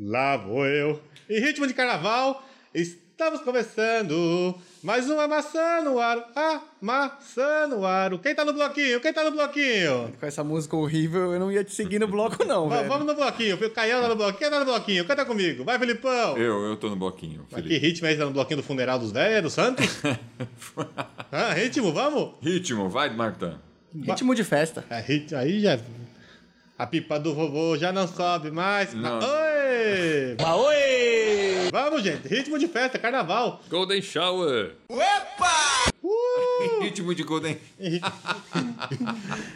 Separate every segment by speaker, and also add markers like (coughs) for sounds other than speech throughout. Speaker 1: Lá vou eu. Em ritmo de carnaval, estamos começando mais um uma maçã no ar. Ah, maçã no ar. Quem tá no bloquinho? Quem tá no bloquinho?
Speaker 2: Com essa música horrível, eu não ia te seguir no bloco, não,
Speaker 1: Va- (laughs)
Speaker 2: velho.
Speaker 1: Vamos no bloquinho. O Caião tá no bloquinho. Quem tá no bloquinho? Canta comigo. Vai, Filipão.
Speaker 3: Eu, eu tô no bloquinho,
Speaker 1: Mas que
Speaker 3: Felipe.
Speaker 1: ritmo é esse? Tá no bloquinho do funeral dos velhos, dos
Speaker 3: (laughs)
Speaker 1: santos? ah, ritmo, vamos?
Speaker 3: Ritmo, vai, Marta.
Speaker 2: Ritmo de festa.
Speaker 1: É, rit- Aí já... A pipa do vovô já não sobe mais.
Speaker 3: Não.
Speaker 1: Oi! Vamos, gente. Ritmo de festa, carnaval.
Speaker 4: Golden Shower.
Speaker 1: Uh!
Speaker 3: (laughs) Ritmo de Golden.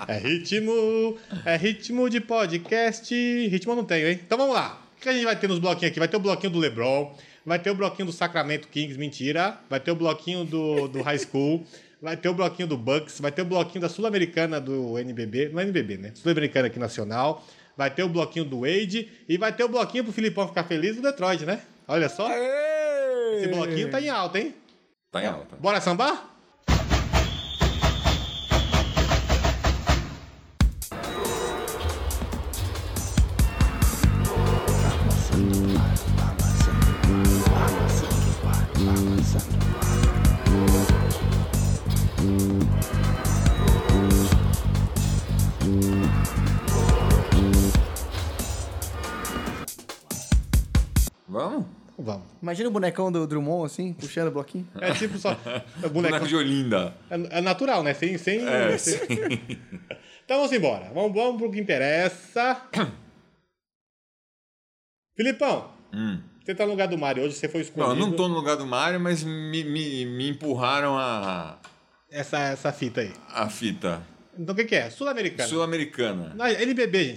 Speaker 1: É ritmo, é ritmo de podcast. Ritmo eu não tenho, hein? Então vamos lá. O que a gente vai ter nos bloquinhos aqui? Vai ter o bloquinho do Lebron, vai ter o bloquinho do Sacramento Kings, mentira. Vai ter o bloquinho do, do High School, vai ter o bloquinho do Bucks, vai ter o bloquinho da Sul-Americana do NBB, não é NBB, né? Sul-Americana aqui nacional. Vai ter o bloquinho do Wade e vai ter o bloquinho pro Filipão ficar feliz do Detroit, né? Olha só, esse bloquinho tá em alta, hein?
Speaker 3: Tá em alta.
Speaker 1: Bora sambar?
Speaker 3: Vamos?
Speaker 1: Então Vamos.
Speaker 2: Imagina o bonecão do Drummond, assim, puxando o bloquinho.
Speaker 1: É tipo só. o
Speaker 3: Boneco
Speaker 1: boneco
Speaker 3: de Olinda.
Speaker 1: É, é natural, né? Sem. sem, (laughs)
Speaker 3: É,
Speaker 1: sem- então vamos embora. Vamos, vamos pro que interessa. (coughs) Filipão, você tá no lugar do Mário hoje, você foi
Speaker 3: Hum. Não,
Speaker 1: escolhido.
Speaker 3: eu não tô no lugar do Mario, mas me, me, me empurraram a,
Speaker 1: Essa, essa fita aí.
Speaker 3: a fita
Speaker 1: Então o que, que é? Sul-Americana.
Speaker 3: sul-americana.
Speaker 1: Na NBB, gente.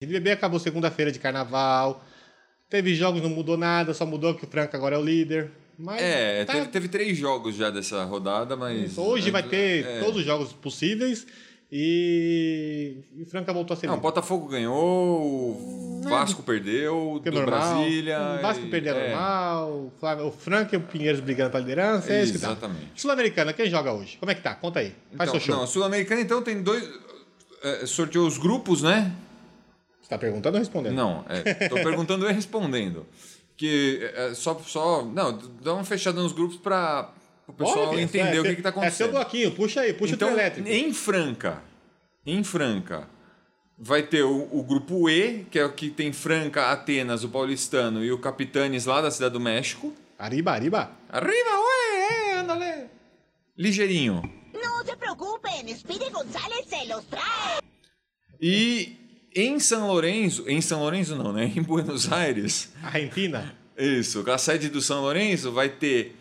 Speaker 1: NBB acabou segunda-feira de carnaval. Teve jogos, não mudou nada, só mudou que o Franca agora é o líder. Mas
Speaker 3: É,
Speaker 1: tá- Então
Speaker 3: teve, teve três jogos já dessa rodada, mas.
Speaker 1: hoje vai ter
Speaker 3: É.
Speaker 1: todos os jogos possíveis e, e o Franca voltou a ser
Speaker 3: Não, o
Speaker 1: líder.
Speaker 3: Botafogo ganhou, o Vasco perdeu, o
Speaker 1: Que é
Speaker 3: do
Speaker 1: normal.
Speaker 3: Brasília.
Speaker 1: o Vasco
Speaker 3: e-
Speaker 1: perdeu
Speaker 3: é.
Speaker 1: normal. O, Flávio, o Frank e o Pinheiros brigando pra liderança. É isso que dá.
Speaker 3: Exatamente.
Speaker 1: Sul-Americana, quem joga hoje? Como é que tá? Conta aí. Faz
Speaker 3: Então,
Speaker 1: seu show.
Speaker 3: não, a Sul-Americana então tem dois. eh, Sorteou os grupos, né?
Speaker 1: Você tá perguntando ou respondendo?
Speaker 3: Não, é, tô perguntando e respondendo. Que é, é, só, só. Não, dá uma fechada nos grupos para o pessoal
Speaker 1: Olha,
Speaker 3: entender
Speaker 1: é,
Speaker 3: o que, que tá
Speaker 1: É seu
Speaker 3: acontecendo.
Speaker 1: bloquinho, puxa aí, puxa o teu
Speaker 3: então,
Speaker 1: elétrico.
Speaker 3: em Franca, em Franca, vai ter o, o grupo E, que é o que tem Franca, Atenas, o Paulistano e o Capitanes lá da Cidade do México.
Speaker 1: Ariba, ariba.
Speaker 3: Arriba, ué, é, andale. Ligeirinho.
Speaker 5: No se preocupen, Speedy González se los trae.
Speaker 3: E em São Lourenço, em São Lourenço não, né? (laughs) Em Buenos Aires,
Speaker 1: Argentina.
Speaker 3: isso, a sede do São Lourenço vai ter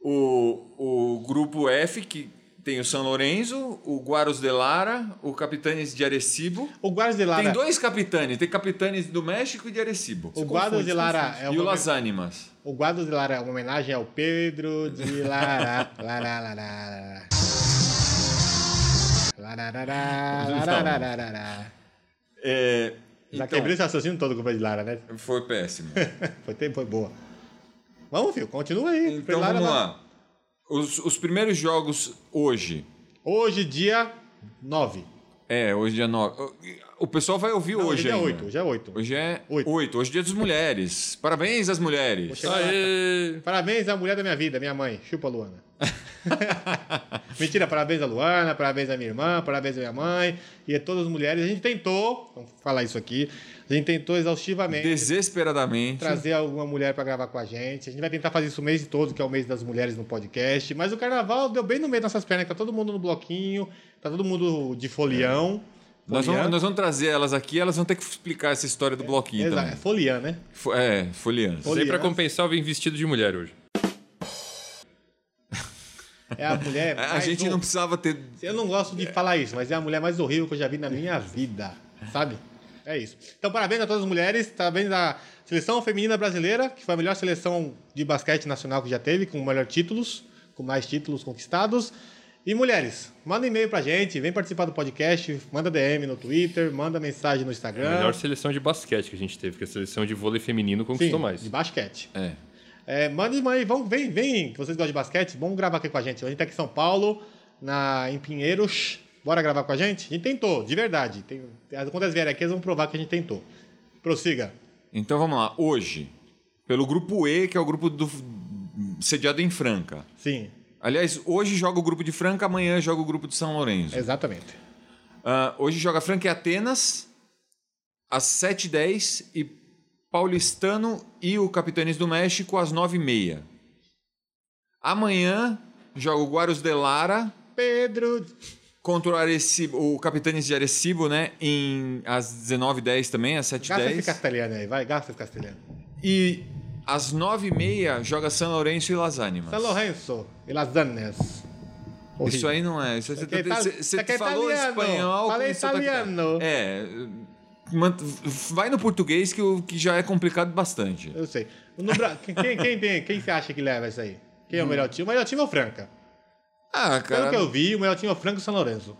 Speaker 3: o, o grupo F, que tem o São Lourenço, o Guaros de Lara, o Capitanes de Arecibo.
Speaker 1: O Guardas de Lara.
Speaker 3: Tem dois capitanes, tem capitanes do México e de Arecibo.
Speaker 1: O Guardas de Lara é
Speaker 3: e o
Speaker 1: uma...
Speaker 3: Las Animas.
Speaker 1: O Guardas de Lara é uma homenagem ao Pedro de
Speaker 3: (laughs)
Speaker 1: Lara. Lara, Lara, Lara. Lara, Lara, Lara, Lara, Lara.
Speaker 3: É,
Speaker 1: Já
Speaker 3: então,
Speaker 1: quebrei esse raciocínio todo com o Pedro de Lara, né?
Speaker 3: foi péssimo.
Speaker 1: (laughs) Foi, tempo, foi boa. Vamos, filho, continua aí. Pedro
Speaker 3: Então
Speaker 1: de Lara, né?
Speaker 3: vamos
Speaker 1: vai.
Speaker 3: lá. Os, os primeiros jogos hoje.
Speaker 1: Hoje, dia 9.
Speaker 3: É, hoje é 9. O pessoal vai ouvir
Speaker 1: Não, hoje
Speaker 3: hoje
Speaker 1: é
Speaker 3: ainda.
Speaker 1: 8, hoje é 8.
Speaker 3: Hoje é
Speaker 1: Oito.
Speaker 3: 8. Hoje é dia das mulheres. Parabéns às mulheres.
Speaker 1: Vou chegar lá.
Speaker 4: Aê!
Speaker 1: Parabéns à mulher da minha vida, minha mãe. Chupa, Luana. (laughs) Mentira, parabéns à Luana, parabéns à minha irmã, parabéns à minha mãe e a todas as mulheres. A gente tentou, vamos falar isso aqui, a gente tentou exaustivamente
Speaker 3: Desesperadamente.
Speaker 1: trazer alguma mulher pra gravar com a gente. A gente vai tentar fazer isso o mês todo, que é o mês das mulheres no podcast. Mas o carnaval deu bem no meio dessas pernas, que tá todo mundo no bloquinho, tá todo mundo de folião.
Speaker 3: Nós vamos,
Speaker 1: Folião.
Speaker 3: nós vamos trazer elas aqui, elas vão ter que explicar essa história do bloquinho
Speaker 1: Exato, é
Speaker 3: também.
Speaker 1: folião, né?
Speaker 3: Fo- É, folheando.
Speaker 1: Fol-
Speaker 4: Dei
Speaker 1: Aliás.
Speaker 4: pra compensar, eu vim vestido de mulher hoje.
Speaker 1: É a mulher.
Speaker 3: (laughs) A
Speaker 1: mais
Speaker 3: gente
Speaker 1: um-
Speaker 3: não precisava ter.
Speaker 1: Eu não gosto de falar isso, mas é a mulher mais horrível que eu já vi na minha vida, sabe? É isso. Então, parabéns a todas as mulheres, parabéns à seleção feminina brasileira, que foi a melhor seleção de basquete nacional que já teve, com melhor títulos, com mais títulos conquistados. E mulheres, manda e-mail pra gente, vem participar do podcast, manda DM no Twitter, manda mensagem no
Speaker 3: É
Speaker 1: Instagram.
Speaker 4: A melhor seleção de basquete que a gente teve, que a seleção de vôlei feminino
Speaker 1: Sim,
Speaker 4: conquistou mais.
Speaker 1: de basquete.
Speaker 3: É.
Speaker 1: É, mandem aí, vão, vem, vem, que vocês gostam de basquete, vão gravar aqui com a gente. A gente tá aqui em São Paulo, na, em Pinheiros. Bora gravar com a gente? A gente tentou, de verdade. Tem, quando elas vierem aqui, eles vão provar que a gente tentou. Prossiga.
Speaker 3: Então vamos lá, hoje, pelo grupo E, que é o grupo do sediado em Franca.
Speaker 1: Sim,
Speaker 3: Aliás, hoje joga o grupo de Franca, amanhã joga o grupo de São Lourenço.
Speaker 1: exatamente.
Speaker 3: Ah, hoje joga Franca e Atenas, às 7h10 e Paulistano e o Capitães do México às 9h30. Amanhã joga o Guarus de Lara
Speaker 1: Pedro.
Speaker 3: contra o, Arecibo, o Capitães de Arecibo, né? Em, às 19h10 também, às
Speaker 1: Gasta esse
Speaker 3: 7h10.
Speaker 1: castelhano aí, vai, gasta esse castelhano.
Speaker 3: E às 9h30 joga São Lourenço e Las Animas.
Speaker 1: San Lorenzo e lasanhas.
Speaker 3: Isso aí não é. Isso aí você
Speaker 1: Aqui é
Speaker 3: tá-
Speaker 1: itali-
Speaker 3: você- você
Speaker 1: aqui é
Speaker 3: falou
Speaker 1: italiano.
Speaker 3: espanhol.
Speaker 1: Falei
Speaker 3: com sotaque-
Speaker 1: italiano.
Speaker 3: É. mant- Vai no português que, o- que já é complicado bastante.
Speaker 1: Eu sei. No Bra- quem, quem, quem tem, quem você acha que leva isso aí? Quem é o melhor time? O melhor time é o Franca.
Speaker 3: Ah,
Speaker 1: Pelo
Speaker 3: Hum. cara.
Speaker 1: que eu vi, o melhor time é o Franca e o San Lorenzo.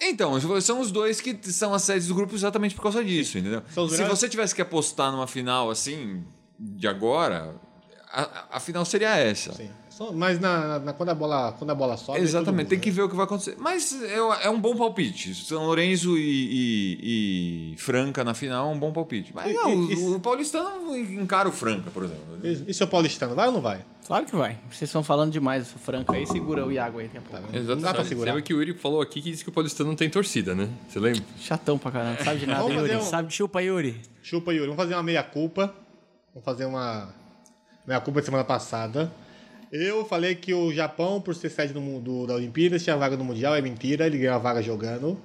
Speaker 3: Então, são os dois que são as sedes do grupo exatamente por causa disso, entendeu?
Speaker 1: São os
Speaker 3: Se
Speaker 1: melhores-
Speaker 3: você tivesse que apostar numa final assim, de agora, a, a final seria essa.
Speaker 1: Sim. Só- Mas na, na- na- quando, a bola, quando a bola sobe.
Speaker 3: Exatamente, tem que
Speaker 1: ver. né?
Speaker 3: ver o que vai acontecer. Mas é, é um bom palpite. São Lourenço e, e- e Franca na final é um bom palpite. Mas
Speaker 1: E-
Speaker 3: não,
Speaker 1: e-
Speaker 3: o, o paulistano encara o Franca, por exemplo.
Speaker 1: E seu paulistano, vai ou não vai?
Speaker 2: Claro que vai. Vocês estão falando demais, essa franca aí. Segura o Iago aí. Daqui a pouco.
Speaker 1: Tá.
Speaker 4: Exatamente.
Speaker 1: pra segurar.
Speaker 4: Sabe que o Yuri falou aqui que disse que o Paulistano não tem torcida, né? Você lembra?
Speaker 2: Chatão pra caramba. Não sabe de nada,
Speaker 1: Vamos fazer
Speaker 2: Yuri.
Speaker 1: um-
Speaker 2: Sabe de chupa, Yuri.
Speaker 1: Chupa, Yuri. Vamos fazer uma meia-culpa. Vamos fazer uma meia-culpa de semana passada. Eu falei que o Japão, por ser sede do, mu- do- da Olimpíadas, tinha vaga no Mundial. É mentira, ele ganhou a vaga jogando.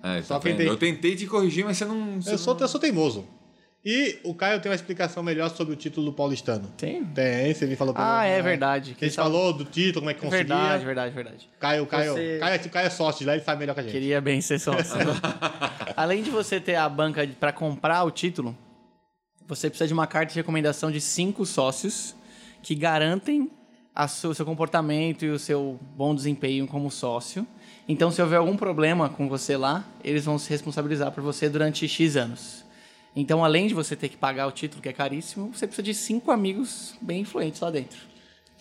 Speaker 3: É,
Speaker 1: Só
Speaker 3: tá vendo?
Speaker 1: tentei.
Speaker 3: Eu tentei te corrigir, mas você não. Você
Speaker 1: Eu sou,
Speaker 3: não...
Speaker 1: eu sou teimoso. E o Caio tem uma explicação melhor sobre o título do paulistano.
Speaker 2: Tem?
Speaker 1: Tem, você me falou pra
Speaker 2: Ah,
Speaker 1: mim,
Speaker 2: é
Speaker 1: né?
Speaker 2: verdade.
Speaker 1: Ele
Speaker 2: Quem sabe-
Speaker 1: falou do título, como é que conseguia.
Speaker 2: Verdade, verdade, verdade.
Speaker 1: Caio, Caio,
Speaker 2: Você-
Speaker 1: Caio, Caio é sócio de lá, ele sabe melhor que a gente.
Speaker 2: Queria bem ser sócio. Além de você ter a banca de- pra comprar o título, você precisa de uma carta de recomendação de cinco sócios que garantem a su- o seu comportamento e o seu bom desempenho como sócio. Então, se houver algum problema com você lá, eles vão se responsabilizar por você durante X anos. Então, além de você ter que pagar o título, que é caríssimo, você precisa de cinco amigos bem influentes lá dentro.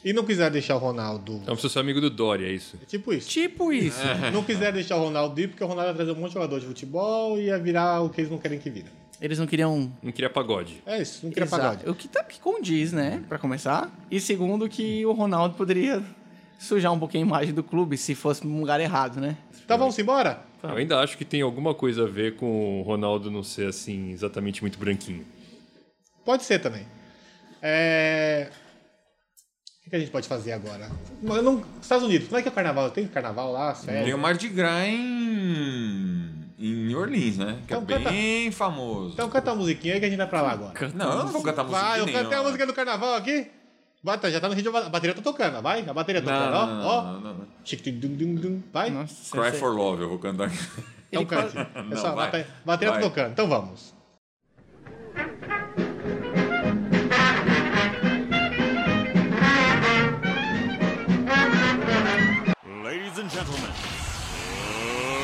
Speaker 1: E não quiser deixar o Ronaldo.
Speaker 4: Então precisa ser amigo do Dori, é isso.
Speaker 1: É tipo isso.
Speaker 2: Tipo isso.
Speaker 3: é.
Speaker 1: Não quiser deixar o Ronaldo ir, porque o Ronaldo ia trazer um monte de jogador de futebol e ia virar o que eles não querem que vira.
Speaker 2: Eles não queriam
Speaker 4: Não queria pagode.
Speaker 1: É isso, não queria
Speaker 2: Exato.
Speaker 1: pagode.
Speaker 2: O que, tá, que condiz, né? Pra começar. E segundo, que o Ronaldo poderia sujar um pouquinho a imagem do clube se fosse num lugar errado, né?
Speaker 1: Então vamos embora?
Speaker 4: Eu ainda acho que tem alguma coisa a ver com o Ronaldo não ser assim, exatamente muito branquinho.
Speaker 1: Pode ser também. É... O que que a gente pode fazer agora? Eu não- Estados Unidos, como é que é o carnaval? Tem carnaval lá,
Speaker 3: É. Tem
Speaker 1: sério?
Speaker 3: o Mardi Gras em. em New Orleans, né? Que
Speaker 1: Então
Speaker 3: é
Speaker 1: canta-
Speaker 3: bem famoso.
Speaker 1: Então canta a musiquinha aí que a gente vai pra lá agora.
Speaker 3: não, eu não vou cantar música.
Speaker 1: Vai, eu
Speaker 3: nenhuma.
Speaker 1: cantei a música do carnaval aqui. Bata, já tá no ritmo, a bateria tá tocando, vai? A bateria tá
Speaker 3: Não,
Speaker 1: tocando, ó.
Speaker 3: não,
Speaker 1: ó.
Speaker 3: não, não, não.
Speaker 1: Tic, tic, dum, dum, dum. Vai?
Speaker 2: Nossa,
Speaker 3: Cry
Speaker 4: é
Speaker 2: você-
Speaker 3: for Love, eu vou cantar.
Speaker 1: Então
Speaker 2: Ele quase-
Speaker 1: cante. É
Speaker 3: Não,
Speaker 1: só
Speaker 3: vai.
Speaker 1: bater, bater
Speaker 3: Vai.
Speaker 1: tocando. Então vamos.
Speaker 6: Ladies and gentlemen,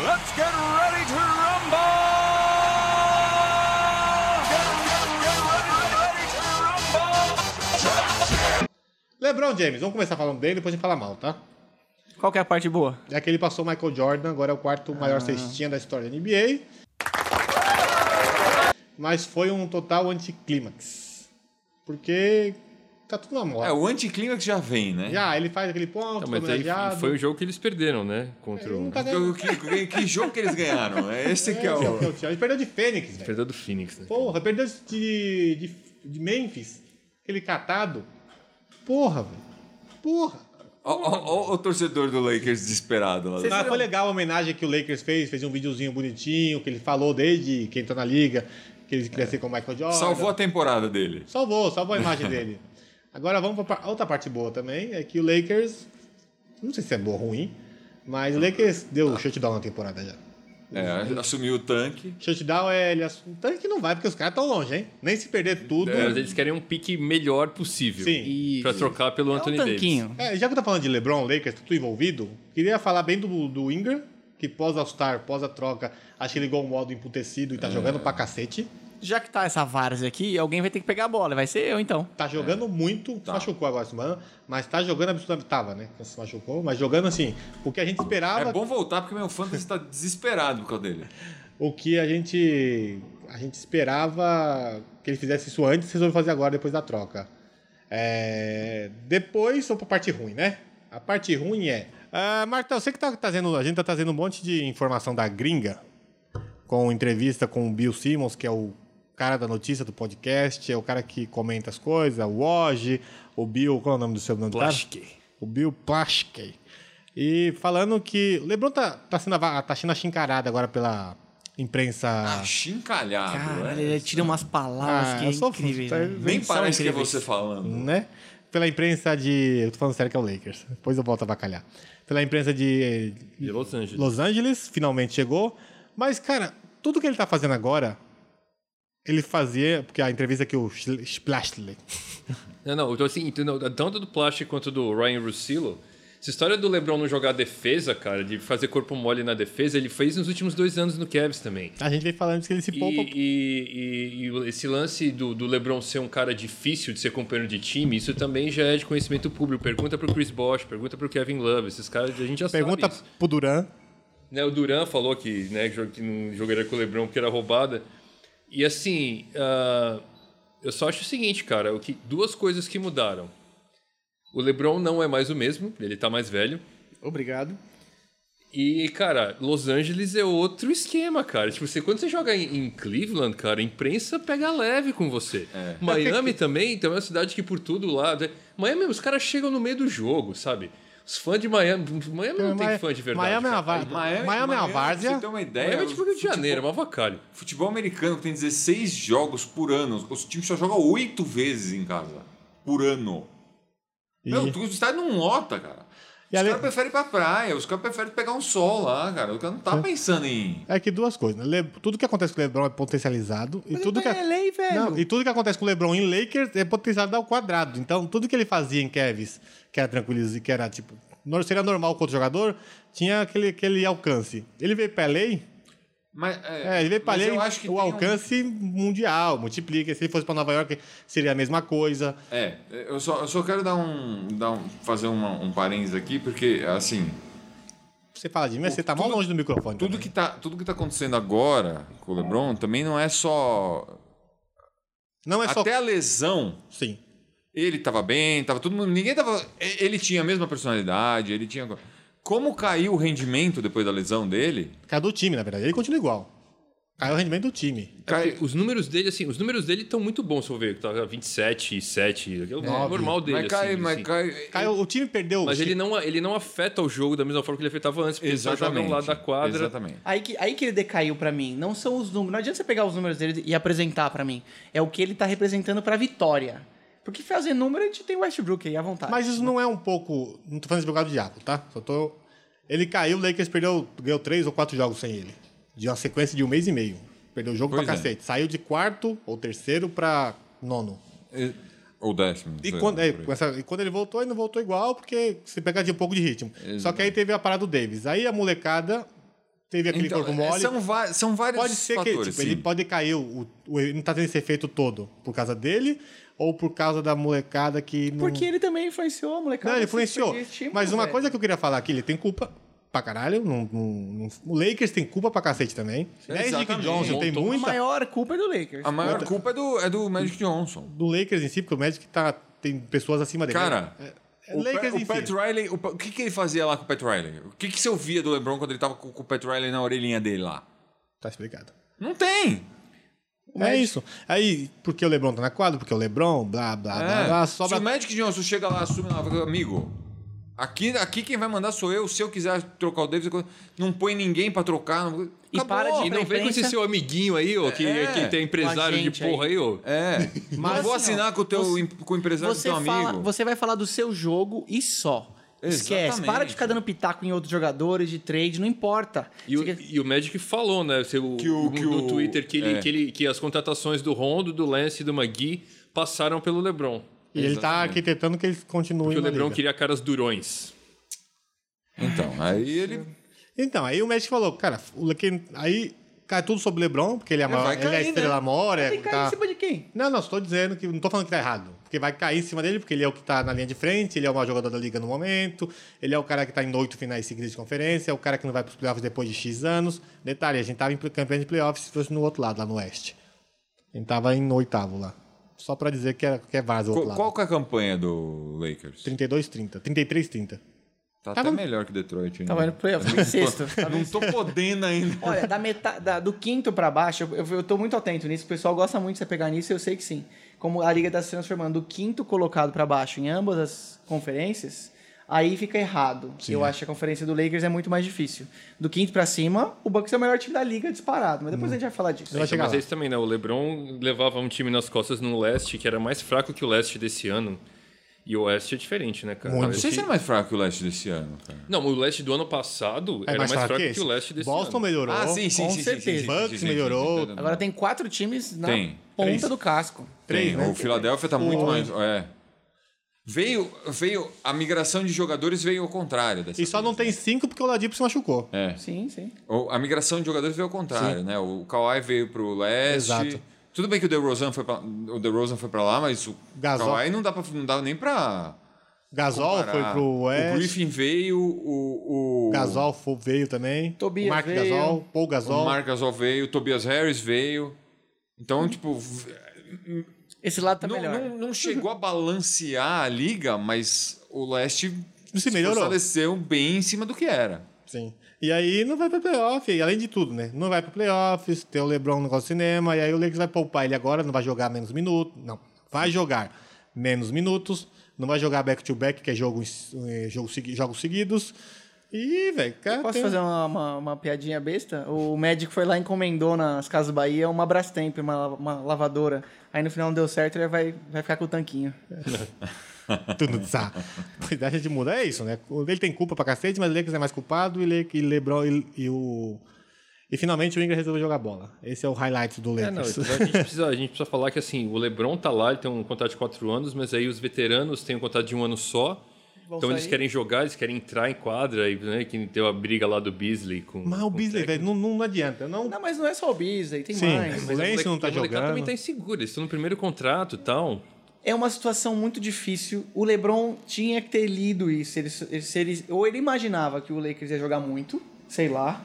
Speaker 6: let's get ready to rumble! Get, get, get ready, ready to rumble!
Speaker 1: LeBron James, vamos começar falando dele, depois a gente fala mal, tá?
Speaker 2: Qual que é a parte boa?
Speaker 1: É que ele passou o Michael Jordan, agora é o quarto maior cestinha da história da NBA. Mas foi um total anticlímax. Porque tá tudo na moda.
Speaker 3: É, o anticlímax já vem, né?
Speaker 1: Já, ele faz aquele ponto,
Speaker 4: Tá,
Speaker 1: foi
Speaker 4: mas aí
Speaker 1: homenageado.
Speaker 4: foi o jogo que eles perderam, né? Contra
Speaker 1: Ele
Speaker 4: o.
Speaker 1: não tá
Speaker 3: Que,
Speaker 1: ganhando.
Speaker 3: que- que jogo que eles ganharam? É esse (laughs) que
Speaker 1: Esse
Speaker 3: é
Speaker 1: é o que
Speaker 3: o.
Speaker 1: eu tinha. Ele perdeu de Fênix, velho.
Speaker 4: Perdeu do Phoenix, né?
Speaker 1: Porra, perdeu de, de, de Memphis. Aquele catado. Porra, velho. Porra.
Speaker 3: Ó, ó, ó o torcedor do Lakers desesperado lá.
Speaker 1: Mas Ah, foi legal a homenagem que o Lakers fez, fez um videozinho bonitinho, que ele falou desde que entrou na liga, que ele queria ser com o Michael Jordan.
Speaker 3: Salvou a temporada dele.
Speaker 1: Salvou, salvou a imagem dele. Agora vamos para outra parte boa também, é que o Lakers, não sei se é boa ou ruim, mas o Lakers deu shutdown na temporada já.
Speaker 3: É, assumiu o tanque.
Speaker 1: Shutdown é ele ass- um tanque não vai porque os caras estão longe, hein? Nem se perder tudo.
Speaker 4: É, mas eles querem um pique melhor possível.
Speaker 1: Sim.
Speaker 4: Pra trocar pelo
Speaker 2: É um
Speaker 4: Anthony Davis.
Speaker 2: tanquinho.
Speaker 1: É, já que eu tô falando de LeBron, Lakers, tá tudo envolvido, queria falar bem do, do Ingram, que pós All-Star, pós a troca, acho que ligou um modo emputecido e tá jogando pra cacete.
Speaker 2: já que tá essa várzea aqui, alguém vai ter que pegar a bola. Vai ser eu, então.
Speaker 1: Tá jogando muito, se machucou agora esse mano, mas tá jogando absolutamente. Tava, né? Se machucou, mas jogando assim, o que a gente esperava,
Speaker 3: É bom voltar porque meu fantasy tá desesperado por causa dele.
Speaker 1: o que a gente. A gente esperava que ele fizesse isso antes, resolveu fazer agora, depois da troca. É, Depois, vamos pra parte ruim, né? A parte ruim é. Ah, Marta, você que tá trazendo. A gente tá trazendo um monte de informação da gringa, com entrevista com o Bill Simmons, que é o cara da notícia do podcast, é o cara que comenta as coisas, o Oji, o Bill, qual é o nome do seu nome? do cara?
Speaker 4: Plaschke.
Speaker 1: O Bill Plaschke. E falando que LeBron tá, tá sendo ava- tá sendo achincarado agora pela imprensa.
Speaker 4: Ah.
Speaker 3: Achincalhado,
Speaker 2: Caralho,
Speaker 3: né?
Speaker 4: é
Speaker 2: ele tira umas palavras
Speaker 1: Ah,
Speaker 2: que é
Speaker 1: eu sou
Speaker 2: incrível.
Speaker 1: fã, tá-
Speaker 2: né?
Speaker 3: Nem
Speaker 2: São
Speaker 3: parece que é
Speaker 2: incríveis.
Speaker 3: você falando.
Speaker 1: né? Pela imprensa de. Eu tô falando sério que é o Lakers. Depois eu volto a bacalhar. Pela imprensa de.
Speaker 4: De Los Angeles.
Speaker 1: Los Angeles, finalmente chegou. Mas, cara, tudo que ele tá fazendo agora. Ele fazia. Porque a entrevista que o Schl- Splashley.
Speaker 4: Não, não, eu tô assim, entendeu? tanto do Plastic quanto do Ryan Russillo. Essa história do LeBron não jogar defesa, cara, de fazer corpo mole na defesa, ele fez nos últimos dois anos no Cavs também.
Speaker 1: A gente vem falando que ele se
Speaker 4: E,
Speaker 1: poupa.
Speaker 4: e- e o- esse lance do, do LeBron ser um cara difícil de ser companheiro de time, isso também já é de conhecimento público. Pergunta pro Chris Bosh, pergunta pro Kevin Love, esses caras a gente já
Speaker 1: Pergunta
Speaker 4: sabe. isso.
Speaker 1: pro Duran.
Speaker 4: Né, o Duran falou que, né, que jo- que não jogaria com o Lebron porque era roubada. E assim, ah, eu só acho o seguinte, cara, o que, duas coisas que mudaram. O Lebron não é mais o mesmo, ele tá mais velho.
Speaker 2: Obrigado.
Speaker 4: E, cara, Los Angeles é outro esquema, cara. Tipo, você, quando você joga em, em Cleveland, cara, a imprensa pega leve com você.
Speaker 3: É.
Speaker 4: Miami (laughs) também, então é uma cidade que por tudo lá. né? Miami, os caras chegam no meio do jogo, sabe? Os fãs de Miami. Miami não tem
Speaker 1: Miami-
Speaker 4: fã de verdade.
Speaker 1: Miami é
Speaker 4: cara.
Speaker 1: uma várzea. Miami, é uma
Speaker 3: Pra você
Speaker 1: várzea.
Speaker 3: ter uma ideia,
Speaker 4: Miami é tipo
Speaker 3: o
Speaker 4: Rio de
Speaker 3: futebol-
Speaker 4: Janeiro, é uma avacalho.
Speaker 3: Futebol americano que tem 16 jogos por ano, os times só jogam 8 vezes em casa. Por ano.
Speaker 1: E-
Speaker 3: Não, tu- o estádio não lota, cara.
Speaker 1: E
Speaker 3: os
Speaker 1: ale-
Speaker 3: caras preferem ir pra praia, os caras preferem pegar um sol lá, cara. O cara não tá pensando em.
Speaker 1: É que duas coisas, né? Le- Tudo que acontece com o LeBron é potencializado. E
Speaker 3: é
Speaker 1: tudo que...
Speaker 2: tá em LA, velho.
Speaker 1: Não, e tudo que acontece com o LeBron em Lakers é potencializado ao quadrado. Então, tudo que ele fazia em Cavs, que era tranquiliz, que era tipo. nor- Seria normal com outro jogador, tinha aquele, aquele alcance. Ele veio pra LA,
Speaker 3: Mas,
Speaker 1: é, ele veio pra
Speaker 3: mas
Speaker 1: LA,
Speaker 3: eu acho que
Speaker 1: o
Speaker 3: tem um-
Speaker 1: alcance mundial, multiplica. Se ele fosse pra Nova York, seria a mesma coisa.
Speaker 3: É, eu só, eu só quero dar um, dar um- fazer uma- um parênteses aqui, porque, assim,
Speaker 1: Você fala de mim, mas você tá mal longe do microfone.
Speaker 3: tudo
Speaker 1: também.
Speaker 3: que, tá, tudo que tá acontecendo agora com o LeBron também não é só.
Speaker 1: Não é só.
Speaker 3: Até a lesão,
Speaker 1: Sim.
Speaker 3: ele tava bem, tava todo mundo. Ninguém tava. e- Ele tinha a mesma personalidade, ele tinha. Como caiu o rendimento depois da lesão dele?
Speaker 1: Cara do time, na verdade. Ele continua igual. Caiu o rendimento do time.
Speaker 3: Cai...
Speaker 4: Os números dele, assim, os números dele estão muito bons, se eu ver. Tá 27, 7, aquele
Speaker 1: Nove.
Speaker 4: é normal dele.
Speaker 3: Mas cai,
Speaker 4: assim,
Speaker 3: mas
Speaker 4: assim.
Speaker 3: cai.
Speaker 1: Caiu, o time perdeu.
Speaker 4: Mas ele não, ele não afeta o jogo da mesma forma que ele afetava antes, porque ele só joga
Speaker 3: Exatamente.
Speaker 4: um lado da quadra.
Speaker 3: Exatamente.
Speaker 2: Aí que, aí que ele decaiu pra mim. Não são os números. Não adianta você pegar os números dele e apresentar pra mim. É o que ele tá representando pra vitória. Porque fazer número a gente tem o Westbrook aí à vontade.
Speaker 1: Mas isso não é um pouco. Não tô fazendo advogado do diabo, tá? Só tô. Ele caiu, o Lakers perdeu, ganhou três ou quatro jogos sem ele. De uma sequência de um mês e meio. Perdeu o jogo
Speaker 3: Pois
Speaker 1: pra
Speaker 3: é.
Speaker 1: cacete. Saiu de quarto ou terceiro pra nono.
Speaker 3: E- Ou décimo.
Speaker 1: E
Speaker 3: sei
Speaker 1: quando,
Speaker 3: lá,
Speaker 1: é,
Speaker 3: por aí.
Speaker 1: com essa- e quando ele voltou, ele não voltou igual, porque se pegar de um pouco de ritmo. Só que aí teve a parada do Davis. Aí a molecada teve aquele
Speaker 3: Então,
Speaker 1: corpo
Speaker 3: é,
Speaker 1: mole.
Speaker 3: São, va- são vários
Speaker 1: Pode ser que
Speaker 3: fatores.
Speaker 1: tipo, ele
Speaker 3: sim.
Speaker 1: pode cair, o, o- ele não tá tendo esse efeito todo por causa dele ou por causa da molecada que não.
Speaker 2: Porque ele também influenciou,
Speaker 1: Hum.
Speaker 2: molecada.
Speaker 1: Não, ele
Speaker 2: Você
Speaker 1: influenciou.
Speaker 2: foi tipo de estímulo,
Speaker 1: Mas uma
Speaker 2: velho.
Speaker 1: coisa que eu queria falar aqui, ele tem culpa pra caralho. não- não- não- o Lakers tem culpa pra cacete também. Né, Jake
Speaker 3: Exatamente.
Speaker 1: Johnson tem
Speaker 4: Montou
Speaker 2: A
Speaker 1: muita.
Speaker 2: maior culpa é do Lakers.
Speaker 3: A maior culpa é do, é do Magic Johnson.
Speaker 1: Do Lakers em si, porque o Magic tá, tem pessoas acima dele.
Speaker 3: Cara,
Speaker 1: É- é
Speaker 3: O, Pe-
Speaker 1: Lakers
Speaker 3: o
Speaker 1: em si.
Speaker 3: Pat Riley, o, Pa- o que, que ele fazia lá com o Pat Riley? O que, que você ouvia do LeBron quando ele tava com, com o Pat Riley na orelhinha dele lá?
Speaker 1: Tá explicado.
Speaker 3: Não tem!
Speaker 1: É isso. Aí, porque o Lebron tá na quadra, porque o Lebron, blá, blá, blá,
Speaker 3: É.
Speaker 1: blá,
Speaker 3: Se o
Speaker 1: sobra...
Speaker 3: Magic Johnson chega lá, assume lá, fala, amigo, aqui, aqui quem vai mandar sou eu. Se eu quiser trocar o Davis, eu co- não põe ninguém pra trocar. Não...
Speaker 2: E
Speaker 3: Acabou.
Speaker 2: para de-
Speaker 4: E não vem com esse
Speaker 2: imprensa-
Speaker 4: seu amiguinho aí, ó, que,
Speaker 3: É.
Speaker 4: que tem empresário de
Speaker 2: gente aí.
Speaker 4: porra aí, ó.
Speaker 3: É, mas
Speaker 1: Mas
Speaker 3: não vou
Speaker 1: assim, ó,
Speaker 3: assinar com o, teu, im- com o
Speaker 1: é
Speaker 3: empresário do
Speaker 2: Você,
Speaker 3: teu
Speaker 2: fala-
Speaker 3: amigo.
Speaker 2: você vai falar do seu jogo e só. Esquece.
Speaker 3: Exatamente.
Speaker 2: Para de ficar dando pitaco em outros jogadores, de trade, não importa.
Speaker 4: E o,
Speaker 2: Você quer-
Speaker 4: e o Magic falou, né? você- o,
Speaker 3: Que o-
Speaker 4: o-
Speaker 3: que
Speaker 4: do
Speaker 3: o-
Speaker 4: Twitter que, ele,
Speaker 3: é.
Speaker 4: que, ele- que as contratações do Rondo, do Lance e do Magui passaram pelo LeBron.
Speaker 1: E ele tá
Speaker 3: Exatamente.
Speaker 1: arquitetando que eles continuem
Speaker 4: Porque o
Speaker 1: na
Speaker 4: LeBron
Speaker 1: liga.
Speaker 4: queria caras durões.
Speaker 3: Então, aí ele...
Speaker 1: Então, aí o Magic falou, cara, o Lakers... Aí cai tudo sobre o LeBron, porque ele é, a
Speaker 3: vai
Speaker 1: maior, ele é a
Speaker 3: cair, né?
Speaker 1: estrela maior. é-
Speaker 2: Tem que cair
Speaker 1: tá-
Speaker 2: em cima de quem?
Speaker 1: Não, não, estou dizendo que. Não estou falando que tá errado. Porque vai cair em cima dele, porque ele é o que tá na linha de frente, ele é o maior jogador da liga no momento, ele é o cara que tá em oito finais seguidas de conferência, é o cara que não vai pros playoffs depois de X anos. Detalhe, a gente tava em pl- campeão de playoffs se fosse no outro lado, lá no oeste. A gente tava em oitavo lá. Só pra dizer que é, que é vaza o outro
Speaker 3: Qual,
Speaker 1: lado.
Speaker 3: qual que é a campanha do Lakers?
Speaker 1: 32-30. 33-30.
Speaker 3: Tá
Speaker 1: Tava-
Speaker 3: até melhor que Detroit. ainda.
Speaker 2: Tava indo
Speaker 1: (laughs)
Speaker 2: pro playoffs, foi em sexto. tá
Speaker 3: Eu Não tô podendo ainda.
Speaker 2: Olha, da metade, da- do quinto pra baixo, eu, eu tô muito atento nisso, o pessoal gosta muito de você pegar nisso, eu sei que sim. Como a liga tá se transformando do quinto colocado pra baixo em ambas as conferências, aí fica errado. Eu acho que a conferência do Lakers é muito mais difícil. Do quinto pra cima, o Bucks é o melhor time da liga disparado, mas depois a gente vai falar disso.
Speaker 1: Vai
Speaker 4: Então,
Speaker 1: chegar
Speaker 4: mas
Speaker 1: lá.
Speaker 4: é isso também, né? O LeBron levava um time nas costas no leste que era mais fraco que o leste desse ano. E o oeste é diferente, né, cara?
Speaker 1: Muito.
Speaker 4: Esse-
Speaker 3: Não sei se é mais fraco que o leste desse ano, cara.
Speaker 4: Não, o leste do ano passado
Speaker 1: É
Speaker 4: era mais, fraco que,
Speaker 1: esse?
Speaker 4: o leste desse
Speaker 1: Boston
Speaker 4: ano. Ah,
Speaker 1: melhorou.
Speaker 3: Ah,
Speaker 2: com certeza.
Speaker 1: Bucks melhorou.
Speaker 3: tá dando-
Speaker 2: Agora tem quatro times na
Speaker 3: Tem.
Speaker 2: ponta
Speaker 1: Três.
Speaker 2: do casco.
Speaker 1: três,
Speaker 3: Tem,
Speaker 1: né?
Speaker 3: O Philadelphia tá muito
Speaker 1: O-
Speaker 3: mais. É. Veio, veio. A migração de jogadores veio ao contrário. Dessa
Speaker 1: E só
Speaker 3: vez,
Speaker 1: não tem cinco porque o Ladipo se machucou.
Speaker 3: né? É.
Speaker 2: Sim, sim.
Speaker 3: O- A migração de jogadores veio ao contrário, né? O Kawhi veio pro leste.
Speaker 1: Exato.
Speaker 3: Tudo bem que o DeRozan foi pra, o DeRozan foi pra lá, mas o
Speaker 1: Gasol.
Speaker 3: Kawhi não dá, pra, não dá nem pra.
Speaker 1: Gasol
Speaker 3: comparar.
Speaker 1: foi pro
Speaker 3: O
Speaker 1: West.
Speaker 3: Griffin veio, o. o
Speaker 1: Gasol fo- veio também.
Speaker 2: Tobias
Speaker 1: Mark
Speaker 2: veio.
Speaker 1: Gasol, Paul Gasol.
Speaker 3: O Marc Gasol veio, o Tobias Harris veio. Então, tipo, v-
Speaker 2: Esse lado tá
Speaker 3: não,
Speaker 2: melhor.
Speaker 3: não- não chegou a balancear a liga, mas o leste
Speaker 1: Se melhorou.
Speaker 3: fortaleceu bem em cima do que era.
Speaker 1: Sim. E aí não vai pra playoff, e além de tudo, né? Não vai pra playoffs, tem o LeBron no negócio de cinema, e aí o Lakers vai poupar ele agora, não vai jogar menos minutos. Não, vai jogar menos minutos, não vai jogar back-to-back, que é jogo, em- eh, jogo segui- jogos seguidos. E, velho, cara.
Speaker 2: Posso
Speaker 1: tem-
Speaker 2: fazer uma, uma, uma piadinha besta? O médico foi lá e encomendou nas Casas Bahia uma Brastemp, uma, uma lavadora. Aí no final não deu certo, ele vai, vai ficar com o tanquinho.
Speaker 1: (laughs) Tudo tá. Pois é, a gente muda. É isso, né? Ele tem culpa pra cacete, mas o Lakers é mais culpado e, Le... e LeBron e... e o. E finalmente o Ingram resolveu jogar bola. Esse é o highlight do
Speaker 4: É, não,
Speaker 1: Lakers.
Speaker 4: então a, gente precisa, a gente precisa falar que assim, o Lebron tá lá, ele tem um contrato de quatro anos, mas aí os veteranos têm um contrato de um ano só.
Speaker 2: Vão
Speaker 4: então eles
Speaker 2: sair.
Speaker 4: querem jogar, eles querem entrar em quadra, e, né, que deu a briga lá do Beasley com.
Speaker 1: mas
Speaker 4: com
Speaker 1: o Beasley,
Speaker 4: técnico.
Speaker 1: velho, não, não adianta. Não...
Speaker 2: Não, mas não é só o Beasley, tem
Speaker 1: Sim.
Speaker 2: mais.
Speaker 1: O
Speaker 4: Mas a
Speaker 1: Lance
Speaker 4: moleque-
Speaker 1: não tá
Speaker 4: a molecada
Speaker 1: jogando.
Speaker 4: também tá insegura, eles estão no primeiro contrato e tal.
Speaker 2: É uma situação muito difícil. O LeBron tinha que ter lido isso. Ele, ele- se ele- ou ele imaginava que o Lakers ia jogar muito, sei lá.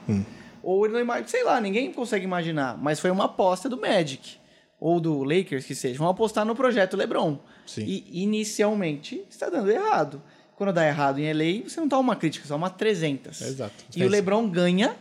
Speaker 2: Ou ele não imaginava, sei lá, ninguém consegue imaginar. Mas foi uma aposta do Magic. Ou do Lakers, que seja. Vão apostar no projeto LeBron.
Speaker 1: Sim.
Speaker 2: E inicialmente está dando errado. Quando dá errado em LA, você não tá uma crítica, só uma 300.
Speaker 1: Exato.
Speaker 2: E o LeBron ganha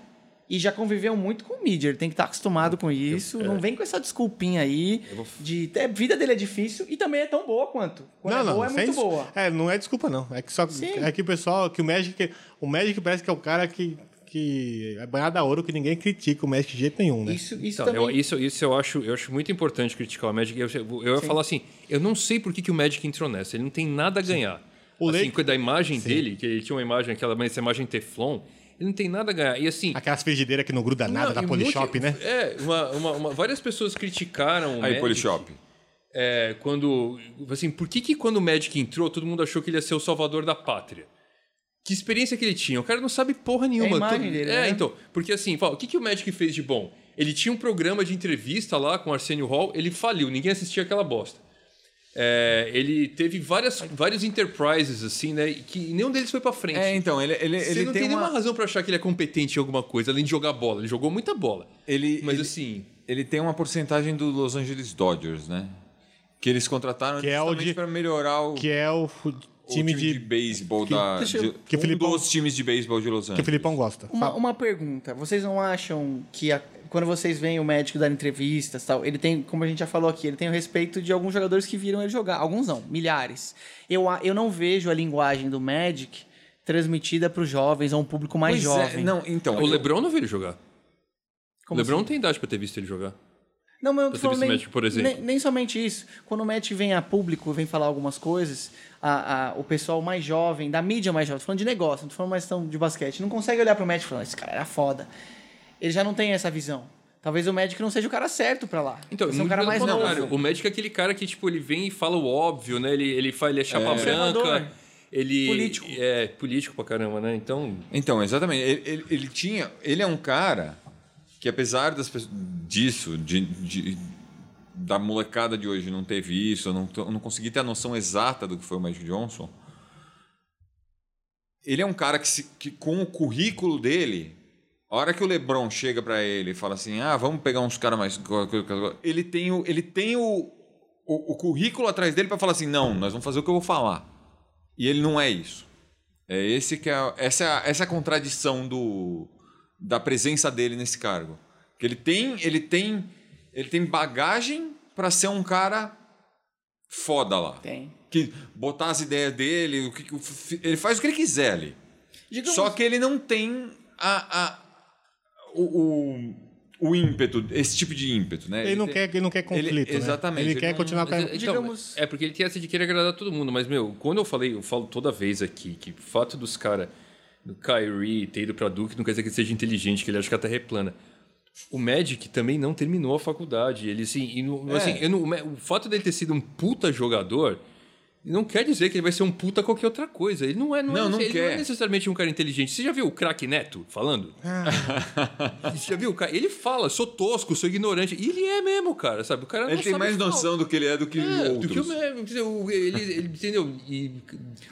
Speaker 2: e já conviveu muito com o mídia. Ele tem que estar acostumado com isso. Não vem com essa desculpinha aí de é, a vida dele é difícil e também é tão boa quanto. Quando é boa, é
Speaker 1: sem
Speaker 2: muito
Speaker 1: des-
Speaker 2: boa.
Speaker 1: É, não é desculpa, não. É que só
Speaker 2: Sim.
Speaker 1: é que o pessoal, que o Magic, o Magic parece que é o cara que, que é banhado a ouro, que ninguém critica o Magic de jeito nenhum, né?
Speaker 2: Isso, isso
Speaker 4: Então,
Speaker 2: também.
Speaker 4: eu- isso, isso eu acho, eu acho muito importante criticar o Magic. Eu, eu, ia falar assim, eu não sei por que, que o Magic entrou nessa. Ele não tem nada a ganhar.
Speaker 1: O
Speaker 4: assim,
Speaker 1: Lake-
Speaker 4: coisa da imagem dele, que ele tinha uma imagem, aquela mas essa imagem Teflon, ele não tem nada a ganhar. E assim.
Speaker 1: Aquelas frigideiras que não gruda nada
Speaker 4: não,
Speaker 1: da
Speaker 4: e
Speaker 1: Polishop,
Speaker 4: muito-
Speaker 1: né?
Speaker 4: É, uma, uma- uma- várias pessoas criticaram. o
Speaker 3: Aí,
Speaker 4: Magic,
Speaker 3: Polishop.
Speaker 4: É, quando. Assim, por que, que quando o Magic entrou, todo mundo achou que ele ia ser o salvador da pátria? Que experiência que ele tinha? O cara não sabe porra nenhuma.
Speaker 2: imagem
Speaker 4: Todo-
Speaker 2: dele,
Speaker 4: é,
Speaker 2: né?
Speaker 4: então. Porque assim, fala, o que, que o Magic fez de bom? Ele tinha um programa de entrevista lá com o Arsenio Hall, ele faliu, ninguém assistia aquela bosta. É, ele teve várias, vários enterprises, assim, né? Que nenhum deles foi pra frente.
Speaker 3: É, então, ele, ele,
Speaker 4: Você
Speaker 3: ele
Speaker 4: não
Speaker 3: tem,
Speaker 4: tem,
Speaker 3: uma...
Speaker 4: nenhuma razão pra achar que ele é competente em alguma coisa, além de jogar bola. Ele jogou muita bola.
Speaker 3: Ele,
Speaker 4: Mas
Speaker 3: ele,
Speaker 4: assim.
Speaker 3: ele tem uma porcentagem do Los Angeles Dodgers, né? Que eles contrataram
Speaker 1: Que é o
Speaker 3: justamente
Speaker 1: de-
Speaker 3: pra melhorar o,
Speaker 1: Que é o fu-
Speaker 3: o
Speaker 1: time, de,
Speaker 3: beisebol da...
Speaker 2: deixa eu-
Speaker 3: de-
Speaker 1: que
Speaker 3: um
Speaker 1: Filipão-
Speaker 3: dos times de beisebol de Los Angeles.
Speaker 1: que o Filipão gosta.
Speaker 2: Uma, uma pergunta. Vocês não acham que a- quando vocês veem o médico dar entrevistas e tal, ele tem, como a gente já falou aqui, ele tem o respeito de alguns jogadores que viram ele jogar. Alguns não, milhares. Eu, a- eu não vejo a linguagem do Magic transmitida para os jovens, a um público mais
Speaker 3: Pois é,
Speaker 2: jovem.
Speaker 3: não, então...
Speaker 4: O LeBron não viu ele jogar. O
Speaker 2: Como
Speaker 4: LeBron
Speaker 2: assim?
Speaker 4: não tem idade pra ter visto ele jogar.
Speaker 2: Não, mas eu tô
Speaker 4: Você
Speaker 2: falando
Speaker 4: disse
Speaker 2: nem,
Speaker 4: Magic, por exemplo.
Speaker 2: nem- nem somente isso. Quando o Magic vem a público, vem falar algumas coisas, a- a- o pessoal mais jovem, da mídia mais jovem, tô falando de negócio, não tô falando mais tão de basquete, não consegue olhar pro Magic e falar, esse cara era foda. Ele já não tem essa visão. Talvez o Magic não seja o cara certo pra lá.
Speaker 4: Então,
Speaker 2: Esse é um
Speaker 4: muito
Speaker 2: cara
Speaker 4: pelo
Speaker 2: mais
Speaker 4: contrário.
Speaker 2: novo.
Speaker 4: O médico é aquele cara que, tipo, ele vem e fala o óbvio, né? Ele, ele, fala, ele é chapa
Speaker 2: Observador.
Speaker 4: branca. Ele
Speaker 2: Político.
Speaker 4: é político pra caramba, né? Então,
Speaker 3: Então, exatamente. Ele, ele, ele tinha. Ele é um cara que apesar das pessoas, disso, de, de- da molecada de hoje não ter visto, não, to- não conseguir ter a noção exata do que foi o Magic Johnson, ele é um cara que, se- que com o currículo dele, a hora que o LeBron chega pra ele e fala assim, ah, vamos pegar uns caras mais... co- co- co- Ele tem o, ele tem o, o, o currículo atrás dele pra falar assim, não, nós vamos fazer o que eu vou falar. E ele não é isso. É esse que é, essa, é a- essa é a contradição do, da presença dele nesse cargo. Que ele tem, ele tem, ele tem bagagem pra ser um cara foda lá.
Speaker 2: Tem.
Speaker 3: Que botar as ideias dele, o que, que o f- ele faz o que ele quiser ali.
Speaker 2: Digamos-
Speaker 3: Só que ele não tem a, a- o, o, o ímpeto, esse tipo de ímpeto, né?
Speaker 1: Ele não,
Speaker 3: tem-
Speaker 1: quer, ele não quer conflito, né?
Speaker 3: exatamente,
Speaker 1: Ele,
Speaker 3: ele
Speaker 1: quer
Speaker 3: não-
Speaker 1: continuar com a...
Speaker 4: Mas, então,
Speaker 2: Digamos-
Speaker 4: É porque ele tem essa de querer agradar todo mundo, mas, meu, quando eu falei, eu falo toda vez aqui que o fato dos caras, do Kyrie ter ido pra Duke, não quer dizer que ele seja inteligente, que ele acha que a Terra é plana. O Magic também não terminou a faculdade. Ele, assim, e não-
Speaker 3: É.
Speaker 4: assim, eu não- o Ma- o fato dele ter sido um puta jogador não quer dizer que ele vai ser um puta qualquer outra coisa. Ele não é, não, é,
Speaker 3: Não, não
Speaker 4: ele não é
Speaker 3: quer.
Speaker 4: necessariamente um cara inteligente. Você já viu o craque Neto falando?
Speaker 3: Ah.
Speaker 4: (laughs) Você já viu o cara? Ele fala, sou tosco, sou ignorante. E ele é mesmo, cara, sabe? O cara não
Speaker 3: Ele tem
Speaker 4: sabe
Speaker 3: mais
Speaker 4: falar.
Speaker 3: noção do que ele é do que
Speaker 4: É, do
Speaker 3: outros.
Speaker 4: que o mesmo, quer dizer, o- ele, ele- entendeu? E-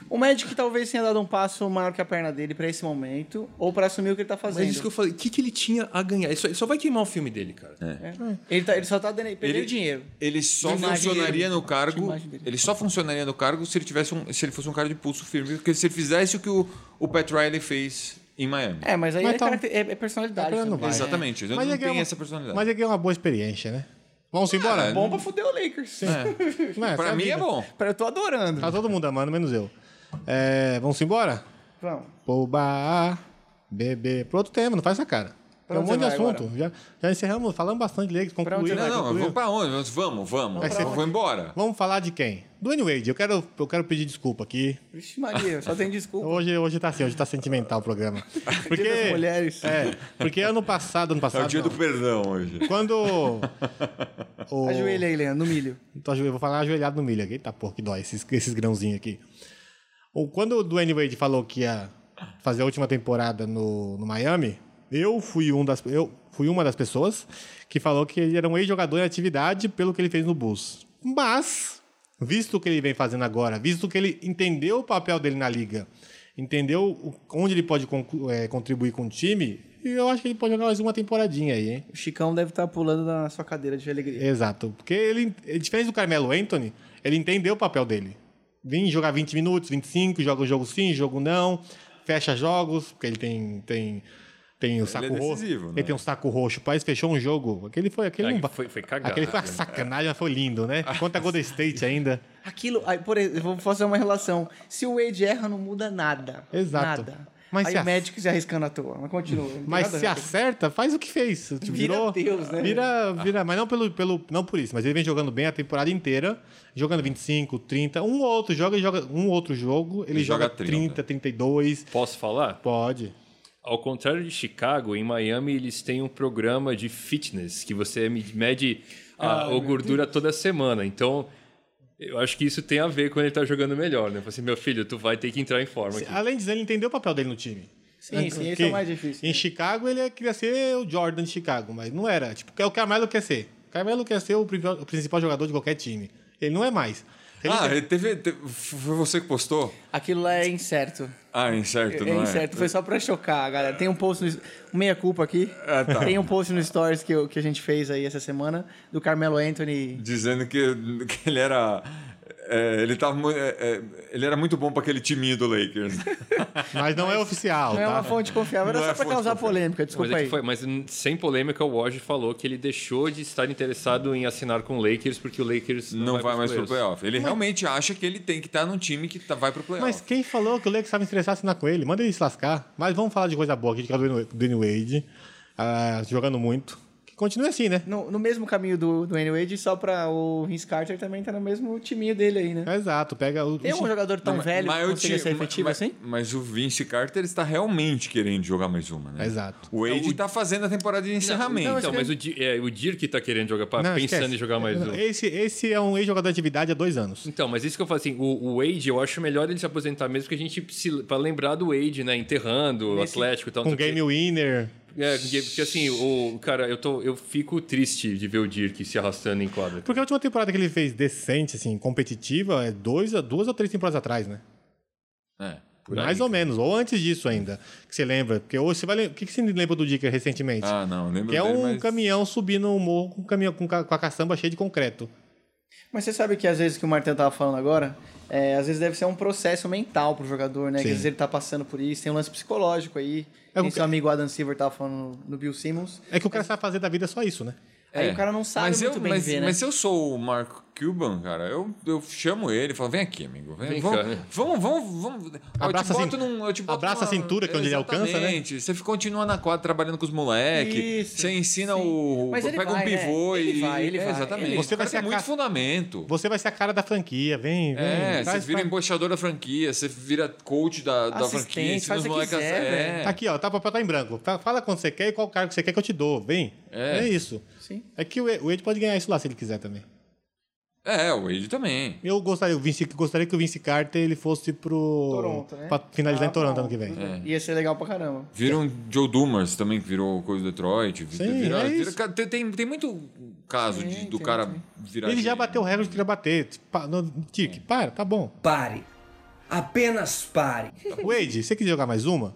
Speaker 2: O Magic talvez tenha dado um passo maior que a perna dele pra esse momento, ou pra assumir o que ele tá fazendo.
Speaker 4: mas isso que eu falei, o que, que ele tinha a ganhar? Ele só, ele só vai queimar o filme dele, cara.
Speaker 3: É.
Speaker 2: ele, tá- ele só tá dando, perdendo dinheiro.
Speaker 3: Ele só
Speaker 2: De imagem
Speaker 3: funcionaria
Speaker 2: dele.
Speaker 3: no
Speaker 2: De
Speaker 3: cargo.
Speaker 2: imagem dele.
Speaker 3: Ele só funcionaria no cargo se ele tivesse um, se ele fosse um cara de pulso firme, porque se ele fizesse o que o, o Pat Riley fez em Miami.
Speaker 2: É, mas aí
Speaker 1: Mas
Speaker 2: é,
Speaker 1: tá-
Speaker 2: caracter- é- é personalidade.
Speaker 1: Mas não
Speaker 2: também,
Speaker 1: vai,
Speaker 2: né?
Speaker 3: Exatamente. Ele não
Speaker 1: ele
Speaker 3: tem
Speaker 1: ganha-
Speaker 3: essa personalidade.
Speaker 1: Mas ele ganha uma boa experiência, né? Vamos embora?
Speaker 3: É,
Speaker 2: Bom pra fuder o Lakers.
Speaker 4: É.
Speaker 2: (laughs)
Speaker 1: Não, essa
Speaker 3: Pra
Speaker 1: a
Speaker 3: mim
Speaker 1: vida.
Speaker 3: é bom.
Speaker 2: Eu tô adorando.
Speaker 1: Tá todo mundo amando, menos eu. É, vamos embora?
Speaker 2: Vamos.
Speaker 1: Pro bar, beber. Pro outro tema, não faz essa cara.
Speaker 2: Pra
Speaker 1: Tem um
Speaker 2: onde
Speaker 1: monte de
Speaker 2: você vai
Speaker 1: assunto. Já, já encerramos, falamos bastante leis,
Speaker 2: Pra onde
Speaker 1: concluímos.
Speaker 2: você vai?
Speaker 3: Não, não,
Speaker 1: concluímos.
Speaker 3: vamos pra onde? Vamos, vamos. vamos.
Speaker 1: Vai ser-
Speaker 3: Eu vou embora.
Speaker 1: Vamos falar de quem? Do Wayne Wade. Eu quero, eu quero pedir desculpa aqui.
Speaker 2: Vixe, Maria, só
Speaker 1: (laughs)
Speaker 2: tem desculpa.
Speaker 1: Hoje, hoje tá assim, hoje tá sentimental o
Speaker 2: (laughs)
Speaker 1: programa. Porque,
Speaker 2: Dia das mulheres.
Speaker 1: É, porque ano passado, ano
Speaker 3: É
Speaker 1: passado.
Speaker 3: o dia
Speaker 1: Ah, não.
Speaker 3: do perdão hoje. (laughs)
Speaker 1: Quando. o-
Speaker 2: Ajoelha aí, Leandro, no milho.
Speaker 1: Tô ajoel- vou falar ajoelhado no milho aqui. Eita porra, que dói esses, esses grãozinhos aqui. Ou Quando o Dwayne Wade falou que ia fazer a última temporada no, no Miami, eu fui, um das, eu fui uma das pessoas que falou que ele era um ex-jogador em atividade pelo que ele fez no Bulls. Mas, visto o que ele vem fazendo agora, visto que ele entendeu o papel dele na liga, entendeu o- onde ele pode conclu- eh, contribuir com o time, eu acho que ele pode jogar mais uma temporadinha aí, hein?
Speaker 2: O Chicão deve estar pulando na sua cadeira de alegria.
Speaker 1: Exato. Porque ele, ele, diferente do Carmelo Anthony, ele entendeu o papel dele. Vim jogar 20 minutos, 25, joga o jogo sim, jogo não, fecha jogos, porque ele tem tem tem o saco
Speaker 3: é
Speaker 1: roxo.
Speaker 3: decisivo, né?
Speaker 1: Ele tem um saco roxo. O país fechou um jogo. Aquele foi aquele
Speaker 4: Ah,
Speaker 1: não va-
Speaker 4: foi- foi cagado.
Speaker 1: Aquele foi uma sacanagem, mas foi lindo, né? Contra a Golden State ainda.
Speaker 2: Aquilo, aí, por exemplo, vou fazer uma relação. Se o Wade erra, não muda nada.
Speaker 1: Exato.
Speaker 2: Nada.
Speaker 1: Mas
Speaker 2: aí
Speaker 1: se
Speaker 2: o
Speaker 1: a-
Speaker 2: médico se arriscando à toa. Mas continua. não tem
Speaker 1: Mas
Speaker 2: nada
Speaker 1: se
Speaker 2: a ver.
Speaker 1: acerta, faz o que fez. Tipo,
Speaker 2: Vira
Speaker 1: virou,
Speaker 2: Deus, né?
Speaker 1: Vira, vira, mas não, pelo, pelo, não por isso. Mas ele vem jogando bem a temporada inteira, jogando 25, 30. Um ou outro jogo, ele joga um ou outro jogo, ele,
Speaker 3: Ele
Speaker 1: joga,
Speaker 3: joga
Speaker 1: 30, 32.
Speaker 4: Posso falar?
Speaker 1: Pode.
Speaker 4: Ao contrário de Chicago, em Miami eles têm um programa de fitness que você me- mede a, a gordura toda semana. Então, eu acho que isso tem a ver quando ele tá jogando melhor, né? Eu falei assim, meu filho, tu vai ter que entrar em forma
Speaker 2: ah,
Speaker 4: aqui. é
Speaker 1: Além disso, ele entendeu o papel dele no time.
Speaker 2: Sim, sim, esse
Speaker 1: Porque
Speaker 2: é o mais difícil.
Speaker 1: Em Chicago, ele queria ser o Jordan de Chicago, mas não era. Tipo, é o Carmelo quer ser. O Carmelo quer ser o privi- o principal jogador de qualquer time. Ele não é mais. Ele
Speaker 3: Ah, teve, teve- foi você que postou?
Speaker 2: Aquilo lá é incerto.
Speaker 3: Ah, incerto,
Speaker 2: é
Speaker 3: não é?
Speaker 2: incerto, foi só pra chocar, galera. Tem um post no. Meia culpa aqui.
Speaker 3: Ah, tá.
Speaker 2: Tem um post no Stories que, eu- que a gente fez aí essa semana, do Carmelo Anthony.
Speaker 3: Dizendo que, que ele era... é, ele, tava, mu- é, é, ele era muito bom pra aquele timinho do (laughs) Lakers.
Speaker 1: Mas não é oficial,
Speaker 2: Não
Speaker 1: tá?
Speaker 2: é uma fonte confiável, era
Speaker 3: Não
Speaker 2: só
Speaker 3: é
Speaker 2: pra
Speaker 3: fonte
Speaker 2: causar
Speaker 3: confiável.
Speaker 2: polêmica, desculpa
Speaker 4: mas, é que
Speaker 2: aí.
Speaker 4: foi- mas, hum, sem polêmica, o Woj falou que ele deixou de estar interessado em assinar com o Lakers porque o Lakers não,
Speaker 3: Não, vai, mais pro
Speaker 4: pros playoffs.
Speaker 3: playoff. Ele realmente acha que ele tem que estar num time que tá- vai pro playoff.
Speaker 1: Mas quem falou que o Lakers estava estressado assinar com ele? Manda ele se lascar. Mas vamos falar de coisa boa aqui, que é o Dwayne- Dwayne Wade. ah, jogando muito. Que continue assim, né?
Speaker 2: No, no mesmo caminho do, do Wayne Wade, só pra o Vince Carter também tá no mesmo timinho dele aí, né?
Speaker 1: Exato, pega o.
Speaker 2: Tem um jogador tão
Speaker 3: Mas-
Speaker 2: velho
Speaker 3: Então, mas
Speaker 2: que
Speaker 3: eu
Speaker 2: consiga
Speaker 3: te-
Speaker 2: ser efetivo
Speaker 3: mas,
Speaker 2: assim?
Speaker 3: Mas o Vince Carter está realmente querendo jogar mais uma, né?
Speaker 1: Exato.
Speaker 3: O Wade está fazendo a temporada de encerramento.
Speaker 4: Então, mas o, Di- é, o Dirk tá querendo jogar, pra-
Speaker 1: Não,
Speaker 4: pensando
Speaker 1: esquece.
Speaker 4: em jogar mais um.
Speaker 1: Esse, esse é um ex-jogador de atividade há dois anos.
Speaker 4: Então, mas isso que eu falo assim, o, o Wade, eu acho melhor ele se aposentar mesmo, porque a gente, se, pra lembrar do Wade, né, enterrando, o Atlético e tal. não
Speaker 1: Com
Speaker 4: sei o quê.
Speaker 1: game winner.
Speaker 4: É, porque assim, o, cara, eu, tô, eu fico triste de ver o Dirk se arrastando em quadra.
Speaker 1: Porque a última temporada que ele fez decente, assim, competitiva, é dois, a- duas ou três temporadas atrás, né?
Speaker 3: É.
Speaker 1: Mais ou menos, ou antes disso ainda, que você lembra. Porque hoje você vai lem- O que que você lembra do Dicker recentemente?
Speaker 3: Ah, não, lembro
Speaker 1: que é
Speaker 3: dele,
Speaker 1: um
Speaker 3: mas-
Speaker 1: caminhão subindo um morro com, caminhão, com, ca- com a caçamba cheia de concreto.
Speaker 2: Mas você sabe que às vezes que o Martin tava falando agora, é, às vezes deve ser um processo mental pro jogador, né? Que
Speaker 1: Sim.
Speaker 2: às vezes ele tá passando por isso, tem um lance psicológico aí.
Speaker 1: É,
Speaker 2: Tem
Speaker 1: o-
Speaker 2: seu amigo Adam Silver tava falando no Bill Simmons.
Speaker 1: É que o cara sabe fazer da vida só isso, né?
Speaker 2: Aí o cara não sabe
Speaker 3: É, mas
Speaker 2: muito
Speaker 3: eu,
Speaker 2: bem
Speaker 3: mas,
Speaker 2: ver, né?
Speaker 3: Mas se eu sou o Mark Cuban, cara, eu, eu chamo ele e falo, vem aqui, amigo. Vem,
Speaker 4: Vem
Speaker 3: vamos,
Speaker 4: cá, né?
Speaker 3: vamos, vamos, vamos.
Speaker 1: Abraça a
Speaker 3: eu te
Speaker 1: cin-
Speaker 3: boto num, eu te boto
Speaker 1: abraça a
Speaker 3: numa-
Speaker 1: cintura, que é onde ele alcança, né?
Speaker 3: Exatamente. Você continua na quadra trabalhando com os moleques.
Speaker 2: Isso,
Speaker 3: Você ensina
Speaker 2: sim.
Speaker 3: o.
Speaker 2: Mas ele
Speaker 3: pega um
Speaker 2: vai, né?
Speaker 3: pivô
Speaker 2: Ele
Speaker 3: e.
Speaker 2: vai, ele
Speaker 3: é,
Speaker 2: vai,
Speaker 3: Exatamente.
Speaker 2: ele
Speaker 3: O
Speaker 1: vai. Você vai
Speaker 3: cara
Speaker 1: ser
Speaker 3: tem
Speaker 1: a
Speaker 3: muito
Speaker 1: ca-
Speaker 3: fundamento.
Speaker 1: Você vai ser a cara da franquia, vem, vem.
Speaker 3: É, você
Speaker 1: traz
Speaker 3: vira
Speaker 1: pra-
Speaker 3: embaixor da franquia, você vira coach da, da
Speaker 2: Assistente,
Speaker 3: franquia, ensina
Speaker 2: faz
Speaker 3: os
Speaker 2: o que
Speaker 3: moleques. a-
Speaker 2: quiser,
Speaker 3: É,
Speaker 1: Aqui, ó, tá, o papel tá em branco. Fa- Fala quando você quer e qual cargo que você quer que eu te dou, vem.
Speaker 3: É.
Speaker 1: É, isso.
Speaker 2: Sim.
Speaker 1: É que o Ed o Ed pode ganhar isso lá se ele quiser também.
Speaker 3: é, o Wade também.
Speaker 1: Eu gostaria, o Vince, gostaria que o Vince Carter ele fosse pro.
Speaker 2: Toronto, né?
Speaker 1: Pra finalizar
Speaker 2: Ah,
Speaker 1: em Toronto
Speaker 2: bom.
Speaker 1: ano que vem.
Speaker 3: É,
Speaker 2: Ia ser legal pra caramba.
Speaker 3: Vira um Joe Dumas também, que virou coisa do Detroit. vi-
Speaker 1: Sim,
Speaker 3: vira-
Speaker 1: é
Speaker 3: vira-
Speaker 1: isso.
Speaker 3: ca- tem- tem, tem muito caso de- do cara virar.
Speaker 1: Ele já
Speaker 3: de-
Speaker 1: bateu o recorde que ele ia bater. Tipo, pa- no- Tic,
Speaker 3: É.
Speaker 1: para, tá bom.
Speaker 7: Pare. Apenas pare.
Speaker 1: Wade, você quer jogar mais uma?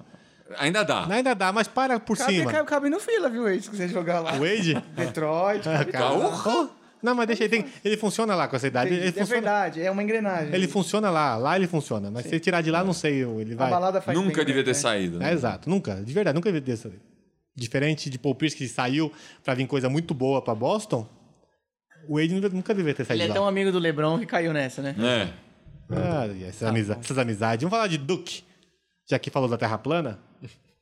Speaker 3: Ainda dá.
Speaker 1: Ainda dá, mas para por
Speaker 2: Cabe,
Speaker 1: cima.
Speaker 2: cabe, cabe no fila, viu, isso que você jogar lá.
Speaker 1: Wade? (laughs)
Speaker 2: Detroit.
Speaker 1: Ah,
Speaker 2: cabe
Speaker 1: cara.
Speaker 2: tudo.
Speaker 1: Oh, Não, mas deixa ele. Tem, ele funciona lá com essa idade. Ele,
Speaker 2: é
Speaker 1: funciona,
Speaker 2: verdade, é uma engrenagem.
Speaker 1: ele funciona lá. Lá ele funciona. Mas se ele tirar de lá, não sei. Ele
Speaker 2: a
Speaker 1: vai.
Speaker 2: É. balada faz
Speaker 3: Nunca
Speaker 2: bem,
Speaker 3: devia
Speaker 2: né?
Speaker 3: ter saído.
Speaker 1: É,
Speaker 3: né?
Speaker 1: exato, nunca, de verdade, nunca vi dessa. Diferente de Paul Pierce que saiu pra vir coisa muito boa pra Boston, o Wade nunca- nunca deveria ter saído
Speaker 2: Ele é
Speaker 1: de
Speaker 2: tão
Speaker 1: lá.
Speaker 2: amigo do Lebron que caiu nessa, né?
Speaker 3: É.
Speaker 1: Ah, e
Speaker 2: tá
Speaker 1: essas, amiza- essas amizades. Vamos falar de Duke, já que falou da Terra
Speaker 2: (laughs)
Speaker 1: plana.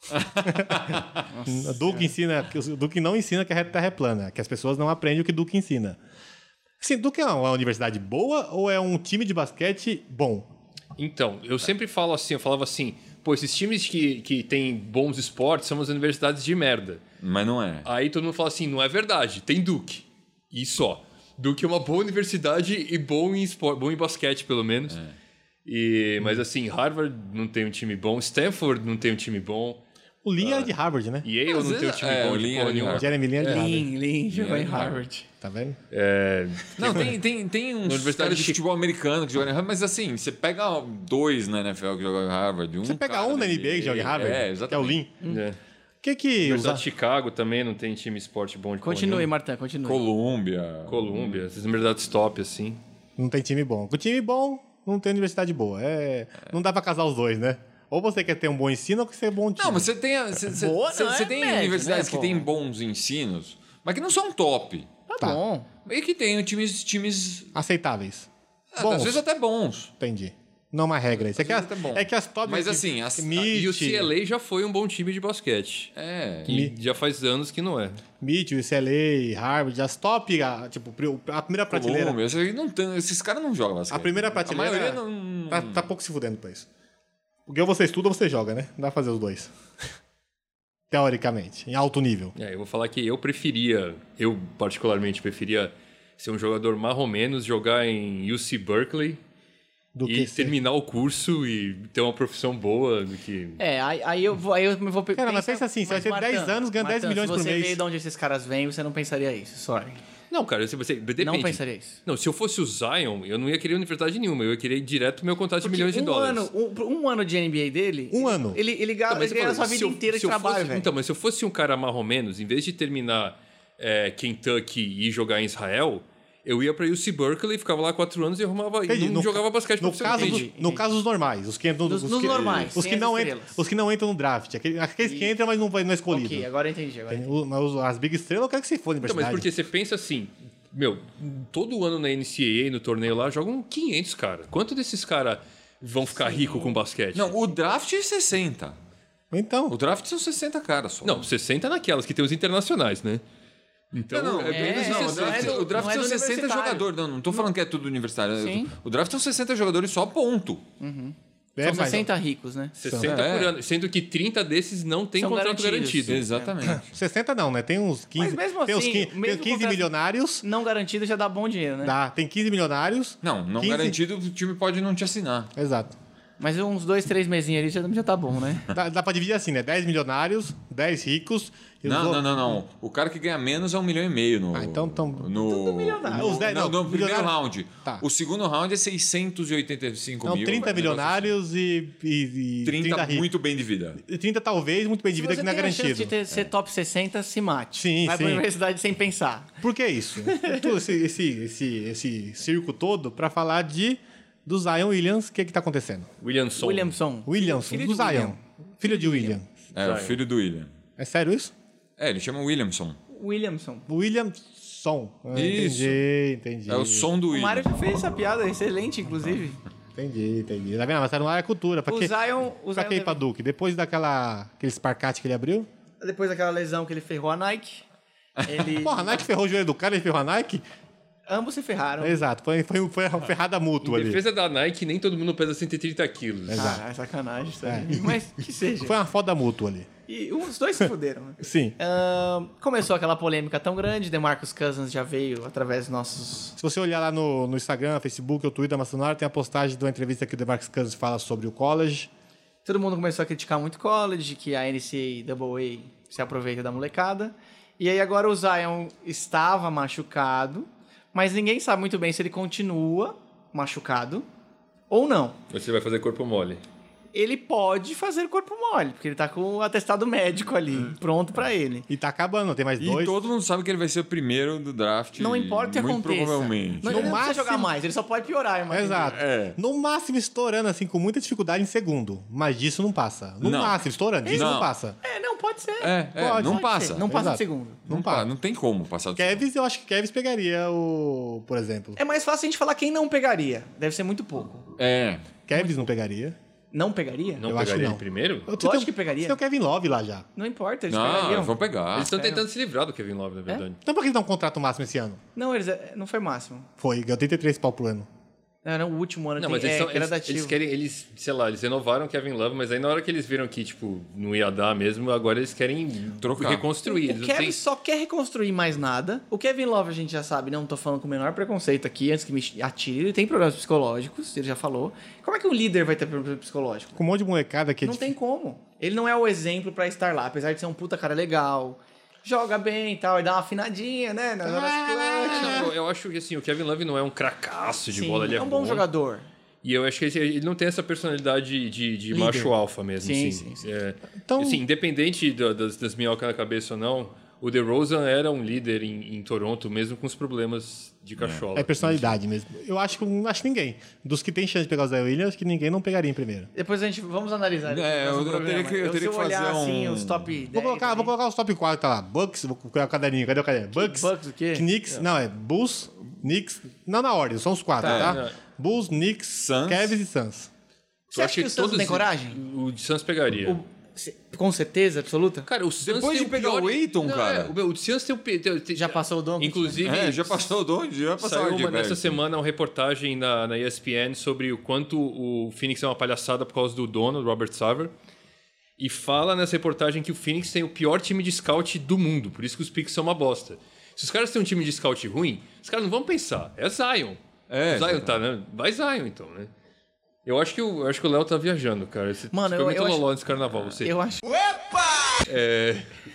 Speaker 1: (laughs) Duke ensina, que o Duke não ensina que a Terra é plana, que as pessoas não aprendem o que Duke ensina. Assim, Duke é uma universidade boa ou é um time de basquete bom?
Speaker 4: Então, eu sempre falo assim, eu falava assim, pô, esses times que, que têm bons esportes são as universidades de merda.
Speaker 3: Mas não é.
Speaker 1: Ah,
Speaker 4: Aí todo mundo fala assim, não é verdade, tem Duke. E só. Duke é uma boa universidade e bom em esporte, bom em basquete, pelo menos. E, mas assim, Harvard não tem um time bom, Stanford não tem um time bom,
Speaker 1: O Lee era de Harvard, né?
Speaker 4: Yale
Speaker 3: Às
Speaker 4: não tem um
Speaker 3: vezes,
Speaker 4: time
Speaker 3: é,
Speaker 4: bom
Speaker 3: o
Speaker 4: de
Speaker 3: Lin
Speaker 4: porra
Speaker 3: é de
Speaker 4: nenhuma.
Speaker 3: Harvard.
Speaker 1: Jeremy Lee era de Harvard,
Speaker 2: Lin, Lin, jogou em
Speaker 3: Lin,
Speaker 2: Harvard.
Speaker 1: tá vendo?
Speaker 4: É,
Speaker 3: Não, tem, tem, tem uns
Speaker 4: Universidade
Speaker 3: caras de
Speaker 4: de Chi-
Speaker 3: futebol americano que jogam em Harvard, mas assim, você pega dois na NFL que jogam em Harvard. Um
Speaker 1: Você pega
Speaker 3: cara
Speaker 1: um da NBA que joga em Harvard,
Speaker 3: É,
Speaker 1: que é o
Speaker 3: exatamente.
Speaker 1: Lin.
Speaker 4: é.
Speaker 1: O que que os
Speaker 4: Universidade de Chicago também não tem time esporte bom de porra
Speaker 2: Continue,
Speaker 4: nenhuma.
Speaker 2: Martin, continue.
Speaker 3: Colômbia.
Speaker 4: Colômbia, essas universidades top, assim.
Speaker 1: Não tem time bom. Com time bom, não tem universidade boa. É... Não dá pra casar os dois, né? Ou você quer ter um bom ensino ou quer ser bom time.
Speaker 3: Não, mas você tem, a- você, você-
Speaker 2: Boa
Speaker 3: você-
Speaker 2: não,
Speaker 3: você
Speaker 2: é
Speaker 3: tem
Speaker 2: médio,
Speaker 3: universidades
Speaker 2: né,
Speaker 3: que
Speaker 2: pô?
Speaker 3: têm bons ensinos, mas que não são top.
Speaker 2: Tá,
Speaker 1: Tá.
Speaker 2: bom.
Speaker 3: E que tem times, times
Speaker 1: Aceitáveis.
Speaker 3: ah,
Speaker 1: bons.
Speaker 3: às vezes até bons.
Speaker 1: Entendi. Não é uma regra isso. É que,
Speaker 3: vezes
Speaker 1: as,
Speaker 3: até tá bom.
Speaker 1: é que as top...
Speaker 3: Mas assim, as-
Speaker 1: Meet,
Speaker 4: E o CLA já foi um bom time de basquete.
Speaker 3: É.
Speaker 4: E já faz anos que não é.
Speaker 1: Meet, UCLA, Harvard, as top, a, tipo, pri- a primeira prateleira...
Speaker 3: Colômbia, esses aí não tem- esses caras não jogam basquete.
Speaker 1: A primeira
Speaker 3: A
Speaker 1: prateleira
Speaker 3: maioria não.
Speaker 1: tá, tá pouco se fudendo pra isso. Porque ou você estuda ou você joga, né? Não dá pra fazer os dois. (laughs) Teoricamente, em alto nível.
Speaker 4: É, eu vou falar que eu preferia, eu particularmente preferia ser um jogador marromenos, jogar em UC Berkeley
Speaker 1: Do
Speaker 4: e
Speaker 1: que ser-
Speaker 4: terminar o curso e ter uma profissão boa do que.
Speaker 2: É, aí, aí eu vou. Aí eu me vou pe-
Speaker 1: Cara, mas pensa assim, você vai ter 10 anos, ganha 10 milhões
Speaker 2: se
Speaker 1: por mês.
Speaker 2: você vê de onde esses caras vêm, você não pensaria isso, sorry.
Speaker 4: Não, cara, se você. Depende.
Speaker 2: Não pensaria isso.
Speaker 4: Não, se eu fosse o Zion, eu não ia querer universidade nenhuma, eu ia querer ir direto pro meu contrato de milhões
Speaker 2: um
Speaker 4: de dólares.
Speaker 2: Ano, um, um ano de NBA dele.
Speaker 1: Um
Speaker 2: ele-
Speaker 1: ano?
Speaker 2: Ele, ele,
Speaker 4: Não,
Speaker 2: gasta
Speaker 4: mas
Speaker 2: ele
Speaker 4: eu
Speaker 2: ganha a
Speaker 4: falo,
Speaker 2: sua
Speaker 4: se
Speaker 2: vida
Speaker 4: eu-
Speaker 2: inteira
Speaker 4: se
Speaker 2: de
Speaker 4: eu
Speaker 2: trabalho,
Speaker 4: fosse-
Speaker 2: velho.
Speaker 4: Então, mas se eu fosse um cara marromenos, em vez de terminar é, Kentucky e jogar em Israel, eu ia pra UC Berkeley, ficava lá quatro anos e arrumava.
Speaker 1: Entendi.
Speaker 4: E não
Speaker 1: No
Speaker 4: jogava
Speaker 1: ca-
Speaker 4: basquete
Speaker 1: no
Speaker 4: profissional.
Speaker 1: caso, dos-
Speaker 2: Entendi,
Speaker 1: no
Speaker 2: entendi.
Speaker 1: caso dos normais, os que entram
Speaker 2: Dos-
Speaker 1: os
Speaker 2: nos
Speaker 1: que,
Speaker 2: normais,
Speaker 1: os
Speaker 2: sem
Speaker 1: que
Speaker 2: as
Speaker 1: não entram,
Speaker 2: estrelas.
Speaker 1: os que não entram no draft, aquele- aqueles que entram mas não vai não é escolhido.
Speaker 2: Ok, agora eu entendi. Agora.
Speaker 1: Tem o- mas os- As big estrelas eu quero que se for
Speaker 4: Então, mas
Speaker 1: universidade.
Speaker 4: porque você pensa assim, meu, todo ano na NCAA, no torneio lá, jogam 500 cara. Quanto desses caras vão ficar rico com basquete?
Speaker 3: Não, o draft é 60. O
Speaker 1: Então,
Speaker 3: draft são 60 caras só.
Speaker 4: Não, 60 naquelas que tem os internacionais, né? Então,
Speaker 3: Não, não,
Speaker 4: é bem
Speaker 2: é,
Speaker 4: menos de
Speaker 3: não, o
Speaker 4: 60.
Speaker 3: draft,
Speaker 2: não é do-
Speaker 3: o draft
Speaker 2: não é
Speaker 3: são
Speaker 2: do
Speaker 3: 60
Speaker 2: universitário.
Speaker 3: jogadores. Não, não tô falando que é tudo universitário.
Speaker 2: Sim.
Speaker 3: O draft são 60 jogadores só, ponto.
Speaker 1: é, mas-
Speaker 2: São 60 ricos, né?
Speaker 4: 60 por
Speaker 3: É.
Speaker 4: ano, sendo que 30 desses não tem
Speaker 2: São
Speaker 4: contrato
Speaker 2: garantidos.
Speaker 4: garantido.
Speaker 2: (laughs)
Speaker 3: Exatamente.
Speaker 1: 60 não, né? Tem uns 15.
Speaker 2: Mas mesmo
Speaker 1: tem uns
Speaker 2: assim,
Speaker 1: 15, tem uns
Speaker 2: mesmo
Speaker 1: 15
Speaker 2: contrato-
Speaker 1: milionários.
Speaker 2: Não garantido já dá bom dinheiro, né?
Speaker 1: Dá, tem 15 milionários.
Speaker 3: Não, não
Speaker 1: 15
Speaker 3: garantido, o time pode não te assinar.
Speaker 1: Exato.
Speaker 2: Mas uns dois, três mesinhos ali já, já tá bom, né?
Speaker 1: Dá, dá pra dividir assim, né? 10 milionários, 10 ricos. e os
Speaker 3: Não,
Speaker 1: lo-
Speaker 3: não, não, não. O cara que ganha menos é um milhão e meio no.
Speaker 1: Ah, então tão-
Speaker 3: no,
Speaker 1: tudo milionário.
Speaker 3: no-
Speaker 1: Os dez-
Speaker 3: não,
Speaker 1: não,
Speaker 3: no primeiro
Speaker 1: milionário-
Speaker 3: round.
Speaker 1: Tá.
Speaker 3: O segundo round é 685
Speaker 1: Não,
Speaker 3: mil.
Speaker 1: 30
Speaker 3: é um negócio
Speaker 1: milionários e, e,
Speaker 3: assim.
Speaker 1: e
Speaker 3: 30,
Speaker 1: 30 ricos.
Speaker 3: muito bem de vida.
Speaker 1: E 30 talvez, muito bem de vida
Speaker 2: Se
Speaker 1: que não é
Speaker 2: tem a chance
Speaker 1: garantido.
Speaker 2: de ter- ser top 60, se mate.
Speaker 1: Sim,
Speaker 2: Vai
Speaker 1: sim.
Speaker 2: pra universidade sem pensar.
Speaker 1: Por que isso? É Tudo esse, esse, esse, esse circo todo pra falar de do Zion Williams, o que que tá acontecendo?
Speaker 4: Williamson.
Speaker 2: Williamson.
Speaker 1: Williams,
Speaker 3: Filho
Speaker 1: do
Speaker 3: de
Speaker 1: Zion.
Speaker 3: William.
Speaker 1: Filho de William.
Speaker 3: É, o filho do William.
Speaker 1: É sério isso?
Speaker 3: É, ele chama Williamson.
Speaker 2: Williamson.
Speaker 1: Williamson. Ah,
Speaker 3: Isso.
Speaker 1: Entendi, entendi.
Speaker 3: É o som do
Speaker 2: O
Speaker 3: William.
Speaker 2: Mário já fez essa piada, excelente, inclusive.
Speaker 1: Entendi, entendi. Tá vendo? Mas era uma área cultura. Pra
Speaker 2: O
Speaker 1: que,
Speaker 2: Zion-
Speaker 1: pra
Speaker 2: o Zion
Speaker 1: que ir pra
Speaker 2: deve-
Speaker 1: Duke? Depois daquela aquele esparcate que ele abriu?
Speaker 2: Depois daquela lesão que ele ferrou a Nike, ele...
Speaker 1: (laughs) Porra, a Nike ferrou o joelho do cara, ele ferrou a Nike?
Speaker 2: ambos se ferraram.
Speaker 1: Exato, foi, foi, foi uma ferrada mútua
Speaker 4: Em
Speaker 1: ali.
Speaker 4: defesa da Nike, nem todo mundo pesa 130 quilos.
Speaker 2: Ah, é sacanagem isso aí. Mas que seja.
Speaker 1: Foi uma foda mútua ali.
Speaker 2: E os dois se fuderam,
Speaker 1: (laughs)
Speaker 2: né?
Speaker 1: Sim.
Speaker 2: Ahn, começou aquela polêmica tão grande, DeMarcus Cousins já veio através dos nossos...
Speaker 1: Se você olhar lá no, no Instagram, Facebook ou Twitter da Maçonara, tem a postagem de uma entrevista que o Demarcus Cousins fala sobre o college.
Speaker 2: Todo mundo começou a criticar muito o college, que a NCAA se aproveita da molecada. E aí agora o Zion estava machucado, mas ninguém sabe muito bem se ele continua machucado ou não.
Speaker 4: Você vai fazer corpo mole.
Speaker 2: Ele pode fazer corpo mole, porque ele tá com o atestado médico ali,
Speaker 3: É.
Speaker 2: pronto pra ele.
Speaker 1: E tá acabando, tem mais
Speaker 3: E
Speaker 1: dois.
Speaker 3: todo mundo sabe que ele vai ser o primeiro do draft.
Speaker 2: Não importa o que
Speaker 3: muito
Speaker 2: aconteça.
Speaker 3: provavelmente.
Speaker 2: Não,
Speaker 1: No
Speaker 2: ele não precisa
Speaker 1: máximo-
Speaker 2: jogar mais, ele só pode piorar, eu imagino.
Speaker 1: Exato.
Speaker 3: É.
Speaker 1: No máximo estourando, assim, com muita dificuldade em segundo. Mas disso não passa. No
Speaker 3: Não.
Speaker 1: máximo, estourando, disso não,
Speaker 3: Não.
Speaker 1: passa.
Speaker 2: É, não, pode ser.
Speaker 3: É, é,
Speaker 1: Pode,
Speaker 3: não
Speaker 1: pode
Speaker 3: passa.
Speaker 2: Não passa
Speaker 1: Exato.
Speaker 2: de segundo.
Speaker 3: Não passa. Não tem como passar do
Speaker 1: Kevs, eu acho que Kevs pegaria o. Por exemplo.
Speaker 2: É mais fácil a gente falar quem não pegaria. Deve ser muito pouco.
Speaker 3: É.
Speaker 1: Kevs não pegaria.
Speaker 2: Não pegaria?
Speaker 4: Não
Speaker 1: Eu acho que
Speaker 4: pegaria
Speaker 1: não.
Speaker 4: ele primeiro?
Speaker 1: Eu
Speaker 2: Lógico que pegaria.
Speaker 1: Tem o Kevin Love lá já.
Speaker 2: Não importa, eles
Speaker 3: Não,
Speaker 2: pegariam.
Speaker 3: eles vão pegar.
Speaker 4: Eles estão
Speaker 2: pegam.
Speaker 4: tentando se livrar do Kevin Love, na verdade.
Speaker 1: Então por que ele dá um contrato máximo esse ano?
Speaker 2: Não, eles é, não foi máximo.
Speaker 1: Foi, ganhou 33 pau por ano.
Speaker 2: Era o último ano,
Speaker 4: Não,
Speaker 2: tem,
Speaker 4: mas eles,
Speaker 2: é
Speaker 4: são, eles,
Speaker 2: gradativo.
Speaker 4: eles querem, eles, sei lá, eles renovaram o Kevin Love, mas aí na hora que eles viram que, tipo, não ia dar mesmo, agora eles querem
Speaker 3: Trocar.
Speaker 4: reconstruir. Eles
Speaker 2: O
Speaker 4: não
Speaker 2: Kevin
Speaker 4: têm-
Speaker 2: só quer reconstruir mais nada. O Kevin Love, a gente já sabe, não tô falando com o menor preconceito aqui, antes que me atire. Ele tem problemas psicológicos, ele já falou. Como é que um líder vai ter problema psicológico?
Speaker 1: Com um monte de molecada que é
Speaker 2: Não
Speaker 1: difícil.
Speaker 2: tem como. Ele não é o exemplo pra estar lá, apesar de ser um puta cara legal. Joga bem e tal, e dá uma afinadinha, né? Nas horas
Speaker 1: É,
Speaker 2: clutch.
Speaker 4: Não, eu, eu acho que assim, o Kevin Love não é um cracaço de
Speaker 2: Sim,
Speaker 4: bola, ele é,
Speaker 2: um bom jogador.
Speaker 4: E eu acho que ele- ele não tem essa personalidade de, de
Speaker 1: Líder.
Speaker 4: macho alfa mesmo.
Speaker 2: Sim,
Speaker 4: Sim,
Speaker 2: sim, sim.
Speaker 1: Então-
Speaker 4: então... assim, independente da- das, das minhocas na cabeça ou não, o DeRozan era um líder em, em Toronto, mesmo com os problemas de cachola.
Speaker 1: É personalidade mesmo. Eu acho que não acho ninguém. Dos que tem chance de pegar o Zé Williams, acho que ninguém não pegaria em primeiro.
Speaker 2: Depois a gente vamos analisar. isso
Speaker 3: É,
Speaker 2: no próximo
Speaker 3: eu- eu teria
Speaker 2: programa.
Speaker 3: que- eu teria
Speaker 2: se
Speaker 3: que
Speaker 2: olhar
Speaker 3: fazer
Speaker 2: assim
Speaker 3: um-
Speaker 2: os top 10.
Speaker 1: Vou colocar,
Speaker 2: ali,
Speaker 1: vou colocar os top 4 que tá lá. Bucks, vou colocar o caderninho. Cadê o caderninho? Bucks.
Speaker 2: Bucks o quê?
Speaker 1: Knicks. Não, é Bulls, Knicks. Não na ordem, são os quatro, tá?
Speaker 3: Tá.
Speaker 2: é.
Speaker 1: Bulls, Knicks,
Speaker 3: Suns.
Speaker 1: Cavs e Suns.
Speaker 2: Você acha que o Santos tem coragem?
Speaker 4: O de Santos pegaria.
Speaker 2: O- se- Com certeza absoluta?
Speaker 4: Cara, o Suns
Speaker 3: Depois
Speaker 4: tem
Speaker 3: de pegar
Speaker 4: pior-
Speaker 3: o Aiton,
Speaker 4: Não,
Speaker 3: cara.
Speaker 4: é, o, meu, o Suns tem o... pe- tem- tem-
Speaker 2: Já passou o Doncic, né?
Speaker 4: Inclusive...
Speaker 3: É, já passou do onde? Já passou
Speaker 4: Saiu
Speaker 3: onde,
Speaker 4: uma, nessa
Speaker 3: velho?
Speaker 4: semana uma reportagem na, na ESPN sobre o quanto o Phoenix é uma palhaçada por causa do dono, Robert Sarver. E fala nessa reportagem que o Phoenix tem o pior time de scout do mundo, por isso que os picks são uma bosta. Se os caras têm um time de scout ruim, os caras não vão pensar, é Zion.
Speaker 3: É,
Speaker 4: O Zion
Speaker 3: exatamente.
Speaker 4: tá, né? Vai Zion então, né? Eu acho que o, eu acho que o Léo tá viajando, cara. Você
Speaker 2: Mano,
Speaker 4: ficou
Speaker 2: eu-
Speaker 4: muito
Speaker 2: eu acho-
Speaker 4: loló nesse carnaval, você.
Speaker 2: Eu acho.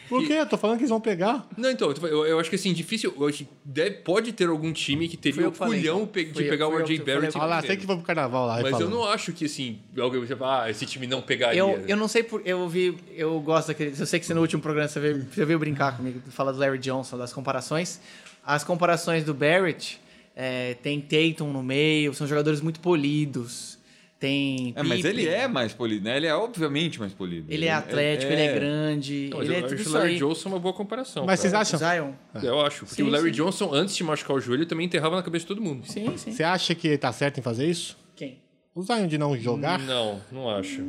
Speaker 1: Por quê? Eu tô falando que eles vão pegar.
Speaker 4: Não, então, eu, eu acho que assim, difícil. eu acho que deve- pode ter algum time que
Speaker 2: Foi
Speaker 4: teria
Speaker 2: eu
Speaker 4: o
Speaker 2: que falei,
Speaker 4: culhão
Speaker 2: então.
Speaker 4: pe- de
Speaker 2: Foi eu-
Speaker 4: pegar
Speaker 2: foi
Speaker 4: o
Speaker 2: eu
Speaker 4: RJ
Speaker 2: que-
Speaker 4: Barrett.
Speaker 2: foi
Speaker 4: em
Speaker 1: Olha lá,
Speaker 4: primeiro.
Speaker 1: sei que foi pro carnaval lá. e
Speaker 4: Mas eu
Speaker 1: falou.
Speaker 4: não acho que, assim, alguém vai falar, ah, esse time não pegaria.
Speaker 2: Eu, eu não sei por. Eu vi. Eu gosto daquele. Eu sei que você no último programa você veio, você veio brincar comigo, falar do Larry Johnson, das comparações. As comparações do Barrett é, tem Tatum no meio, são jogadores muito polidos. Tem.
Speaker 3: É, mas
Speaker 2: Pippen.
Speaker 3: ele é mais polido, né? Ele é obviamente mais polido.
Speaker 2: Ele é atlético, ele é grande.
Speaker 4: Não, mas
Speaker 2: ele é
Speaker 4: Então,
Speaker 2: tudo
Speaker 4: eu acho o
Speaker 2: isso
Speaker 4: Larry
Speaker 2: aí.
Speaker 4: Johnson uma boa comparação.
Speaker 1: Mas vocês
Speaker 4: cara.
Speaker 1: acham?
Speaker 2: Zion?
Speaker 4: Eu acho. Porque
Speaker 2: Sim,
Speaker 4: o Larry
Speaker 2: sim.
Speaker 4: Johnson, antes de machucar o joelho, também enterrava na cabeça de todo mundo.
Speaker 2: Sim, sim.
Speaker 1: Você acha que tá certo em fazer isso?
Speaker 2: Quem?
Speaker 1: O Zion de não jogar?
Speaker 4: Não, não acho.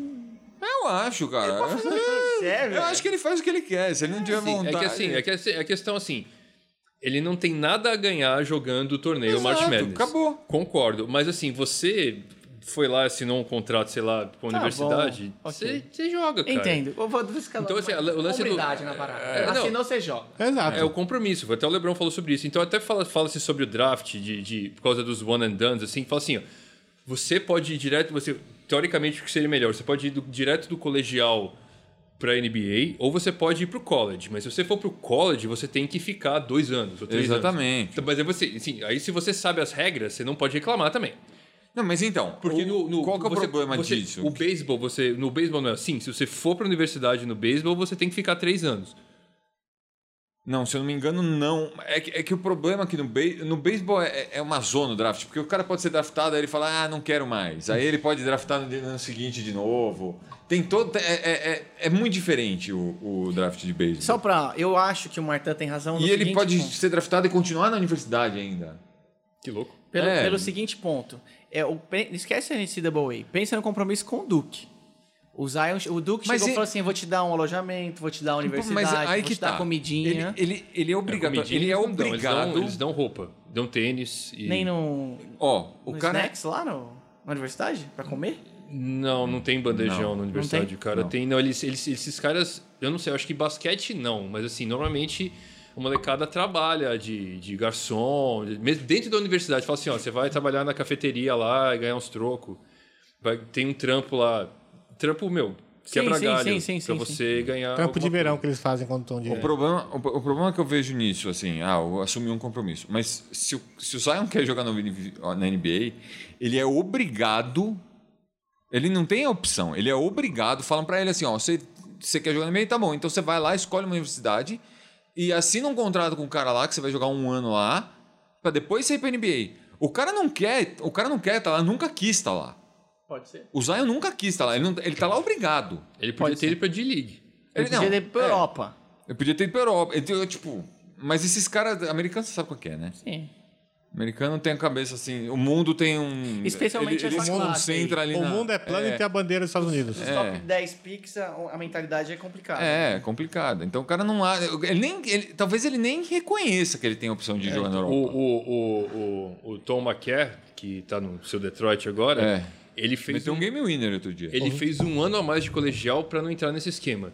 Speaker 3: Eu acho, cara. (laughs)
Speaker 2: Sério?
Speaker 3: Eu acho que ele faz o que ele quer. Se ele não tiver
Speaker 4: Assim, é
Speaker 3: vontade.
Speaker 4: que assim, é que assim, a questão assim. Ele não tem nada a ganhar jogando o torneio
Speaker 3: Exato,
Speaker 4: March Madness.
Speaker 3: acabou.
Speaker 4: Concordo. Mas assim, você foi lá, assinou um contrato, sei lá, com a
Speaker 2: Tá
Speaker 4: universidade.
Speaker 2: bom,
Speaker 4: Você
Speaker 2: ok.
Speaker 4: você joga, cara.
Speaker 2: Entendo. Eu vou descalar
Speaker 4: Então, assim,
Speaker 2: uma
Speaker 4: o lance do-
Speaker 2: hombridade na parada.
Speaker 4: É, não.
Speaker 2: Assinou, você joga.
Speaker 1: Exato.
Speaker 4: É o compromisso, até o Lebron falou sobre isso. Então até fala- fala-se sobre o draft de, de- por causa dos one and dones, assim, que fala assim, ó, você pode ir direto, você teoricamente, o que seria melhor? Você pode ir do- direto do colegial pra NBA ou você pode ir pro college. Mas se você for pro college, você tem que ficar dois anos ou três
Speaker 3: Exatamente.
Speaker 4: anos. Então, Mas aí você, assim, aí se você sabe as regras, você não pode reclamar também.
Speaker 3: Não, mas então,
Speaker 4: Porque
Speaker 3: o-
Speaker 4: no, no-
Speaker 3: qual que é o
Speaker 4: você-
Speaker 3: problema
Speaker 4: você-
Speaker 3: disso?
Speaker 4: O beisebol, você. No beisebol não é assim. Se você for pra universidade no beisebol, você tem que ficar três anos.
Speaker 3: Não, se eu não me engano, não. É que, é que o problema aqui no, be... no beisebol é, é uma zona o draft, porque o cara pode ser draftado, aí ele fala, ah, não quero mais. Aí ele pode draftar no dia- no ano seguinte de novo. Tem todo. É, é, é, é muito diferente o, o draft de beisebol.
Speaker 2: Só pra. Eu acho que o Martin tem razão no
Speaker 3: E ele
Speaker 2: seguinte
Speaker 3: pode
Speaker 2: ponto.
Speaker 3: ser draftado e continuar na universidade ainda.
Speaker 4: Que louco.
Speaker 2: Pelo,
Speaker 3: É.
Speaker 2: pelo seguinte ponto. É, o, pe- esquece a NCAA. Pensa no compromisso com o Duke. O, Zion, o Duke
Speaker 3: Mas
Speaker 2: chegou e
Speaker 3: e-
Speaker 2: falou assim: eu vou te dar um alojamento, vou te dar uma universidade,
Speaker 3: Mas aí
Speaker 2: vou
Speaker 3: que
Speaker 2: te dar
Speaker 3: tá.
Speaker 2: comidinha.
Speaker 3: Ele, ele, ele é obrigado.
Speaker 4: Comidinha
Speaker 3: ele é
Speaker 4: eles não dão, eles dão-
Speaker 3: obrigado.
Speaker 4: Eles dão, roupa, dão tênis e.
Speaker 2: Nem no.
Speaker 3: Ó, o
Speaker 2: no
Speaker 3: cara.
Speaker 2: snacks lá no, na universidade? Pra comer?
Speaker 4: Não, não tem bandejão
Speaker 3: Não.
Speaker 4: na universidade,
Speaker 2: Não tem?
Speaker 4: cara.
Speaker 3: Não.
Speaker 4: Tem, não, eles, eles, esses caras, eu não sei, eu acho que basquete não, mas assim, normalmente a molecada trabalha de, de garçom, de- mesmo dentro da universidade. Fala assim, ó, você vai trabalhar na cafeteria lá e ganhar uns trocos. Vai- Tem um trampo lá. Trampo, meu,
Speaker 2: Sim,
Speaker 4: quebra
Speaker 2: sim,
Speaker 4: galho
Speaker 2: sim, sim,
Speaker 4: pra
Speaker 2: sim,
Speaker 4: você ganhar.
Speaker 1: Trampo de
Speaker 4: alguma
Speaker 1: verão
Speaker 4: coisa.
Speaker 1: que eles fazem quando estão de.
Speaker 3: O problema, o, o problema que eu vejo nisso, assim, ah, eu assumi um compromisso. Mas se, o- se o Zion quer jogar no, na NBA, ele é obrigado. Ele não tem a opção. Ele é obrigado. Falam pra ele assim: ó, você, você quer jogar na NBA? Tá bom. Então você vai lá, escolhe uma universidade e assina um contrato com o cara lá, que você vai jogar um ano lá, pra depois sair pra NBA. O cara não quer, o cara não quer tá lá, nunca quis estar lá.
Speaker 2: Pode ser.
Speaker 3: O Zion nunca quis estar lá. Ele, não, ele tá lá obrigado.
Speaker 4: Ele podia ter ido pra D-League.
Speaker 2: Ele podia ir pra
Speaker 3: é.
Speaker 2: Europa.
Speaker 3: Eu podia ter ido pra Europa. Eu, eu, tipo, mas esses caras. Americano você sabe qual que é, né?
Speaker 2: Sim.
Speaker 3: Americano tem a cabeça assim. O mundo tem um.
Speaker 2: Especialmente
Speaker 3: ele, ele
Speaker 2: essa
Speaker 3: se
Speaker 2: classe
Speaker 3: concentra ali
Speaker 1: O
Speaker 3: na-
Speaker 1: mundo é plano e tem a bandeira dos Estados Unidos.
Speaker 2: Os top 10 picks, a, a mentalidade é complicada.
Speaker 3: É, é complicado. Então o cara não há. Ele nem, ele- talvez ele nem reconheça que ele tem a opção
Speaker 1: É,
Speaker 3: de jogar na
Speaker 1: tipo,
Speaker 4: O,
Speaker 3: Europa.
Speaker 4: o, o, o, o Tom McCare, que tá no seu Detroit agora,
Speaker 3: É.
Speaker 4: ele fez
Speaker 3: Meteu um game winner outro dia.
Speaker 4: Ele fez um ano a mais de colegial pra não entrar nesse esquema.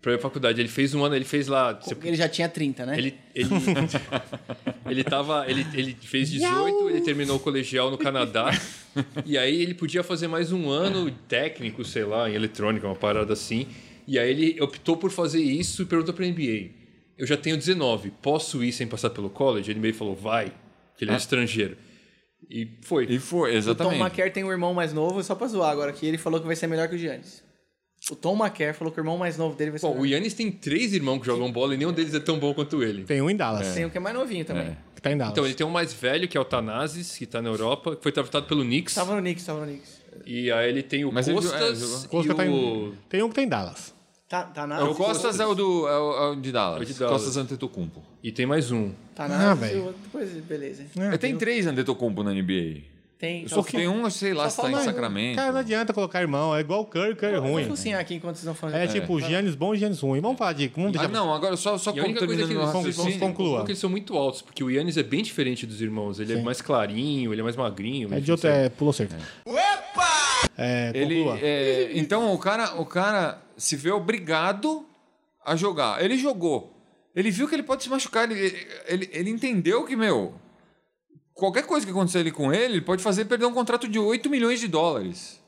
Speaker 4: Pra ir à faculdade. Ele fez um ano, ele fez lá. você-
Speaker 3: tipo-
Speaker 2: Porque ele já tinha 30, né?
Speaker 4: ele, ele, ele tava. Ele, ele fez 18, ele terminou o colegial no Canadá. e aí ele podia fazer mais um ano técnico, sei lá, em eletrônica, uma parada assim. E aí ele optou por fazer isso e perguntou pra NBA: Eu já tenho 19, posso ir sem passar pelo college? A NBA falou: Vai, que ele é estrangeiro. E foi.
Speaker 3: E foi,
Speaker 2: O Tom
Speaker 3: exatamente.
Speaker 2: McCare tem um irmão mais novo, só pra zoar agora aqui, ele falou que vai ser melhor que o Giannis. O Tom McCare falou que o irmão mais novo dele vai ser
Speaker 4: Bom, o
Speaker 2: melhor.
Speaker 4: Yannis tem três irmãos que jogam bola e nenhum deles é tão bom quanto ele.
Speaker 1: Tem um em Dallas.
Speaker 2: Tem o que é mais novinho também.
Speaker 1: Que tá em Dallas.
Speaker 4: Então, ele tem um mais velho, que é o Tanazes, que tá na Europa, que foi draftado pelo Knicks.
Speaker 2: Tava no Knicks, tava no Knicks.
Speaker 4: E aí ele tem o
Speaker 3: Mas ele
Speaker 4: Costas
Speaker 3: jogou- é, jogou.
Speaker 4: e
Speaker 1: Costa tá
Speaker 4: o...
Speaker 1: em- Tem um que tá em Dallas.
Speaker 2: Tá, tá na.
Speaker 3: É, o Costas é o do. É o, é o de Dallas.
Speaker 4: É o de Dallas.
Speaker 3: Costas Antetokounmpo.
Speaker 4: E tem mais um.
Speaker 2: Tá na.
Speaker 1: Ah,
Speaker 2: e
Speaker 1: velho.
Speaker 2: o outro, Pois, é, beleza.
Speaker 1: É,
Speaker 3: tem três Antetokounmpo na NBA.
Speaker 2: Tem. então,
Speaker 3: Só que tem um, sei lá,
Speaker 2: Só
Speaker 3: se tá em
Speaker 2: fala-
Speaker 3: Sacramento.
Speaker 1: Cara, não adianta colocar irmão. É igual o Curry, Curry é ruim.
Speaker 2: Vamos cozinhar aqui enquanto vocês vão fazer.
Speaker 1: É tipo o Giannis bom e Giannis ruim. Vamos falar de. Vamos
Speaker 3: Ah,
Speaker 1: deixar-
Speaker 3: não, agora só, só
Speaker 4: E a única coisa
Speaker 3: terminando
Speaker 4: que
Speaker 3: meu
Speaker 4: eles,
Speaker 1: vamos- vamos
Speaker 3: raciocínio.
Speaker 1: conclua.
Speaker 4: que eles são muito altos, porque o Yannis é bem diferente dos irmãos. Ele é mais clarinho, ele é mais magrinho.
Speaker 1: É
Speaker 4: enfim,
Speaker 1: de outro,
Speaker 4: sabe?
Speaker 1: é, pulou cerca. É,
Speaker 3: Ele,
Speaker 1: conclua.
Speaker 3: é, então o cara, o cara se vê obrigado a jogar. Ele jogou. Ele viu que ele pode se machucar. Ele, ele, ele entendeu que, meu, qualquer coisa que acontecer ali com ele, ele pode fazer ele perder um contrato de 8 milhões de dólares.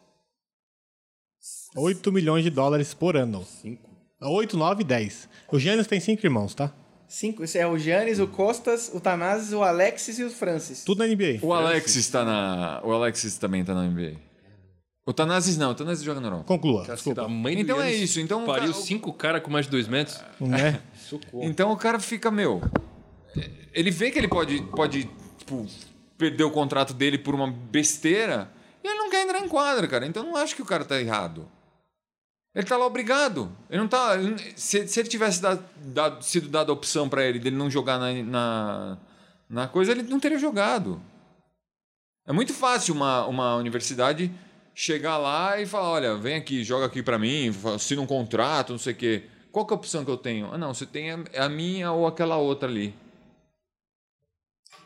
Speaker 1: 8 milhões de dólares por ano. 5. 8, 9, 10. O Giannis tem 5 irmãos, tá?
Speaker 2: Cinco. Isso é o Giannis, o Costas, o Tanazes, o Alexis e o Francis.
Speaker 1: Tudo na NBA.
Speaker 3: O Alexis tá na. O Alexis também tá na NBA. O Tanazes não, o Tanazes joga na Europa.
Speaker 1: Conclua.
Speaker 4: Cara,
Speaker 1: desculpa.
Speaker 4: assim, da mãe do
Speaker 3: Então é
Speaker 4: Giannis
Speaker 3: isso, então o É.
Speaker 4: Pariu
Speaker 3: cara-
Speaker 4: cinco caras com mais de dois metros.
Speaker 1: Né?
Speaker 4: Socorro.
Speaker 3: Então o cara fica, meu. Ele vê que ele pode, pode tipo, perder o contrato dele por uma besteira e ele não quer entrar em quadra, cara. Então eu não acho que o cara tá errado. Ele tá lá obrigado. Ele não tá. ele não- Se, se ele tivesse dado- dado- sido dada a opção pra ele dele não jogar na, na, na coisa, ele não teria jogado. É muito fácil uma, uma universidade chegar lá e falar: olha, vem aqui, joga aqui pra mim, fa- assina um contrato, não sei o quê. Qual que é a opção que eu tenho? Ah, não, você tem a, a minha ou aquela outra ali.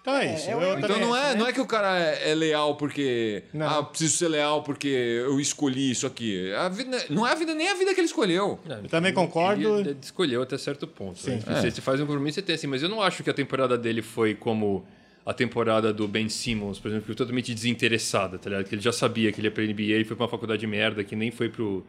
Speaker 1: Então é isso.
Speaker 2: é
Speaker 1: Eu
Speaker 2: o-
Speaker 1: também-
Speaker 3: Então não é, não é que o cara é, é leal porque.
Speaker 1: Não.
Speaker 3: Ah, preciso ser leal porque eu escolhi isso aqui. A vida, não é a vida nem a vida que ele escolheu.
Speaker 1: Eu também concordo.
Speaker 4: Ele escolheu até certo ponto. É
Speaker 1: Sim. é.
Speaker 4: Né? Você, você faz um compromisso, você tem assim, mas eu não acho que a temporada dele foi como a temporada do Ben Simmons, por exemplo, que foi totalmente desinteressada, tá ligado? Que ele já sabia que ele ia pra NBA e foi pra uma faculdade de merda que nem foi pro,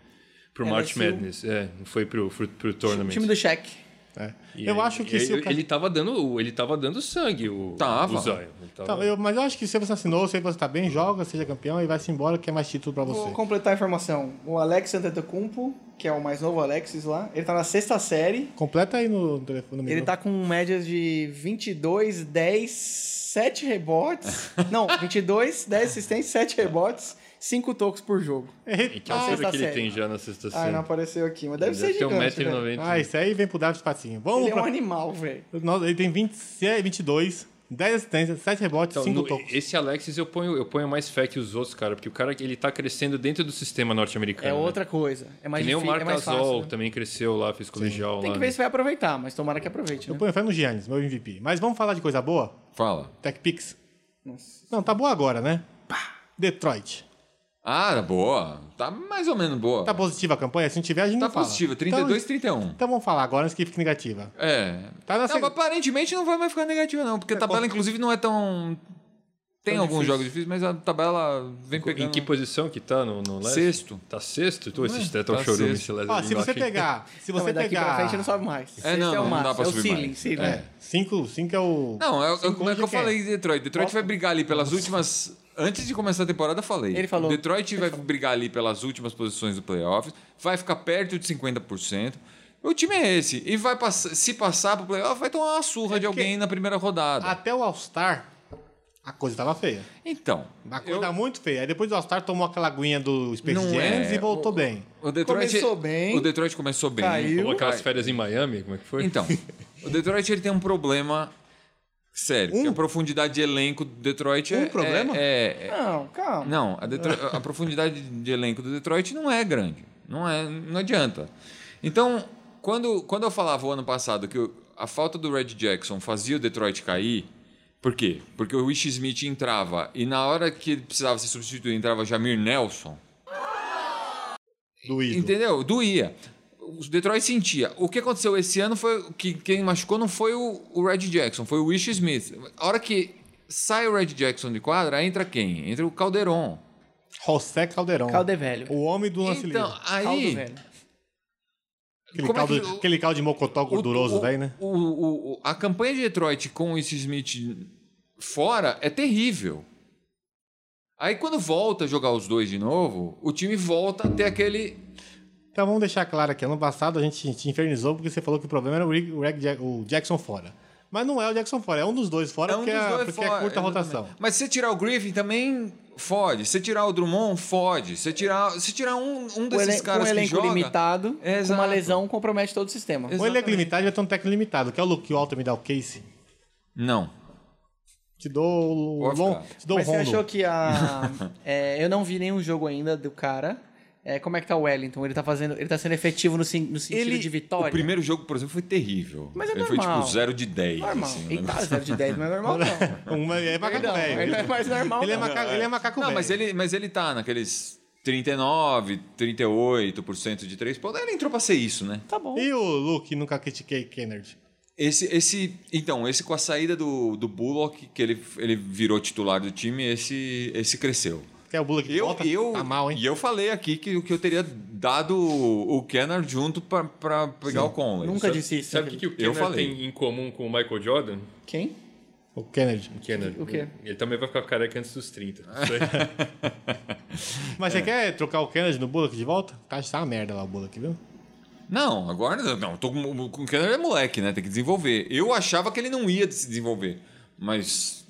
Speaker 4: pro March
Speaker 2: LSU.
Speaker 4: Madness. É, não foi pro, pro, pro tournament.
Speaker 2: Time do cheque.
Speaker 1: É.
Speaker 4: E
Speaker 1: Eu
Speaker 4: aí-
Speaker 1: acho que
Speaker 4: e
Speaker 1: se
Speaker 4: aí
Speaker 1: o cara...
Speaker 4: ele tava dando ele tava dando sangue o
Speaker 3: Tava.
Speaker 4: o Zion. Ele tava-
Speaker 1: Então, eu- mas eu acho que se você assinou, se você tá bem, joga, seja campeão e vai-se embora, que é mais título pra
Speaker 2: Vou
Speaker 1: você.
Speaker 2: completar a informação. O Alex Antetokounmpo, que é o mais novo Alexis lá, ele tá na sexta série.
Speaker 1: Completa aí no telefone. no
Speaker 2: Ele
Speaker 1: menu.
Speaker 2: tá com médias de 22, 10, 7
Speaker 1: (laughs)
Speaker 2: rebotes. Não, 22, 10 assistências, 7 rebotes, 5 tocos por jogo.
Speaker 4: E que
Speaker 3: é
Speaker 1: Eita.
Speaker 4: altura
Speaker 2: sexta
Speaker 4: que ele
Speaker 2: série.
Speaker 4: tem já na sexta
Speaker 2: Ah,
Speaker 4: série?
Speaker 2: não apareceu aqui, mas deve ser
Speaker 4: ter
Speaker 2: gigante. velho.
Speaker 4: 1,90m.
Speaker 3: né?
Speaker 1: Ah, isso aí vem pro Davi Espacinho. Vamos
Speaker 2: Ele é um
Speaker 1: pra...
Speaker 2: animal, velho.
Speaker 1: Nossa, ele tem 20, é, 22, 10 assistências, 7 rebotes,
Speaker 4: Então,
Speaker 1: 5
Speaker 4: no-
Speaker 1: tocos.
Speaker 4: Esse Alexis eu ponho, eu ponho mais fé que os outros, cara, porque o cara ele tá crescendo dentro do sistema norte-americano.
Speaker 2: É
Speaker 4: né?
Speaker 2: outra coisa. É
Speaker 4: Que
Speaker 2: mais
Speaker 4: nem o tá
Speaker 2: difícil,
Speaker 4: Marc
Speaker 2: é mais fácil.
Speaker 4: Gasol
Speaker 2: né?
Speaker 4: também cresceu lá, fez colegial
Speaker 2: Tem
Speaker 4: lá.
Speaker 2: que ver se vai aproveitar, mas tomara que aproveite.
Speaker 1: Eu
Speaker 2: Né?
Speaker 1: ponho fé no Giannis, meu MVP. Mas vamos falar de coisa boa?
Speaker 3: Fala.
Speaker 1: TechPix.
Speaker 2: Nossa.
Speaker 1: Não, tá boa agora, né? Pá. Detroit.
Speaker 3: Ah, boa. Tá mais ou menos boa.
Speaker 1: Tá positiva a campanha? Se não tiver, a gente
Speaker 3: Tá
Speaker 1: não fala.
Speaker 3: positiva.
Speaker 1: Então,
Speaker 3: 32, 31.
Speaker 1: então vamos falar agora, antes que fique negativa.
Speaker 3: É.
Speaker 1: Tá na
Speaker 3: Não,
Speaker 1: segunda-
Speaker 3: aparentemente não vai mais ficar negativa, não. Porque a tabela, inclusive, não é tão. Tem
Speaker 1: Tão
Speaker 3: alguns
Speaker 1: difícil.
Speaker 3: jogos difíceis, mas a tabela vem pegando.
Speaker 4: Em que posição que tá no, no leste?
Speaker 3: Sexto.
Speaker 4: Tá sexto? Tô, esse Stetl
Speaker 3: tá
Speaker 4: chorume,
Speaker 3: sexto.
Speaker 4: esse leste
Speaker 1: Ó, se
Speaker 4: embaixo,
Speaker 1: você
Speaker 4: hein?
Speaker 1: pegar... Se
Speaker 2: Não,
Speaker 1: você
Speaker 2: mas daqui pra
Speaker 1: pegar...
Speaker 2: frente não sobe mais. Sexta
Speaker 3: não,
Speaker 2: é o
Speaker 3: não dá
Speaker 2: máximo,
Speaker 3: pra
Speaker 2: é o
Speaker 3: subir
Speaker 2: ceiling,
Speaker 3: mais.
Speaker 2: ceiling.
Speaker 1: É, 5 é o...
Speaker 3: Não, é, é, como é
Speaker 1: onde
Speaker 3: que eu
Speaker 1: quer.
Speaker 3: falei de Detroit. Detroit vai brigar ali pelas últimas. Antes de começar a temporada, eu falei.
Speaker 2: Ele falou.
Speaker 3: Detroit vai brigar ali pelas últimas posições do playoffs, vai ficar perto de 50%. O time é esse. E vai pass- se passar pro playoff, vai tomar uma
Speaker 2: É
Speaker 3: surra de
Speaker 1: porque-
Speaker 3: alguém na primeira rodada.
Speaker 1: Até o All-Star, a coisa tava feia.
Speaker 3: Então.
Speaker 1: A coisa
Speaker 3: eu-
Speaker 1: tava muito feia. Aí depois o All-Star tomou aquela aguinha do Space
Speaker 3: Não
Speaker 1: Jams
Speaker 3: é.
Speaker 1: e voltou bem.
Speaker 3: o Detroit,
Speaker 2: Começou bem.
Speaker 3: O Detroit começou bem.
Speaker 2: Caiu.
Speaker 4: Ou aquelas férias em Miami, como é que foi?
Speaker 3: Então, o Detroit ele tem um problema sério. porque a profundidade de elenco do Detroit é.
Speaker 1: Um problema?
Speaker 3: É, é-
Speaker 2: Não, calma.
Speaker 3: Não, a, Detro- a profundidade de elenco do Detroit não é grande. Não, é, não adianta. Então, quando, quando eu falava o ano passado que o- a falta do Red Jackson fazia o Detroit cair, por quê? Porque o Wish Smith entrava e na hora que ele precisava ser substituído entrava Jamir Nelson.
Speaker 1: Do ídolo.
Speaker 3: Entendeu? Doía. O Detroit sentia. O que aconteceu esse ano foi que quem machucou não foi o, o Red Jackson, foi o Wish Smith. A hora que sai o Red Jackson de quadra, entra quem? Entra o Calderon.
Speaker 1: José Caldeirão.
Speaker 2: Calde velho.
Speaker 1: O homem do lance
Speaker 3: Então,
Speaker 1: livre.
Speaker 2: Caldo
Speaker 3: aí.
Speaker 2: velho.
Speaker 1: Aquele,
Speaker 3: como é
Speaker 1: caldo,
Speaker 3: que o-
Speaker 1: aquele caldo de mocotó gorduroso,
Speaker 3: o-
Speaker 1: velho, né?
Speaker 3: o- o- o- a campanha de Detroit com o Issy Smith fora é terrível. Aí quando volta a jogar os dois de novo, o time volta a ter aquele.
Speaker 1: Então vamos deixar claro aqui. Ano passado a gente te infernizou porque você falou que o problema era o, Rick- o Rick Jack- o Jackson fora. Mas não é o Jackson fora, é um dos dois fora
Speaker 3: É um
Speaker 1: porque,
Speaker 3: dos
Speaker 1: é,
Speaker 3: dois
Speaker 1: porque
Speaker 3: fora,
Speaker 1: é curta a rotação.
Speaker 3: exatamente. Mas se você tirar o Griffin também fode. Se você tirar o Drummond, fode. Se você tirar, se tirar um, um
Speaker 2: O
Speaker 3: desses
Speaker 2: elen-
Speaker 3: caras
Speaker 2: um
Speaker 3: que
Speaker 2: elenco
Speaker 3: joga.
Speaker 2: limitado, com
Speaker 3: Exato.
Speaker 2: uma lesão, compromete todo o sistema.
Speaker 3: Ex-
Speaker 1: Ou ele é
Speaker 3: exatamente.
Speaker 1: limitado, vai ter um técnico limitado, que é o Luke Walter me dá o Casey.
Speaker 3: Não.
Speaker 1: Te dou o
Speaker 3: Pode
Speaker 1: Lon,
Speaker 3: ficar.
Speaker 1: te dou o
Speaker 2: Mas você
Speaker 1: Rondo.
Speaker 2: achou que a. (laughs) é, eu não vi nenhum jogo ainda do cara. É, como é que tá o Wellington? Ele tá fazendo. Ele tá sendo efetivo no, sen- no sentido de vitória.
Speaker 3: O primeiro jogo, por exemplo, foi terrível.
Speaker 2: Mas é
Speaker 3: Ele foi
Speaker 2: normal.
Speaker 3: tipo 0 de 10.
Speaker 2: Normal.
Speaker 3: assim, um
Speaker 2: Eita,
Speaker 3: negócio-
Speaker 2: 0 de 10 não é normal, não.
Speaker 1: Um- É macaco
Speaker 2: Perdão,
Speaker 1: velho.
Speaker 2: ele não é mais normal.
Speaker 1: Ele é
Speaker 2: não.
Speaker 1: macaco, ele é macaco
Speaker 3: Não,
Speaker 1: velho.
Speaker 3: mas ele, mas ele tá naqueles 39, 38% de três pontos. Ele entrou pra ser isso, né?
Speaker 2: Tá bom.
Speaker 1: E o Luke, nunca critiquei Kennard.
Speaker 3: Esse, esse, então, esse com a saída do, do Bullock, que ele, ele virou titular do time, esse, esse cresceu.
Speaker 1: Quer o Bullock de
Speaker 3: Eu,
Speaker 1: volta?
Speaker 3: eu,
Speaker 1: Tá mal, hein?
Speaker 3: E eu falei aqui que, que eu teria dado o Kennard junto pra, pra pegar o Conley.
Speaker 2: Nunca disse isso.
Speaker 4: Sabe o
Speaker 2: né,
Speaker 4: que, que o
Speaker 3: Eu
Speaker 4: Kenner
Speaker 3: falei.
Speaker 4: tem em comum com o Michael Jordan?
Speaker 2: Felipe? Quem?
Speaker 1: O Kennard.
Speaker 4: Kenner.
Speaker 2: O quê?
Speaker 4: Ele também vai ficar careca antes dos (laughs) É. 30. Isso aí.
Speaker 1: Mas
Speaker 3: É.
Speaker 1: você quer trocar o Kennard no Bullock de volta? Tá, tá uma merda lá o Bullock, viu?
Speaker 3: Não, agora não, não. Tô com, com o Kennard é moleque, né? Tem que desenvolver. Eu achava que ele não ia se desenvolver. Mas.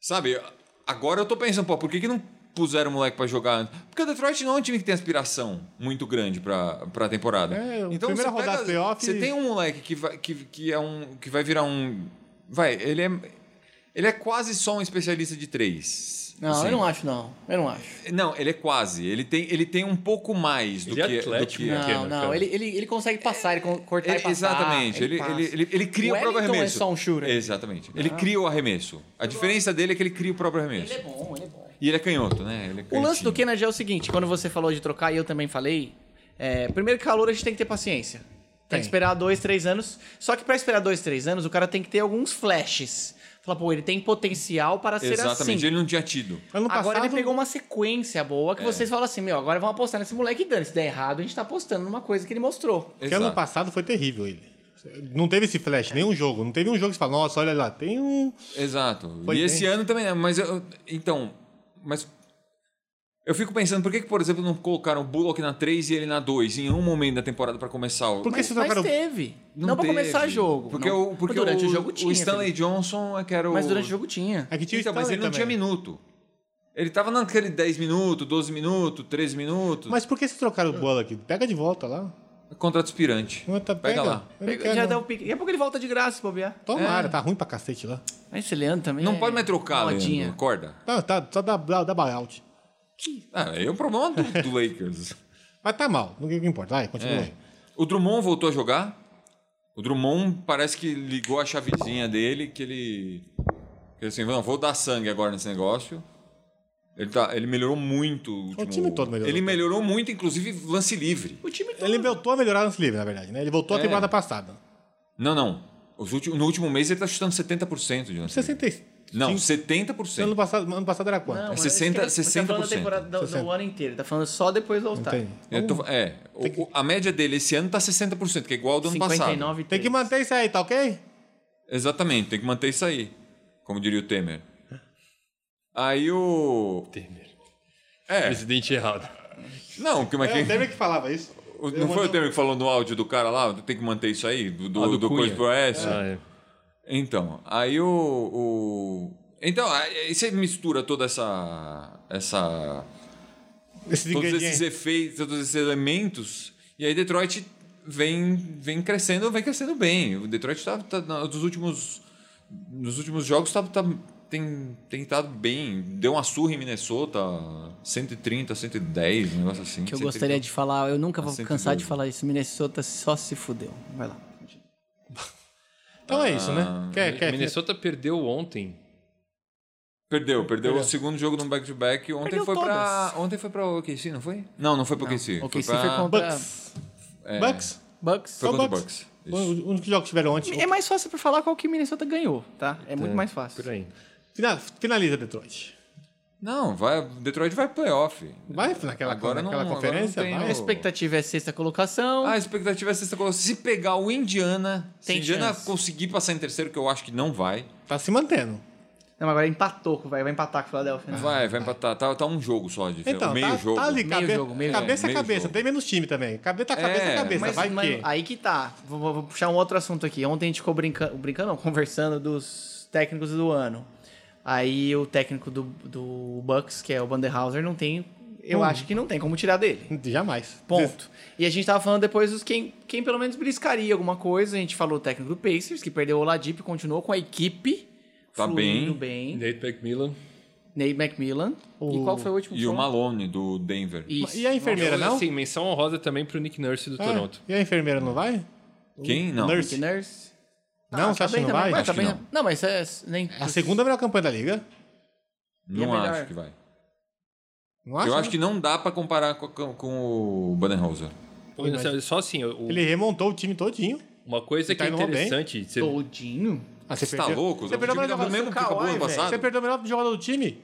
Speaker 3: Sabe, agora eu tô pensando, pô, por que, que não puseram o moleque pra jogar antes? Porque o Detroit não é um time que tem aspiração muito grande pra, pra temporada. Então
Speaker 1: É, o primeira
Speaker 3: você pega-
Speaker 1: rodada playoff-
Speaker 3: Você tem um moleque que vai, que, que é um, que vai virar um. Vai, ele é. Ele é quase só um especialista de três.
Speaker 2: Não,
Speaker 3: Assim.
Speaker 2: eu não é. acho, não. Eu não acho.
Speaker 3: Não, ele é quase. Ele tem, ele tem um pouco mais do
Speaker 4: Ele é
Speaker 3: que. do
Speaker 4: atlético,
Speaker 3: que-
Speaker 4: né?
Speaker 2: Não,
Speaker 4: Kenner,
Speaker 2: não.
Speaker 4: cara.
Speaker 2: Ele, ele, ele consegue passar, ele con- cortar
Speaker 3: Ele-
Speaker 2: e passar.
Speaker 3: É, exatamente, ele,
Speaker 2: passa.
Speaker 3: ele, ele, ele cria o, próprio
Speaker 2: Wellington
Speaker 3: arremesso.
Speaker 2: é só um shooter.
Speaker 3: Exatamente. Ele cria o arremesso. A diferença dele é que ele cria o próprio arremesso.
Speaker 2: Ele é bom, ele é bom.
Speaker 3: E ele é canhoto, né? Ele é
Speaker 2: O lance do
Speaker 3: canhotinho.
Speaker 2: Kennedy é o seguinte, quando você falou de trocar, e eu também falei, é, primeiro que calor a gente tem que ter paciência. Tem,
Speaker 1: Tem.
Speaker 2: que esperar dois, três anos. Só que pra esperar dois, três anos, o cara tem que ter alguns flashes. Fala, pô, ele tem potencial para ser
Speaker 3: Exatamente,
Speaker 2: assim.
Speaker 3: ele É. não tinha tido.
Speaker 1: Ano
Speaker 2: Agora
Speaker 1: passado,
Speaker 2: ele pegou um- uma sequência boa que vocês falam assim, meu, agora vamos apostar nesse moleque e dane. Se der errado, a gente tá apostando numa coisa que ele mostrou.
Speaker 1: Porque ano
Speaker 3: Exato.
Speaker 1: passado foi terrível ele. Não teve esse flash, nenhum jogo. Não teve um jogo que você fala, nossa, olha lá, tem um.
Speaker 3: Exato.
Speaker 1: Pois
Speaker 3: e
Speaker 1: bem.
Speaker 3: esse ano também, né? mas eu- então, mas eu fico pensando por que, que por exemplo, não colocaram o Bullock na 3 e ele na 2 em um momento da temporada pra começar o
Speaker 1: Por que
Speaker 2: Mas,
Speaker 1: vocês
Speaker 2: mas
Speaker 1: trocaram.
Speaker 2: teve. Não, pra
Speaker 3: teve.
Speaker 2: começar jogo.
Speaker 3: Porque,
Speaker 2: não.
Speaker 3: o, porque
Speaker 2: durante o, jogo tinha.
Speaker 3: Stanley Johnson é que era o.
Speaker 2: Mas durante o jogo tinha.
Speaker 1: Aqui É tinha o
Speaker 3: Então, mas
Speaker 1: Stanley
Speaker 3: ele não
Speaker 1: também.
Speaker 3: tinha minuto. Ele tava naquele 10 minutos, 12 minutos, 13 minutos.
Speaker 1: Mas por que vocês trocaram o bola aqui? Pega de volta lá.
Speaker 3: Contrato aspirante.
Speaker 1: Não, tá-
Speaker 3: Pega lá.
Speaker 1: Eu não
Speaker 2: Pega-
Speaker 1: quero,
Speaker 2: já
Speaker 1: não.
Speaker 2: dá o É. pique. Daqui a pouco ele volta de graça, se bobear.
Speaker 1: Tomara, tá ruim pra cacete lá.
Speaker 2: Aí esse Leandro também.
Speaker 3: Não
Speaker 2: é
Speaker 3: pode mais trocar,
Speaker 2: modinha.
Speaker 3: Leandro. Acorda.
Speaker 1: Não, tá, só dá, dá, dá buyout.
Speaker 3: Ah, aí é o problema do, do Lakers.
Speaker 1: Mas tá mal, não que que importa. Vai, continua
Speaker 3: É.
Speaker 1: aí.
Speaker 3: O Drummond voltou a jogar. O Drummond parece que ligou a chavezinha dele, que ele. Que ele assim, não, vou dar sangue agora nesse negócio. Ele, tá, ele melhorou muito. O, último-
Speaker 1: time todo melhorou.
Speaker 3: Ele melhorou muito, inclusive lance livre.
Speaker 2: O time todo.
Speaker 1: Ele voltou a melhorar no livre, na verdade, né? Ele voltou à
Speaker 3: É.
Speaker 1: temporada passada.
Speaker 3: Não, não. Os últimos, no último mês ele tá chutando 70% de lance. livre.
Speaker 1: 65.
Speaker 3: Não,
Speaker 1: Ano
Speaker 3: 70%.
Speaker 1: passado, ano passado era quanto?
Speaker 2: Não,
Speaker 3: É
Speaker 2: mas
Speaker 3: 60
Speaker 2: ele Tá falando
Speaker 3: 60%.
Speaker 2: da temporada do, do
Speaker 1: 60.
Speaker 2: ano inteiro. Tá falando só depois do All-Star.
Speaker 1: Tem.
Speaker 3: Eu tô- é, o-
Speaker 1: que-
Speaker 3: o- a média dele esse ano tá 60%, que é igual ao do ano passado.
Speaker 2: 59
Speaker 1: Tem que manter isso aí, tá ok?
Speaker 3: Exatamente, tem que manter isso aí, como diria o Temer. Aí o.
Speaker 4: Temer.
Speaker 3: É,
Speaker 4: Presidente errado.
Speaker 3: não, que, mas
Speaker 1: Era é, o
Speaker 3: quem-
Speaker 1: Temer que falava isso.
Speaker 3: o-
Speaker 1: Eu
Speaker 3: não
Speaker 1: mandei- um-
Speaker 3: foi o Temer que falou no áudio do cara lá, tem que manter isso aí, do, do,
Speaker 4: Ah,
Speaker 3: do,
Speaker 4: do Cunha.
Speaker 3: coisa pro Aécio.
Speaker 4: Ah, é.
Speaker 3: Então, aí o. o- Então, aí aí você mistura toda essa. essa
Speaker 1: Esses
Speaker 3: todos
Speaker 1: ingredientes.
Speaker 3: esses efeitos, todos esses elementos, e aí Detroit vem, vem crescendo, vem crescendo bem. O Detroit tá, tá na- dos últimos nos últimos jogos tá, tá- tem tem estado bem, deu uma surra em Minnesota, 130, 110, um negócio assim.
Speaker 2: Que eu gostaria de falar, eu nunca vou
Speaker 3: 112.
Speaker 2: cansar de falar isso. Minnesota só se fudeu. Vai lá.
Speaker 1: Então é isso, né?
Speaker 3: Ah,
Speaker 1: Quer, quer.
Speaker 4: Minnesota perdeu ontem.
Speaker 3: Perdeu, perdeu, o segundo jogo no back to back, ontem
Speaker 2: Perdeu
Speaker 3: foi pra
Speaker 2: todas.
Speaker 3: ontem foi para OKC, não foi? Não, não foi para OKC,
Speaker 2: Ok, se
Speaker 3: pra-
Speaker 2: foi contra
Speaker 1: Bucks.
Speaker 3: é,
Speaker 1: Bucks?
Speaker 2: Bucks.
Speaker 3: Foi
Speaker 1: Só
Speaker 3: contra o
Speaker 1: Bucks.
Speaker 3: Bucks.
Speaker 1: Foi
Speaker 3: isso.
Speaker 1: Um dos jogos que tiveram ontem.
Speaker 2: É mais fácil pra falar qual que Minnesota ganhou, tá? É muito mais fácil.
Speaker 4: Por aí.
Speaker 1: Final- Finaliza Detroit.
Speaker 3: Não, vai Detroit vai playoff.
Speaker 1: Vai naquela,
Speaker 3: Agora não-
Speaker 1: naquela
Speaker 3: agora não
Speaker 1: conferência?
Speaker 3: tem
Speaker 1: vai.
Speaker 2: A expectativa é sexta colocação.
Speaker 3: Ah, a expectativa é sexta colocação. Se pegar o Indiana,
Speaker 2: Tem
Speaker 3: se o Indiana
Speaker 2: chance.
Speaker 3: conseguir passar em terceiro, que eu acho que não vai,
Speaker 1: Tá se mantendo.
Speaker 2: Não, agora empatou, vai, vai empatar com o Philadelphia. né?
Speaker 3: vai, vai empatar. Tá, tá um jogo só, de
Speaker 1: Ah. Então,
Speaker 3: meio
Speaker 1: tá,
Speaker 3: jogo.
Speaker 1: tá ali,
Speaker 2: Meio
Speaker 1: cabe-
Speaker 2: jogo, meio
Speaker 1: cabeça
Speaker 3: jogo.
Speaker 1: a cabeça.
Speaker 3: Meio jogo.
Speaker 1: Tem menos time também. Cabeça a cabeça,
Speaker 3: É,
Speaker 1: cabeça.
Speaker 2: Mas,
Speaker 1: vai
Speaker 2: mas
Speaker 1: que...
Speaker 2: aí que tá. Vou, vou- vou puxar um outro assunto aqui. Ontem a gente ficou brincando, brincando não, (laughs) conversando dos técnicos do ano. Aí o técnico do, do Bucks, que é o Banderhauser, não tem.
Speaker 1: Hum.
Speaker 2: Eu acho que não tem como tirar dele.
Speaker 1: Jamais.
Speaker 2: Ponto. E a gente tava falando depois dos quem, quem pelo menos beliscaria alguma coisa. A gente falou o técnico do Pacers, que perdeu o Oladipo, continuou com a equipe.
Speaker 3: Tá
Speaker 2: fluindo bem.
Speaker 4: Nate McMillan.
Speaker 2: Nate McMillan. E qual foi o último
Speaker 3: E
Speaker 2: que
Speaker 3: o
Speaker 2: foi?
Speaker 3: Malone, do Denver.
Speaker 2: Isso.
Speaker 1: E a enfermeira, não?
Speaker 4: Assim, menção honrosa também pro Nick Nurse do
Speaker 1: Ah,
Speaker 4: Toronto.
Speaker 1: E a enfermeira não vai?
Speaker 3: Quem? Não.
Speaker 1: Nurse.
Speaker 2: Nurse.
Speaker 1: Não, você acha que não vai?
Speaker 2: Mas,
Speaker 3: Acho
Speaker 2: Tá, Ah, também,
Speaker 3: que
Speaker 2: não. não, mas é. Nem,
Speaker 1: A segunda melhor campanha da liga.
Speaker 3: Não
Speaker 2: E é melhor.
Speaker 3: acho que vai.
Speaker 1: Não acho,
Speaker 3: eu acho que não né? dá pra comparar com, com- com o Budenholzer.
Speaker 4: Pô, Só assim, o-
Speaker 1: Ele remontou o time todinho.
Speaker 4: uma coisa que
Speaker 1: Tá
Speaker 4: é
Speaker 1: indo bem.
Speaker 4: interessante. você-
Speaker 2: Todinho?
Speaker 1: Ah, você
Speaker 3: Você tá louco?
Speaker 1: Você
Speaker 3: o time
Speaker 1: perdeu o melhor
Speaker 3: tava
Speaker 1: jogador
Speaker 3: do mesmo que
Speaker 2: Kawhi,
Speaker 3: acabou ano
Speaker 2: velho.
Speaker 3: passado.
Speaker 1: Você perdeu o melhor jogador do time?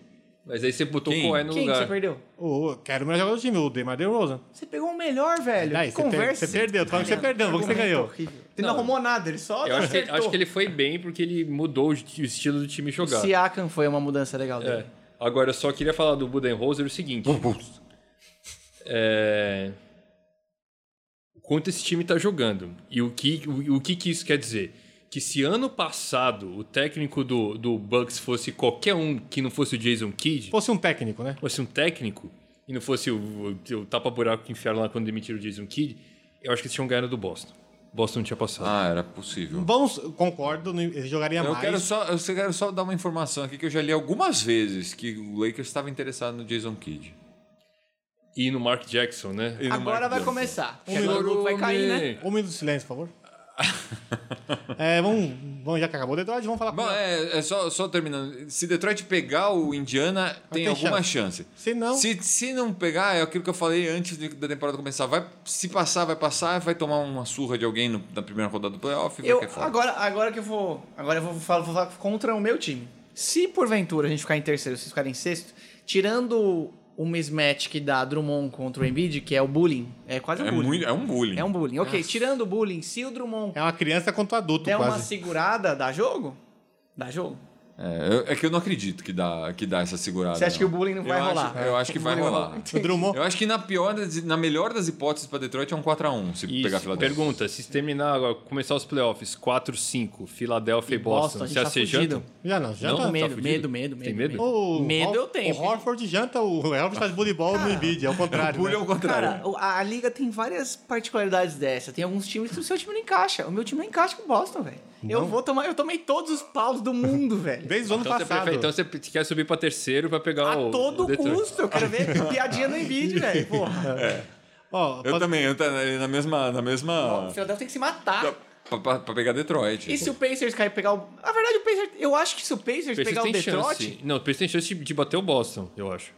Speaker 4: Mas aí você botou
Speaker 3: Quem?
Speaker 4: o Kawhi no
Speaker 2: Quem que você
Speaker 4: lugar.
Speaker 2: perdeu?
Speaker 1: O, quero o melhor jogador do time, o DeMar DeRozan.
Speaker 2: Você pegou o melhor, velho.
Speaker 1: Daí,
Speaker 2: Que
Speaker 1: você per-
Speaker 2: Conversa.
Speaker 1: você perdeu, tô falando que você perdeu, não vou que você ganhou.
Speaker 2: Horrível. Ele não arrumou nada, ele só
Speaker 4: Eu acho que,
Speaker 2: acertou.
Speaker 4: acho que ele foi bem porque ele mudou o ti- o estilo do time
Speaker 2: O
Speaker 4: jogar.
Speaker 2: Siakam foi uma mudança legal
Speaker 4: É.
Speaker 2: dele.
Speaker 4: Agora, eu só queria falar do Budenholzer o seguinte. É... O quanto esse time tá jogando. E o que, o, o que que isso quer dizer? Que se ano passado o técnico do, do Bucks fosse qualquer um que não fosse o Jason Kidd,
Speaker 1: Fosse um técnico, né?
Speaker 4: fosse um técnico, e não fosse o, o, o tapa-buraco que enfiaram lá quando demitiram o Jason Kidd, eu acho que eles tinham ganhado do Boston. Boston não tinha passado.
Speaker 3: Ah, era possível.
Speaker 1: Vamos, concordo, não- ele jogaria
Speaker 3: Eu
Speaker 1: mais.
Speaker 3: quero, só, eu só quero só dar uma informação aqui que eu já li algumas vezes que o Lakers estava interessado no Jason Kidd.
Speaker 4: E no Mark Jackson, né?
Speaker 3: E no
Speaker 2: Agora vai
Speaker 3: Mark Jackson.
Speaker 2: começar. Porque agora o grupo vai cair, né?
Speaker 3: (laughs)
Speaker 1: Um minuto de silêncio, por favor. É, vamos, vamos, já que acabou o Detroit, vamos falar
Speaker 3: Bom,
Speaker 1: com
Speaker 3: é, é só, só terminando. Se Detroit pegar o Indiana, tem,
Speaker 1: tem
Speaker 3: alguma chance.
Speaker 1: Se não-
Speaker 3: Se, se não pegar, é aquilo que eu falei antes de- da temporada começar. Vai, se passar, vai passar, vai tomar uma surra de alguém no- na primeira rodada do playoff. vai
Speaker 2: Eu,
Speaker 3: cair fora.
Speaker 2: agora, agora que eu vou. Agora eu vou falar, vou falar contra o meu time. Se porventura a gente ficar em terceiro, se ficar em sexto, tirando o mismatch que dá Drummond contra o Embiid, que é o bullying. É quase um
Speaker 3: é,
Speaker 2: bullying.
Speaker 3: muito, é um bullying.
Speaker 2: É um bullying. Ok, tirando o bullying, se o Drummond
Speaker 1: É uma criança contra um adulto,
Speaker 2: der uma
Speaker 1: quase.
Speaker 2: segurada, dá jogo? Dá jogo.
Speaker 3: É, eu- é que eu não acredito que dá, que dá essa segurada.
Speaker 2: Você acha
Speaker 3: não. é
Speaker 2: que o bullying não
Speaker 3: Eu
Speaker 2: vai
Speaker 3: acho-
Speaker 2: rolar?
Speaker 3: eu acho que
Speaker 2: O
Speaker 3: vai
Speaker 2: bullying
Speaker 3: rolar.
Speaker 1: O Drummond.
Speaker 3: Eu acho que na, pior, das- na melhor das hipóteses pra Detroit é um 4x1, se pegar a
Speaker 4: Isso.
Speaker 3: Filadélfia.
Speaker 4: Pergunta, se terminar agora, começar os playoffs 4-5, Filadélfia e Boston,
Speaker 2: a gente
Speaker 4: já
Speaker 2: tá
Speaker 4: se
Speaker 2: fudido.
Speaker 4: janta?
Speaker 1: Já não, já
Speaker 4: Não,
Speaker 1: tá.
Speaker 4: tá
Speaker 2: medo,
Speaker 4: fudido?
Speaker 2: medo, medo,
Speaker 4: Tem
Speaker 2: medo,
Speaker 4: medo?
Speaker 1: O,
Speaker 2: Medo
Speaker 1: Hor-
Speaker 2: eu tenho,
Speaker 1: O Horford janta, o Horford faz voleibol no Embiid, é o
Speaker 3: (laughs)
Speaker 1: contrário.
Speaker 3: Bullying é
Speaker 1: né?
Speaker 3: o contrário.
Speaker 2: Cara, o- a, a liga tem várias particularidades dessa. Tem alguns times que o seu time não encaixa. O meu time não encaixa com o Boston, velho. Eu vou tomar, eu tomei todos os paus do mundo, velho.
Speaker 1: (laughs) Desde o ano
Speaker 4: Então
Speaker 3: é
Speaker 4: você,
Speaker 1: passado.
Speaker 4: prefere- então você quer subir pra terceiro pra pegar
Speaker 2: A
Speaker 4: o.
Speaker 2: todo
Speaker 4: o Detroit.
Speaker 2: custo, eu quero ver piadinha no Embiid, velho. Porra.
Speaker 1: Ó,
Speaker 3: Eu
Speaker 1: pode-
Speaker 3: também, eu tá na mesma. Na
Speaker 2: O
Speaker 3: mesma
Speaker 2: Philadelphia tem que se matar.
Speaker 3: pra, pra- pra pegar Detroit.
Speaker 2: E se o Pacers cair pegar o. Na verdade, o Pacers. Eu acho que se o Pacers,
Speaker 4: Pacers
Speaker 2: pegar o
Speaker 4: tem
Speaker 2: Detroit.
Speaker 4: chance. Não, o Pacers tem chance de, de bater o Boston, eu acho.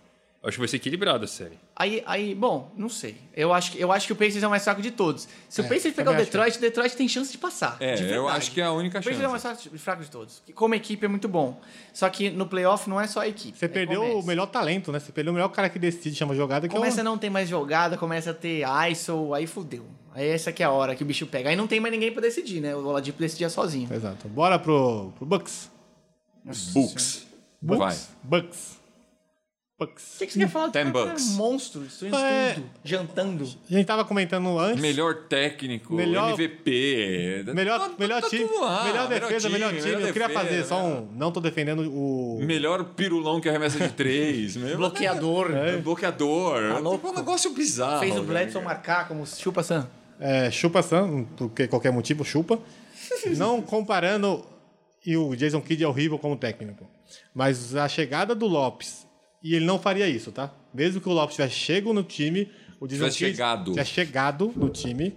Speaker 4: Eu Acho que vai ser equilibrada a série.
Speaker 2: Aí, aí, bom, não sei. Eu acho, que- eu acho que o Pacers é o mais fraco de todos. Se o Pacers pegar o
Speaker 1: É, também acho que é.
Speaker 2: Detroit, o Detroit tem chance de passar.
Speaker 3: É,
Speaker 2: de
Speaker 3: eu
Speaker 2: verdade.
Speaker 3: acho que é a única
Speaker 2: O Pacers é o mais
Speaker 3: chance.
Speaker 2: fraco de- fraco de todos. Porque Como equipe é muito bom. Só que no playoff não é só a equipe.
Speaker 1: você
Speaker 2: É
Speaker 1: perdeu o
Speaker 2: começa.
Speaker 1: melhor talento, né? Você perdeu o melhor cara que decide, chama jogada, que
Speaker 2: Começa
Speaker 1: é
Speaker 2: a
Speaker 1: o...
Speaker 2: não ter mais jogada, começa a ter ISO, aí fudeu. Aí essa que é a hora que o bicho pega. Aí não tem mais ninguém pra decidir, né? O Oladipo decidia sozinho.
Speaker 1: Exato. Bora pro, pro Bucks.
Speaker 3: Bucks. Vai.
Speaker 1: Bucks.
Speaker 2: O
Speaker 1: Bucks.
Speaker 2: que, que você quer falar?
Speaker 3: Ten
Speaker 2: Cara, cara,
Speaker 3: bucks.
Speaker 2: Monstro, destruindo
Speaker 1: É.
Speaker 2: tudo, jantando.
Speaker 1: A gente tava comentando antes.
Speaker 3: Melhor técnico,
Speaker 1: Melhor-
Speaker 3: MVP.
Speaker 1: Melhor,
Speaker 3: Tá- tá-
Speaker 1: melhor
Speaker 3: tá
Speaker 1: time,
Speaker 3: tudo lá.
Speaker 1: melhor defesa, melhor time. Eu queria
Speaker 3: defesa, né?
Speaker 1: fazer só um. Não tô defendendo o.
Speaker 3: Melhor pirulão que arremessa de três. meu.
Speaker 2: Bloqueador.
Speaker 3: É, Bloqueador. Tá
Speaker 2: louco?
Speaker 3: um negócio bizarro.
Speaker 2: Fez o
Speaker 3: cara.
Speaker 2: Bledson marcar como chupa Sam.
Speaker 1: É, chupa Sam, porque qualquer motivo, chupa. Não comparando. E o Jason Kidd é horrível como técnico. Mas a chegada do Lopes. E ele não faria isso, tá? Mesmo que o Lopes tivesse chego no time. O Jason
Speaker 3: Tivesse
Speaker 1: Kidd
Speaker 3: chegado.
Speaker 1: Tivesse chegado no time.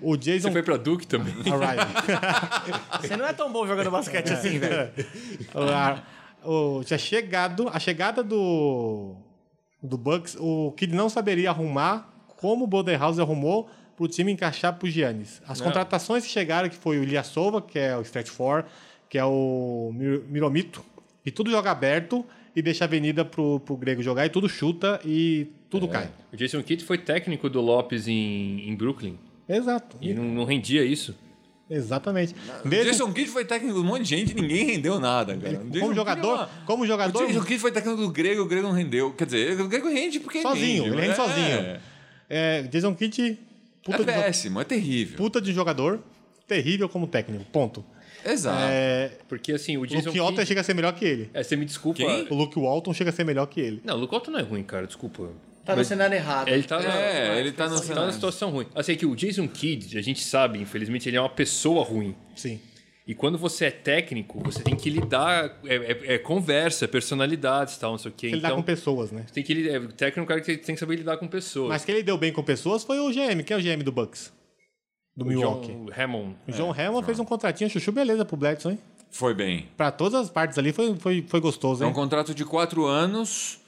Speaker 1: O Jason.
Speaker 4: Você foi pra Duke também.
Speaker 1: Alright.
Speaker 2: Você não é tão bom
Speaker 1: (laughs)
Speaker 2: jogando basquete assim, velho.
Speaker 1: O- a- Ah, o- tinha chegado, a chegada do do Bucks, o que não saberia arrumar, como o Bodenhouse arrumou pro time encaixar pro Giannis. As contratações que chegaram, que foi o Ilha Sova, que é o Stretch 4, que é o Mir- Miromito, e tudo joga aberto e deixa a avenida pro, pro Grego jogar, e tudo chuta e
Speaker 3: É.
Speaker 1: tudo cai.
Speaker 4: O Jason Kidd foi técnico do Lopes em, em Brooklyn.
Speaker 1: Exato.
Speaker 4: E não, não rendia isso.
Speaker 1: Exatamente.
Speaker 3: O
Speaker 1: Mesmo
Speaker 3: Jason Kidd foi técnico de um monte de gente e ninguém rendeu nada, cara. O Jason Kidd
Speaker 1: como
Speaker 3: é
Speaker 1: jogador,
Speaker 3: uma-
Speaker 1: como
Speaker 3: O
Speaker 1: jogador,
Speaker 3: Jason Kidd foi técnico do Grego, o Grego não rendeu. Quer dizer, o Grego rende porque
Speaker 1: sozinho, ele
Speaker 3: rende,
Speaker 1: rende
Speaker 3: é.
Speaker 1: sozinho. É, Jason Kidd, puta
Speaker 3: é
Speaker 1: de jo-
Speaker 3: péssimo, é terrível.
Speaker 1: puta de jogador, terrível como técnico, ponto.
Speaker 3: Exato.
Speaker 1: É,
Speaker 4: Porque assim, o
Speaker 1: o Luke
Speaker 4: Jason
Speaker 1: Walton
Speaker 4: Kidd.
Speaker 1: chega a ser melhor que ele.
Speaker 4: É, você me desculpa.
Speaker 3: Quem?
Speaker 1: O Luke Walton chega a ser melhor que ele.
Speaker 4: Não, o Luke Walton não é ruim, cara, desculpa.
Speaker 2: Tá no cenário errado.
Speaker 4: Ele tá, na,
Speaker 3: É, ele tá no
Speaker 4: tá numa
Speaker 3: cenário.
Speaker 4: situação ruim. Assim, é que o Jason Kidd, a gente sabe, infelizmente, ele é uma pessoa ruim.
Speaker 1: Sim.
Speaker 4: E quando você é técnico, você tem que lidar. É, é- é conversa, é personalidades e tal, não sei o quê.
Speaker 1: Ele dá
Speaker 4: então,
Speaker 1: com pessoas, né?
Speaker 4: tem que lidar. O técnico é um cara que tem que saber lidar com pessoas.
Speaker 1: Mas que ele deu bem com pessoas foi o GM. Quem é o GM do Bucks? Do
Speaker 4: o
Speaker 1: Milwaukee.
Speaker 4: John Hammond.
Speaker 1: O John Hammond fez um contratinho chuchu beleza pro Bledson, hein?
Speaker 3: Foi bem.
Speaker 1: Pra todas as partes ali foi, foi, foi gostoso,
Speaker 3: É um
Speaker 1: hein?
Speaker 3: contrato de 4 anos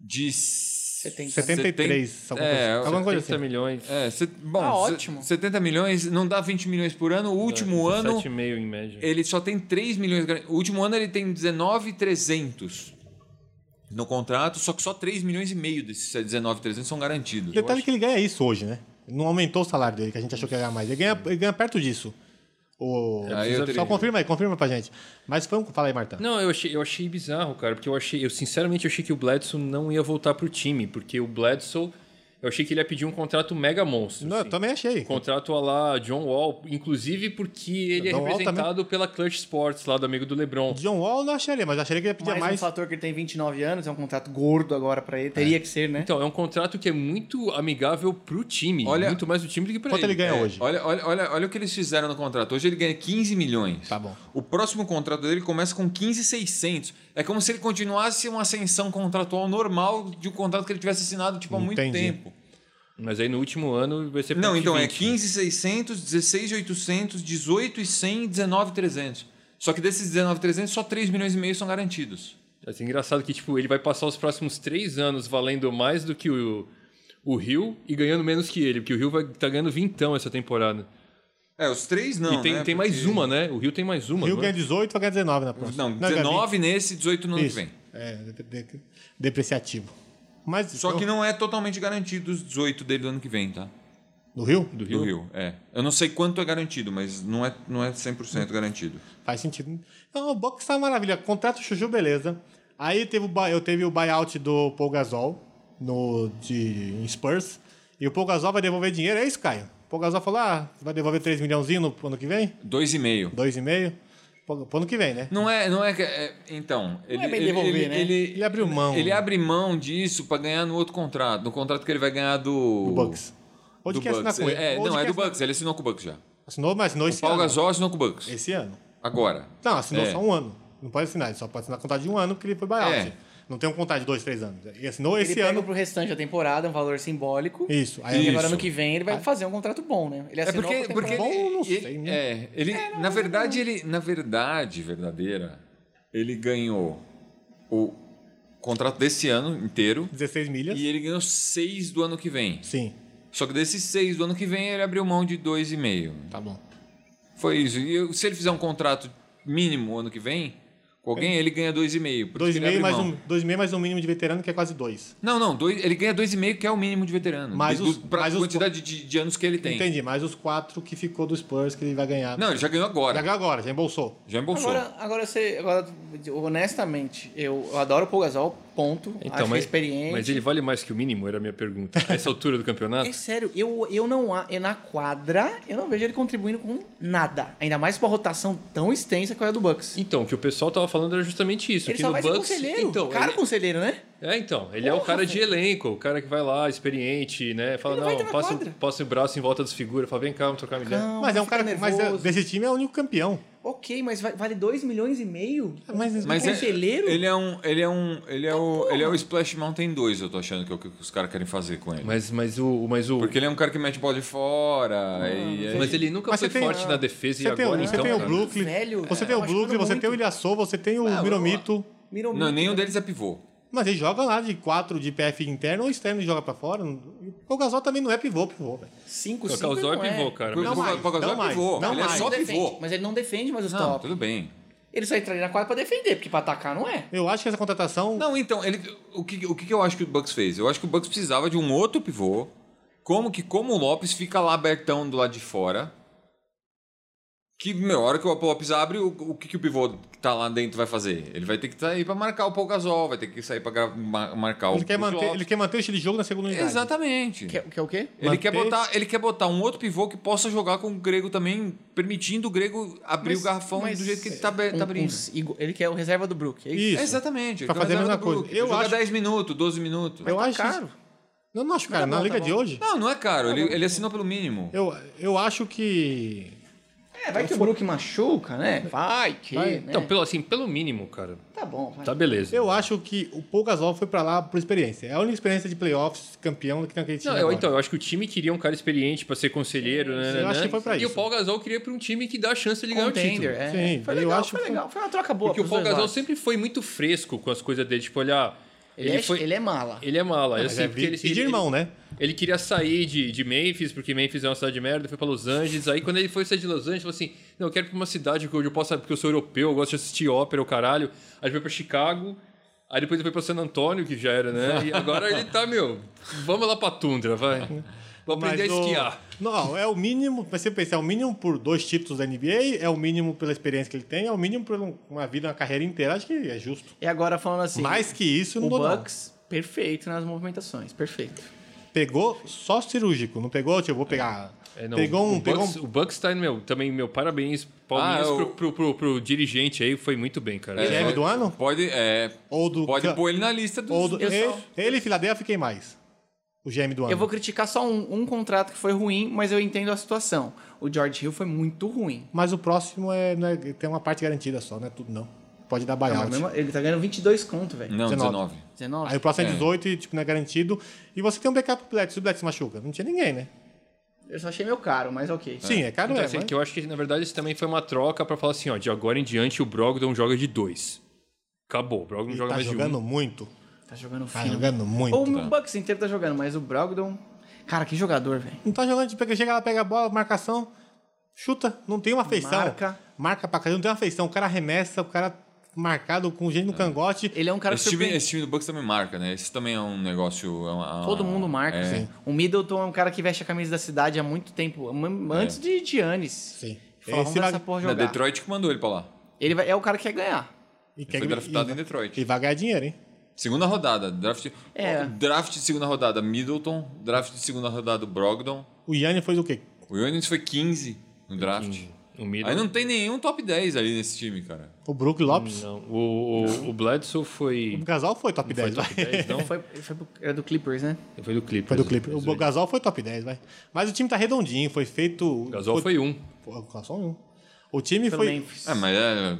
Speaker 3: de... 73.
Speaker 1: 73, alguma coisa,
Speaker 3: é,
Speaker 1: alguma coisa
Speaker 4: 30
Speaker 1: assim.
Speaker 4: milhões.
Speaker 3: É, se- bom,
Speaker 2: Tá
Speaker 3: se-
Speaker 2: ótimo.
Speaker 3: 70 milhões, não dá 20 milhões por ano. O
Speaker 4: é,
Speaker 3: último ano,
Speaker 4: 7,5 em média.
Speaker 3: ele só tem 3 milhões. gar- O último ano ele tem 19,300 no contrato, só que só 3 milhões e meio desses 19,300 são garantidos.
Speaker 1: Detalhe que ele ganha isso hoje, né? Não aumentou o salário dele, que a gente achou que ia ganhar mais. Ele ganha, ele ganha perto disso. O...
Speaker 3: Aí eu teria-
Speaker 1: Só confirma aí, confirma pra gente. Mas foi um. Fala aí, Marta.
Speaker 4: Não, eu achei, eu achei bizarro, cara, porque eu achei, eu sinceramente achei que o Bledsoe não ia voltar pro time, porque o Bledsoe, eu achei que ele ia pedir um contrato mega monstro.
Speaker 1: Não, é
Speaker 4: assim.
Speaker 1: eu também achei.
Speaker 4: Contrato a lá John Wall, inclusive porque ele
Speaker 1: John
Speaker 4: é
Speaker 1: Wall
Speaker 4: representado pela Clutch Sports, lá do amigo do LeBron.
Speaker 1: John Wall eu não acharia, mas eu acharia que ele pedia
Speaker 2: Mais, um
Speaker 1: mais.
Speaker 2: fator que ele tem 29 anos, é um contrato gordo agora pra ele. Teria que ser, né?
Speaker 4: Então, é um contrato que é muito amigável pro time,
Speaker 3: Olha-
Speaker 4: muito mais do time do que pra
Speaker 1: Quanto ele ganha
Speaker 3: É,
Speaker 1: hoje?
Speaker 3: Olha, olha, olha, olha o que eles fizeram no contrato. Hoje ele ganha 15 milhões.
Speaker 1: Tá bom.
Speaker 3: O próximo contrato dele começa com 15,600. É como se ele continuasse uma ascensão contratual normal de um contrato que ele tivesse assinado tipo, há muito
Speaker 1: Entendi.
Speaker 3: tempo.
Speaker 4: Mas aí no último ano vai ser
Speaker 3: Não, então é
Speaker 4: 20.
Speaker 3: 15,600, 16,800, 18,100, 19,300. Só que desses 19,300, só 3 milhões e meio são garantidos.
Speaker 4: Assim, engraçado que, tipo, ele vai passar os próximos três anos valendo mais do que o, o Rio e ganhando menos que ele, porque o Rio vai tá ganhando vintão essa temporada.
Speaker 3: É, os três não.
Speaker 4: e tem,
Speaker 3: né?
Speaker 4: tem mais
Speaker 3: Porque-
Speaker 4: uma, né? O Rio tem mais uma.
Speaker 1: Rio
Speaker 4: não é?
Speaker 1: ganha 18, vai ganhar 19 na próxima.
Speaker 3: Não,
Speaker 1: ganha
Speaker 3: 19 nesse, 18 no ano
Speaker 1: 20.
Speaker 3: que
Speaker 1: Isso.
Speaker 3: vem.
Speaker 1: É, de- de- depreciativo. Mas
Speaker 3: Só que não é totalmente garantido os 18 dele do ano que vem, tá?
Speaker 1: No Rio?
Speaker 3: Do
Speaker 4: Do Rio.
Speaker 3: Rio, é. Eu não sei quanto é garantido, mas não é, não é 100% garantido.
Speaker 1: Faz sentido. Então, o box tá uma maravilha. Contrato Chuchu, beleza. Aí teve o, buy- eu teve o buyout do Paul Gasol no, de, em Spurs. E o Paul Gasol vai devolver dinheiro. É isso, Caio. O Paul Gasol falou, ah, vai devolver 3 milhãozinho no pro ano que vem?
Speaker 3: 2,5.
Speaker 1: 2,5? Pro pro ano que vem, né?
Speaker 3: Não é, não é, que- é então, ele,
Speaker 2: bem
Speaker 3: ele-
Speaker 2: devolver,
Speaker 3: ele-
Speaker 2: né?
Speaker 3: ele,
Speaker 1: Ele abriu mão.
Speaker 3: ele abre mão disso pra ganhar no outro contrato, no contrato que ele vai ganhar do
Speaker 1: O Bucks. Onde
Speaker 3: do
Speaker 1: quer assinar
Speaker 3: Bucks.
Speaker 1: com ele?
Speaker 3: É,
Speaker 1: Onde
Speaker 3: não, é
Speaker 1: quer
Speaker 3: do
Speaker 1: assinar-
Speaker 3: Bucks, ele assinou com o Bucks já.
Speaker 1: Assinou, mas assinou esse
Speaker 3: Paulo
Speaker 1: ano.
Speaker 3: Gasol assinou com o Bucks.
Speaker 1: Esse ano.
Speaker 3: Agora.
Speaker 1: Não, assinou
Speaker 3: É.
Speaker 1: só um ano. Não pode assinar, ele só pode assinar contrato de um ano porque ele foi buyout.
Speaker 3: É.
Speaker 1: Não tem um contrato de dois, três anos. Ele assinou
Speaker 2: Ele
Speaker 1: esse
Speaker 2: pega
Speaker 1: ano.
Speaker 2: pro restante da temporada, um valor simbólico.
Speaker 1: Isso.
Speaker 2: E
Speaker 1: Aí
Speaker 2: agora
Speaker 3: Isso.
Speaker 2: ano que vem ele vai fazer um contrato bom, né? Ele
Speaker 3: É
Speaker 2: assinou
Speaker 3: porque,
Speaker 2: pra
Speaker 3: porque
Speaker 2: temporada.
Speaker 1: Bom,
Speaker 3: ele,
Speaker 1: não
Speaker 3: ele-
Speaker 1: sei, né?
Speaker 3: é, ele na verdade ele na verdade verdadeira ele ganhou o contrato desse ano inteiro
Speaker 1: 16 milhas.
Speaker 3: e ele ganhou seis do ano que vem.
Speaker 1: Sim,
Speaker 3: Só que desses seis do ano que vem ele abriu mão de dois e meio.
Speaker 1: tá bom.
Speaker 3: Foi isso. E eu- se ele fizer um contrato mínimo ano que vem com alguém ele ganha dois e meio. por isso que ele
Speaker 1: 2,5
Speaker 3: abre
Speaker 1: mais,
Speaker 3: mão.
Speaker 1: um, É. dois e meio mais um mínimo de veterano, que é quase dois.
Speaker 3: Não, não. Dois, ele ganha dois e meio que é o mínimo de veterano.
Speaker 1: Mas
Speaker 3: do-
Speaker 1: os-
Speaker 3: pra
Speaker 1: mas os-
Speaker 3: quantidade de, de anos que ele tem.
Speaker 1: Entendi, mais os quatro que ficou do Spurs que ele vai ganhar.
Speaker 3: Não, ele já ganhou
Speaker 1: já
Speaker 3: agora.
Speaker 1: ganhou agora, já embolsou.
Speaker 3: Já embolsou.
Speaker 2: Agora, um agora você. Agora, honestamente, eu, eu adoro o Paul Gasol, ponto. Acho que é experiente.
Speaker 4: Então, mas ele vale mais que o mínimo, era a minha pergunta. A essa altura
Speaker 3: (laughs)
Speaker 4: do campeonato?
Speaker 2: É sério, eu, eu não a- e na quadra, eu não vejo ele contribuindo com nada. Ainda mais pra uma rotação tão extensa que é a do Bucks.
Speaker 4: Então, o que o pessoal tava falando era justamente isso.
Speaker 2: Ele
Speaker 4: que
Speaker 2: só
Speaker 4: no
Speaker 2: vai
Speaker 4: Bucks,
Speaker 2: ser conselheiro.
Speaker 4: Então,
Speaker 2: cara
Speaker 4: ele,
Speaker 2: conselheiro, né?
Speaker 4: é, então, ele é o
Speaker 2: Porra,
Speaker 4: cara de
Speaker 2: velho.
Speaker 4: elenco, o cara que vai lá, experiente, né? Fala,
Speaker 2: Ele vai
Speaker 4: não,
Speaker 2: entrar na
Speaker 4: passa,
Speaker 2: quadra.
Speaker 4: passa o braço em volta das figuras, fala, vem cá, vamos trocar uma ideia.
Speaker 2: Não,
Speaker 1: mas é um
Speaker 2: fica
Speaker 1: cara mas é-
Speaker 2: nervoso.
Speaker 1: desse time é o único campeão.
Speaker 2: Ok, mas vai- vale 2 milhões e meio?
Speaker 1: Mas,
Speaker 3: Mas
Speaker 2: Um
Speaker 3: é-
Speaker 2: conselheiro? Tá
Speaker 3: ele é um. Ele é um. Ele é o. Ele é o Splash Mountain 2, eu tô achando que é o que os caras querem fazer com ele.
Speaker 4: Mas, mas o. Mas, o,
Speaker 3: Porque ele é um cara que mete bola de fora. e, aí-
Speaker 4: mas ele nunca
Speaker 1: Ah, Mas
Speaker 4: foi
Speaker 1: você tem-
Speaker 4: forte na defesa e
Speaker 1: você tem,
Speaker 4: agora
Speaker 1: o- você
Speaker 4: então,
Speaker 1: tem o
Speaker 4: cara.
Speaker 1: Brooklyn,
Speaker 2: Velho,
Speaker 1: você
Speaker 2: é,
Speaker 1: tem o
Speaker 2: machucando
Speaker 1: Brooklyn, você
Speaker 2: muito.
Speaker 1: tem o Ilhaçou, você tem o Miromito.
Speaker 2: Mirou
Speaker 3: Não,
Speaker 2: muito,
Speaker 3: nenhum
Speaker 2: né?
Speaker 3: deles é pivô.
Speaker 1: Mas ele joga lá de 4 de PF interno ou externo e joga pra fora. O Gasol também não é pivô, pivô, velho.
Speaker 2: Cinco,
Speaker 4: O
Speaker 2: cinco ele
Speaker 4: Causó é
Speaker 2: não é. Ah,
Speaker 4: pivô, cara.
Speaker 3: Porque
Speaker 1: Não
Speaker 3: o
Speaker 1: mais,
Speaker 3: Pogazol
Speaker 1: não
Speaker 3: é
Speaker 1: mais,
Speaker 3: pivô.
Speaker 1: não
Speaker 3: ele é
Speaker 1: mais.
Speaker 3: só
Speaker 2: Ele defende,
Speaker 3: pivô.
Speaker 2: Mas ele não defende mais os
Speaker 3: Não,
Speaker 2: top.
Speaker 3: tudo bem.
Speaker 2: Ele só entraria na quadra pra defender, porque pra atacar não é.
Speaker 1: Eu acho que essa contratação.
Speaker 3: Não, então, ele, o, que, o que eu acho que o Bucks fez? Eu acho que o Bucks precisava de um outro pivô. Como que, como o Lopes fica lá abertão do lado de fora. Que, meu, a hora que o Lopes abre, o, o que, que o pivô que tá lá dentro vai fazer? Ele vai ter que sair pra marcar o Paul Gasol, vai ter que sair pra gra- ma- marcar o
Speaker 1: ele, quer
Speaker 3: Brook
Speaker 1: manter,
Speaker 3: Lopes.
Speaker 1: ele quer manter o estilo de jogo na segunda unidade.
Speaker 3: Exatamente.
Speaker 2: Que, que é o quê?
Speaker 3: Ele quer,
Speaker 1: Manter-
Speaker 3: botar, ele quer botar um outro pivô que possa jogar com o Grego também, permitindo o Grego abrir o garrafão do jeito que ele tá, be- tá
Speaker 2: Um-
Speaker 3: abrindo.
Speaker 2: uns igu- ele quer o reserva do Brook. É isso?
Speaker 1: Isso.
Speaker 3: Exatamente.
Speaker 1: Pra fazer a mesma coisa. Eu
Speaker 3: Eu Joga
Speaker 1: acho-
Speaker 3: 10 minutos, 12 minutos.
Speaker 4: tá
Speaker 1: Eu acho.
Speaker 2: Tá caro.
Speaker 1: Eu não
Speaker 4: é
Speaker 1: acho, cara.
Speaker 2: Tá
Speaker 1: na
Speaker 2: bom,
Speaker 1: liga
Speaker 2: tá
Speaker 1: de
Speaker 2: bom.
Speaker 1: hoje,
Speaker 3: Não, não é caro. Ele, ele assinou pelo mínimo.
Speaker 1: eu, eu acho que.
Speaker 2: É, vai que o Brook machuca, né? Vai que,
Speaker 1: Vai.
Speaker 2: né?
Speaker 4: Então, pelo, assim, pelo mínimo, cara,
Speaker 2: tá bom, vai.
Speaker 4: tá beleza.
Speaker 1: Eu acho que o Paul Gasol foi pra lá por experiência. É a única experiência de playoffs campeão que tem aquele time.
Speaker 4: Não, eu,
Speaker 1: agora.
Speaker 4: então, eu acho que o time queria um cara experiente pra ser conselheiro,
Speaker 2: É,
Speaker 4: né?
Speaker 1: eu
Speaker 4: né,
Speaker 1: acho que
Speaker 4: né?
Speaker 1: foi pra
Speaker 4: e
Speaker 1: isso.
Speaker 4: o Paul Gasol queria pra um time que dá a chance de ele ganhar o título.
Speaker 2: Contender, é.
Speaker 1: Sim,
Speaker 2: foi
Speaker 1: eu
Speaker 2: legal,
Speaker 1: acho
Speaker 2: foi
Speaker 1: que-
Speaker 2: legal. Foi uma troca boa.
Speaker 4: Porque o
Speaker 2: pros
Speaker 4: Paul
Speaker 2: dois
Speaker 4: Gasol
Speaker 2: lados.
Speaker 4: sempre foi muito fresco com as coisas dele. Tipo, olha...
Speaker 2: Ele,
Speaker 4: Ele,
Speaker 2: é,
Speaker 4: foi,
Speaker 2: ele é mala.
Speaker 4: Ele é mala.
Speaker 1: Mas
Speaker 4: assim,
Speaker 1: é
Speaker 4: porque
Speaker 1: vi-
Speaker 4: ele,
Speaker 1: e de
Speaker 4: ele-
Speaker 1: irmão, né?
Speaker 4: Ele queria sair de, de Memphis, porque Memphis é uma cidade de merda, foi pra Los Angeles. Aí quando ele foi sair de Los Angeles, falou assim: Não, eu quero ir pra uma cidade onde eu possa, porque eu sou europeu, eu gosto de assistir ópera, o caralho. Aí ele foi pra Chicago. Aí depois ele foi pra San Antônio, que já era, né? E agora ele tá, meu, vamos lá pra tundra, vai. Vou
Speaker 1: Mas
Speaker 4: aprender a
Speaker 1: o-
Speaker 4: esquiar.
Speaker 1: Não, é o mínimo. Mas você pensa, é o mínimo por dois títulos da NBA, é o mínimo pela experiência que ele tem, é o mínimo por um- uma vida, uma carreira inteira. Acho que é justo.
Speaker 2: E agora falando assim...
Speaker 1: Mais que isso, eu não
Speaker 2: o
Speaker 1: dou não.
Speaker 2: Bucks, perfeito nas movimentações, perfeito.
Speaker 1: Pegou só cirúrgico, não pegou, tipo, vou pegar.
Speaker 4: É, não,
Speaker 1: pegou
Speaker 4: o
Speaker 1: um. Pegou
Speaker 4: Bucks,
Speaker 1: um
Speaker 4: o Bucks tá, meu, também, meu, parabéns, palminhas
Speaker 3: Ah, eu-
Speaker 4: pro, pro, pro- pro dirigente aí, foi muito bem, cara.
Speaker 3: É.
Speaker 1: GM do ano?
Speaker 3: Pode, é,
Speaker 1: Ou do.
Speaker 3: pode pôr ele na lista dos...
Speaker 1: ou do
Speaker 2: eu
Speaker 1: ele,
Speaker 2: só-
Speaker 1: ele e Filadélfia, quem mais? O GM do ano.
Speaker 2: Eu vou criticar só um, um contrato que foi ruim, mas eu entendo a situação. O George Hill foi muito ruim.
Speaker 1: Mas o próximo é, não é- tem uma parte garantida só, não é tudo não. pode dar
Speaker 2: Não,
Speaker 1: buyout.
Speaker 2: mas mesmo- ele tá ganhando 22 conto, velho.
Speaker 3: Não,
Speaker 1: 19.
Speaker 3: 19.
Speaker 2: 19.
Speaker 1: Aí o próximo é
Speaker 3: É.
Speaker 1: 18 e, tipo, não é garantido. E você tem um backup pro Black, se o Black se machuca. Não tinha ninguém, né?
Speaker 2: Eu só achei meio caro, mas ok.
Speaker 1: Sim, é caro,
Speaker 4: Então,
Speaker 1: é,
Speaker 4: assim,
Speaker 1: mas-
Speaker 4: que eu acho que, na verdade, isso também foi uma troca pra falar assim, ó, de agora em diante o Brogdon joga de dois. Acabou, o Brogdon
Speaker 1: Ele
Speaker 4: joga
Speaker 1: tá
Speaker 4: mais
Speaker 1: jogando
Speaker 4: de um.
Speaker 1: muito.
Speaker 2: Tá jogando
Speaker 1: Tá
Speaker 2: fino.
Speaker 1: jogando muito.
Speaker 2: Ou o Bucks inteiro tá jogando, mas o Brogdon... Cara, que jogador, velho.
Speaker 1: Não tá jogando, tipo, chega lá, pega a bola, marcação, chuta, não tem uma feição.
Speaker 2: Marca.
Speaker 1: Marca pra caramba, não tem uma feição. O cara arremessa, o cara marcado com gente no cangote.
Speaker 2: Ele é um cara que
Speaker 3: Esse time,
Speaker 2: surpreende.
Speaker 3: esse time do Bucks também marca, né? Esse também é um negócio. é uma-
Speaker 2: Todo mundo marca.
Speaker 3: É.
Speaker 1: Sim.
Speaker 2: O Middleton é um cara que veste a camisa da cidade há muito tempo. am- Antes de Giannis.
Speaker 1: Sim.
Speaker 2: Fala, vamos
Speaker 1: Esse
Speaker 2: dar
Speaker 1: vai-
Speaker 2: essa porra
Speaker 3: Na
Speaker 2: jogar.
Speaker 3: É. Detroit que mandou ele pra lá.
Speaker 2: Ele vai- é o cara que quer ganhar.
Speaker 1: E
Speaker 3: Ele foi draftado em Detroit.
Speaker 1: E vai ganhar dinheiro, hein?
Speaker 3: Segunda rodada. Draft,
Speaker 2: É.
Speaker 3: draft de segunda rodada, Middleton. Draft de segunda rodada, Brogdon.
Speaker 1: O Yanni fez o quê?
Speaker 3: O Yannis foi 15 no draft.
Speaker 4: O Middleton-
Speaker 3: Aí não tem nenhum top 10 ali nesse time, cara.
Speaker 1: O Brook Lopes.
Speaker 4: Não, o, o, o Bledsoe foi...
Speaker 1: O Gasol foi top
Speaker 4: Foi
Speaker 1: 10, vai.
Speaker 4: top 10,
Speaker 1: (laughs)
Speaker 4: não?
Speaker 2: Ele foi, ele foi pro- era do Clippers, né?
Speaker 4: Foi do Clippers.
Speaker 1: Foi do
Speaker 4: né?
Speaker 1: clipe. O
Speaker 4: Mas
Speaker 1: Gasol foi top 10, vai. Mas o time tá redondinho, foi feito.
Speaker 4: O Gasol foi um.
Speaker 1: Pô, Gasol um. O time
Speaker 2: Pelo
Speaker 1: foi.
Speaker 2: Memphis.
Speaker 3: É, mas é.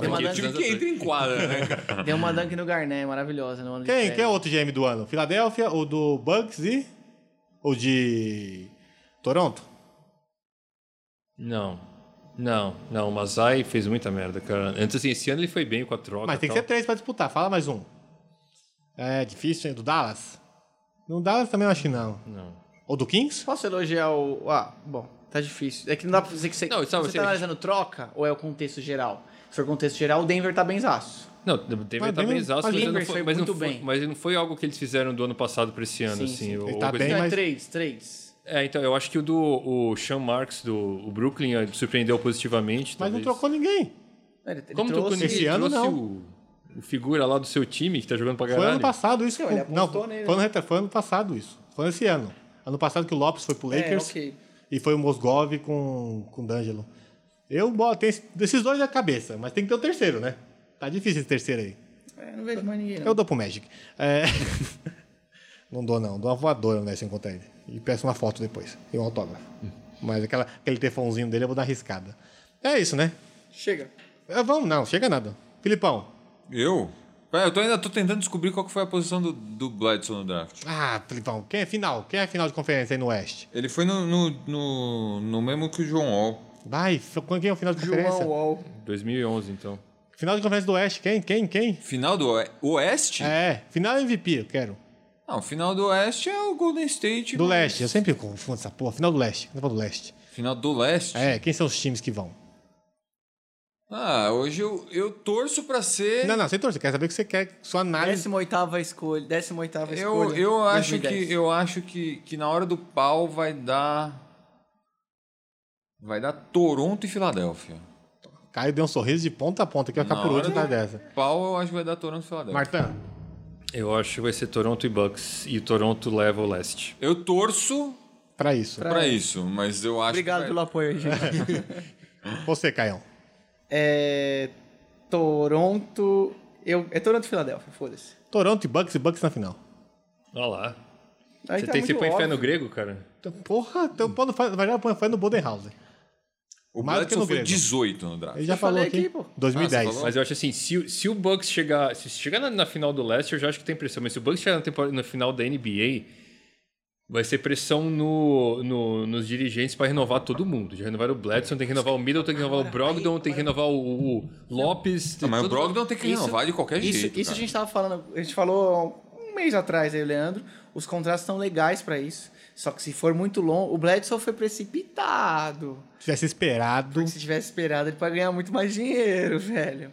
Speaker 2: Deu uma
Speaker 3: é o time
Speaker 2: dunk,
Speaker 3: que entra em quadra, né,
Speaker 2: (laughs)
Speaker 3: cara?
Speaker 2: deu uma dunk no Garnet, maravilhosa. né? No ano de
Speaker 1: Quem,
Speaker 2: estreia.
Speaker 1: quem é o outro GM do ano? Filadélfia, o do Bucks e. O de. Toronto?
Speaker 4: Não. Não, não. O Masai fez muita merda, cara. Antes, assim, esse ano ele foi bem com a troca.
Speaker 1: Mas tem que
Speaker 4: e
Speaker 1: ser
Speaker 4: tal.
Speaker 1: três pra disputar, fala mais um. É difícil, hein? Do Dallas? No Dallas também eu acho que não.
Speaker 4: Não.
Speaker 1: Ou do Kings?
Speaker 2: Posso elogiar o. Ah, bom, tá difícil. É que não dá pra dizer que você.
Speaker 4: Não, sabe,
Speaker 2: você
Speaker 4: assim,
Speaker 2: tá
Speaker 4: a gente-
Speaker 2: analisando troca ou é o contexto geral? Se for contexto geral, o Denver tá benzaço.
Speaker 4: Não, teve
Speaker 1: Mas
Speaker 4: tá
Speaker 1: bem-
Speaker 4: bem exausto,
Speaker 1: mas
Speaker 4: mas, ele não
Speaker 2: Clippers
Speaker 4: foi,
Speaker 2: foi
Speaker 4: mas, não
Speaker 2: muito
Speaker 4: foi-
Speaker 2: bem.
Speaker 4: mas não foi algo que eles fizeram do ano passado pra esse ano,
Speaker 2: Sim,
Speaker 4: assim.
Speaker 2: sim.
Speaker 4: ou-
Speaker 1: Ele
Speaker 4: ou
Speaker 1: tá
Speaker 4: coisa
Speaker 1: bem,
Speaker 4: assim.
Speaker 2: Então é
Speaker 1: mas-
Speaker 2: três, três.
Speaker 4: É, então, eu acho que o do o Sean Marks, do o Brooklyn, eh, surpreendeu positivamente.
Speaker 1: Mas não
Speaker 4: talvez.
Speaker 1: trocou ninguém.
Speaker 2: Ele, ele
Speaker 4: Como
Speaker 2: trouxe...
Speaker 4: trocou ninguém?
Speaker 1: esse ano,
Speaker 4: Trouxe
Speaker 1: não.
Speaker 4: O, o figura lá do seu time, que tá jogando pra
Speaker 1: Foi
Speaker 4: caralho.
Speaker 1: ano passado isso.
Speaker 2: Não,
Speaker 1: com-
Speaker 2: ele
Speaker 1: não,
Speaker 2: apostou
Speaker 1: foi,
Speaker 2: nele, né?
Speaker 1: ano, retra- foi ano passado isso. Foi esse ano. Ano passado que o Lopes foi pro
Speaker 2: É,
Speaker 1: Lakers.
Speaker 2: ok.
Speaker 1: E foi o Mosgov com, com o D'Angelo. Eu botei esse- desses dois na cabeça, mas tem que ter o terceiro, né? Tá difícil esse terceiro aí.
Speaker 2: É, não vejo mais ninguém. não.
Speaker 1: Eu dou pro Magic. É. (laughs) não dou, não. Dou uma voadora né, se eu encontrar ele. E peço uma foto depois. E um autógrafo. Mas aquela, aquele telefonzinho dele eu vou dar arriscada. É isso, né?
Speaker 2: Chega.
Speaker 1: É, vamos, não. Chega nada. Filipão.
Speaker 3: Eu? Pera, eu tô, ainda tô tentando descobrir qual que foi a posição do, do Bledsoe no draft.
Speaker 1: Ah, Filipão. Quem é final? Quem é final de conferência aí no Oeste?
Speaker 3: Ele foi no, no, no, no mesmo que o John Wall.
Speaker 1: Vai, quem é o final de conferência?
Speaker 2: João Wall.
Speaker 4: 2011, então.
Speaker 1: Final de conferência do Oeste, quem? Quem? Quem?
Speaker 3: Final do Oe- Oeste?
Speaker 1: É, final MVP, eu quero.
Speaker 3: Não, final do Oeste é o Golden State.
Speaker 1: Do
Speaker 3: mas-
Speaker 1: Leste, eu sempre confundo essa porra. Final do Leste, final do Leste.
Speaker 3: Final do Leste?
Speaker 1: É, quem são os times que vão?
Speaker 3: Ah, hoje eu, eu torço pra ser.
Speaker 1: Não, não, você torce, eu quero saber o que você quer, sua análise.
Speaker 2: 18 escolha. 18
Speaker 3: eu,
Speaker 2: escolha.
Speaker 3: eu acho,
Speaker 2: 2010.
Speaker 3: que, eu acho que, que na hora do pau vai dar. Vai dar Toronto e Filadélfia.
Speaker 1: O Caio deu um sorriso de ponta a ponta, que vai ficar
Speaker 3: Na
Speaker 1: por último
Speaker 3: hora
Speaker 1: tá
Speaker 3: do
Speaker 1: dessa.
Speaker 3: Pau eu acho que vai dar Toronto e Filadélfia.
Speaker 1: Martã,
Speaker 4: Eu acho que vai ser Toronto e Bucks. E o Toronto leva o leste.
Speaker 3: Eu torço
Speaker 1: pra isso.
Speaker 3: pra, isso, mas eu acho
Speaker 2: Obrigado
Speaker 3: que.
Speaker 2: pelo
Speaker 3: vai-
Speaker 2: apoio aí, gente.
Speaker 1: Você, Caião.
Speaker 2: É. Toronto. Eu... É Toronto e Filadélfia, foda-se.
Speaker 1: Toronto e Bucks e Bucks na final.
Speaker 4: Olha lá.
Speaker 2: Aí
Speaker 4: Você
Speaker 2: tá
Speaker 4: tem que se
Speaker 2: muito
Speaker 4: pôr em fé
Speaker 2: óbvio.
Speaker 4: no grego, cara?
Speaker 1: Então, porra, então, pô, não faz- vai já põe fã no Bodenhauser.
Speaker 3: O
Speaker 1: Mais do que
Speaker 3: Bledsoe
Speaker 1: no
Speaker 3: foi
Speaker 1: Grêmio. É
Speaker 3: 18 no draft.
Speaker 1: Ele já
Speaker 2: Eu
Speaker 1: falou
Speaker 2: falei
Speaker 1: aqui,
Speaker 2: aqui, pô.
Speaker 1: 2010.
Speaker 3: Ah, você falou?
Speaker 4: Mas eu acho assim, se, o- se o Bucks chegar... Se chegar na, na final do leste, eu já acho que tem pressão. Mas se o Bucks chegar na, temporada- na final da NBA, vai ser pressão no, no- nos dirigentes pra renovar todo mundo. Já renovaram o Bledson, tem que renovar o Middleton, tem que renovar o Brogdon, tem que renovar o, o Lopes.
Speaker 3: Ah, mas o
Speaker 4: todo-
Speaker 3: Brogdon tem que
Speaker 2: Isso-
Speaker 3: renovar de qualquer
Speaker 2: isso,
Speaker 3: jeito.
Speaker 2: Isso
Speaker 3: cara.
Speaker 2: a gente tava falando, a gente falou um mês atrás aí, o Leandro. Os contratos estão legais pra isso. Só que se for muito longo, o Bledsoe foi precipitado.
Speaker 1: Se tivesse esperado.
Speaker 2: Porque se tivesse esperado, ele pode ganhar muito mais dinheiro, (laughs) velho.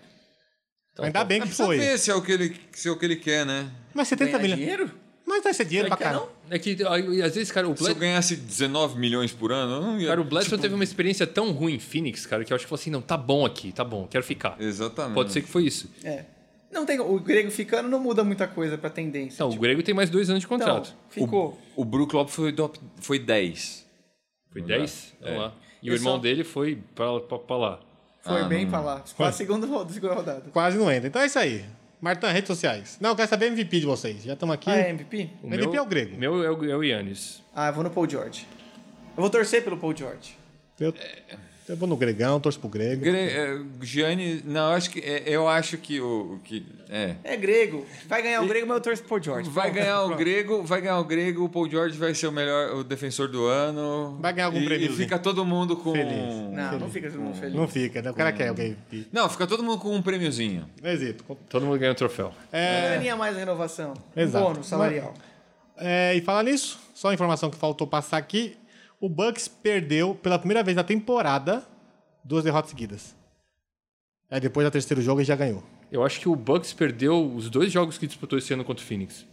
Speaker 1: Ainda bem
Speaker 3: É,
Speaker 1: que
Speaker 3: precisa
Speaker 1: foi.
Speaker 3: ver se é, o que ele, se é o que ele quer, né?
Speaker 1: Mas 70
Speaker 2: Ganhar
Speaker 1: milhões.
Speaker 2: dinheiro?
Speaker 1: Mas vai ser dinheiro pra
Speaker 2: Não quer,
Speaker 1: caralho.
Speaker 2: não?
Speaker 4: É que aí, às vezes, cara, o
Speaker 3: Se eu tipo-
Speaker 4: Bledson...
Speaker 3: ganhasse 19 milhões por ano, eu não ia.
Speaker 4: Cara, o Bledson teve uma experiência tão ruim em Phoenix, cara, que eu acho que falou assim, não, tá bom aqui, tá bom, quero ficar.
Speaker 3: Exatamente.
Speaker 4: Pode ser que foi isso.
Speaker 2: É. Não tem, o grego ficando não muda muita coisa pra tendência.
Speaker 4: Então, o
Speaker 2: Tipo,
Speaker 4: Grego tem mais dois anos de
Speaker 2: então,
Speaker 4: contrato.
Speaker 2: ficou.
Speaker 3: O Brook Lopes foi, do- foi 10.
Speaker 4: Foi 10?
Speaker 3: É.
Speaker 4: Vamos lá. E o
Speaker 2: Eu
Speaker 4: irmão
Speaker 2: só-
Speaker 4: dele foi pra, pra, pra lá.
Speaker 2: Foi
Speaker 3: Ah,
Speaker 2: bem
Speaker 3: não-
Speaker 2: pra lá. Foi a segunda roda, segunda rodada.
Speaker 1: Quase não entra. Então é isso aí. Martã, redes sociais. Não, eu quero saber MVP de vocês. Já estamos aqui.
Speaker 2: Ah, é MVP?
Speaker 4: O
Speaker 1: MVP é o Grego.
Speaker 4: meu é o, é o Yannis.
Speaker 2: Ah, eu vou no Paul George. Eu vou torcer pelo Paul George.
Speaker 1: Eu, Eu vou no Gregão, torço pro Grego.
Speaker 3: Gre é, Gianni, não, acho que é, eu acho que o que é.
Speaker 2: É grego. Vai ganhar o grego, mas eu torço pro George.
Speaker 3: Vai
Speaker 2: Pronto.
Speaker 3: ganhar o
Speaker 2: Pronto.
Speaker 3: grego, vai ganhar o grego, o Paul George vai ser o melhor o defensor do ano.
Speaker 1: Vai ganhar algum
Speaker 3: e, E
Speaker 1: prêmiozinho.
Speaker 3: fica todo mundo com
Speaker 1: Feliz.
Speaker 2: Não, não fica todo mundo feliz.
Speaker 1: Não fica, né? O cara quer alguém. que-
Speaker 3: Não, fica todo mundo com um prêmiozinho.
Speaker 1: Não É, existe.
Speaker 4: Todo mundo ganha um troféu.
Speaker 2: Não ganha mais a renovação.
Speaker 1: Exato.
Speaker 2: Um bônus salarial.
Speaker 1: É, e falar nisso, só uma informação que faltou passar aqui: o Bucks perdeu pela primeira vez na temporada duas derrotas seguidas. É, depois do terceiro jogo ele já ganhou.
Speaker 4: Eu acho que o Bucks perdeu os dois jogos que disputou esse ano contra o Phoenix.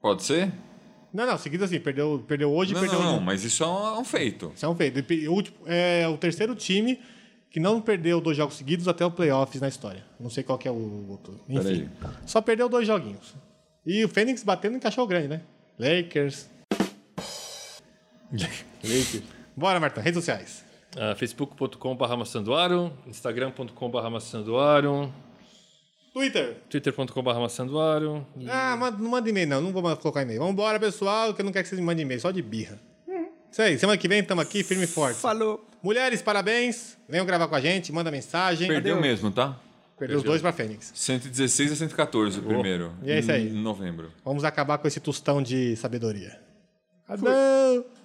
Speaker 3: Pode ser?
Speaker 1: Não, não, seguida assim, perdeu, perdeu hoje e
Speaker 3: não,
Speaker 1: perdeu
Speaker 3: não, não,
Speaker 1: em-
Speaker 3: mas isso é um, é um feito.
Speaker 1: Isso é um feito. E pe- O, último- é o terceiro time que não perdeu dois jogos seguidos até o playoffs na história. Não sei qual que é o outro. Enfim, só perdeu dois joguinhos. E o Fênix batendo em cachorro grande, né?
Speaker 3: (laughs)
Speaker 1: Lakers. Lakers. Bora, Marta, redes sociais.
Speaker 4: Ah, facebook.com.br Massanduaro, instagram.com.br Massanduaro,
Speaker 1: Twitter.
Speaker 4: twitter.com.br Massanduaro. E-
Speaker 1: Ah, manda- não manda e-mail, não. Não vou mais colocar e-mail. Vambora, pessoal, que eu não quero que vocês me mandem e-mail, só de birra. Isso aí, semana que vem estamos aqui, firme e forte.
Speaker 2: Falou.
Speaker 1: Mulheres, parabéns. Venham gravar com a gente, manda mensagem.
Speaker 3: Perdeu mesmo, tá?
Speaker 1: Perdeu os dois pra Fênix.
Speaker 3: 116 a 114 o primeiro.
Speaker 1: Oh, E é isso aí.
Speaker 3: Em novembro.
Speaker 1: Vamos acabar com esse tostão de sabedoria. Adão!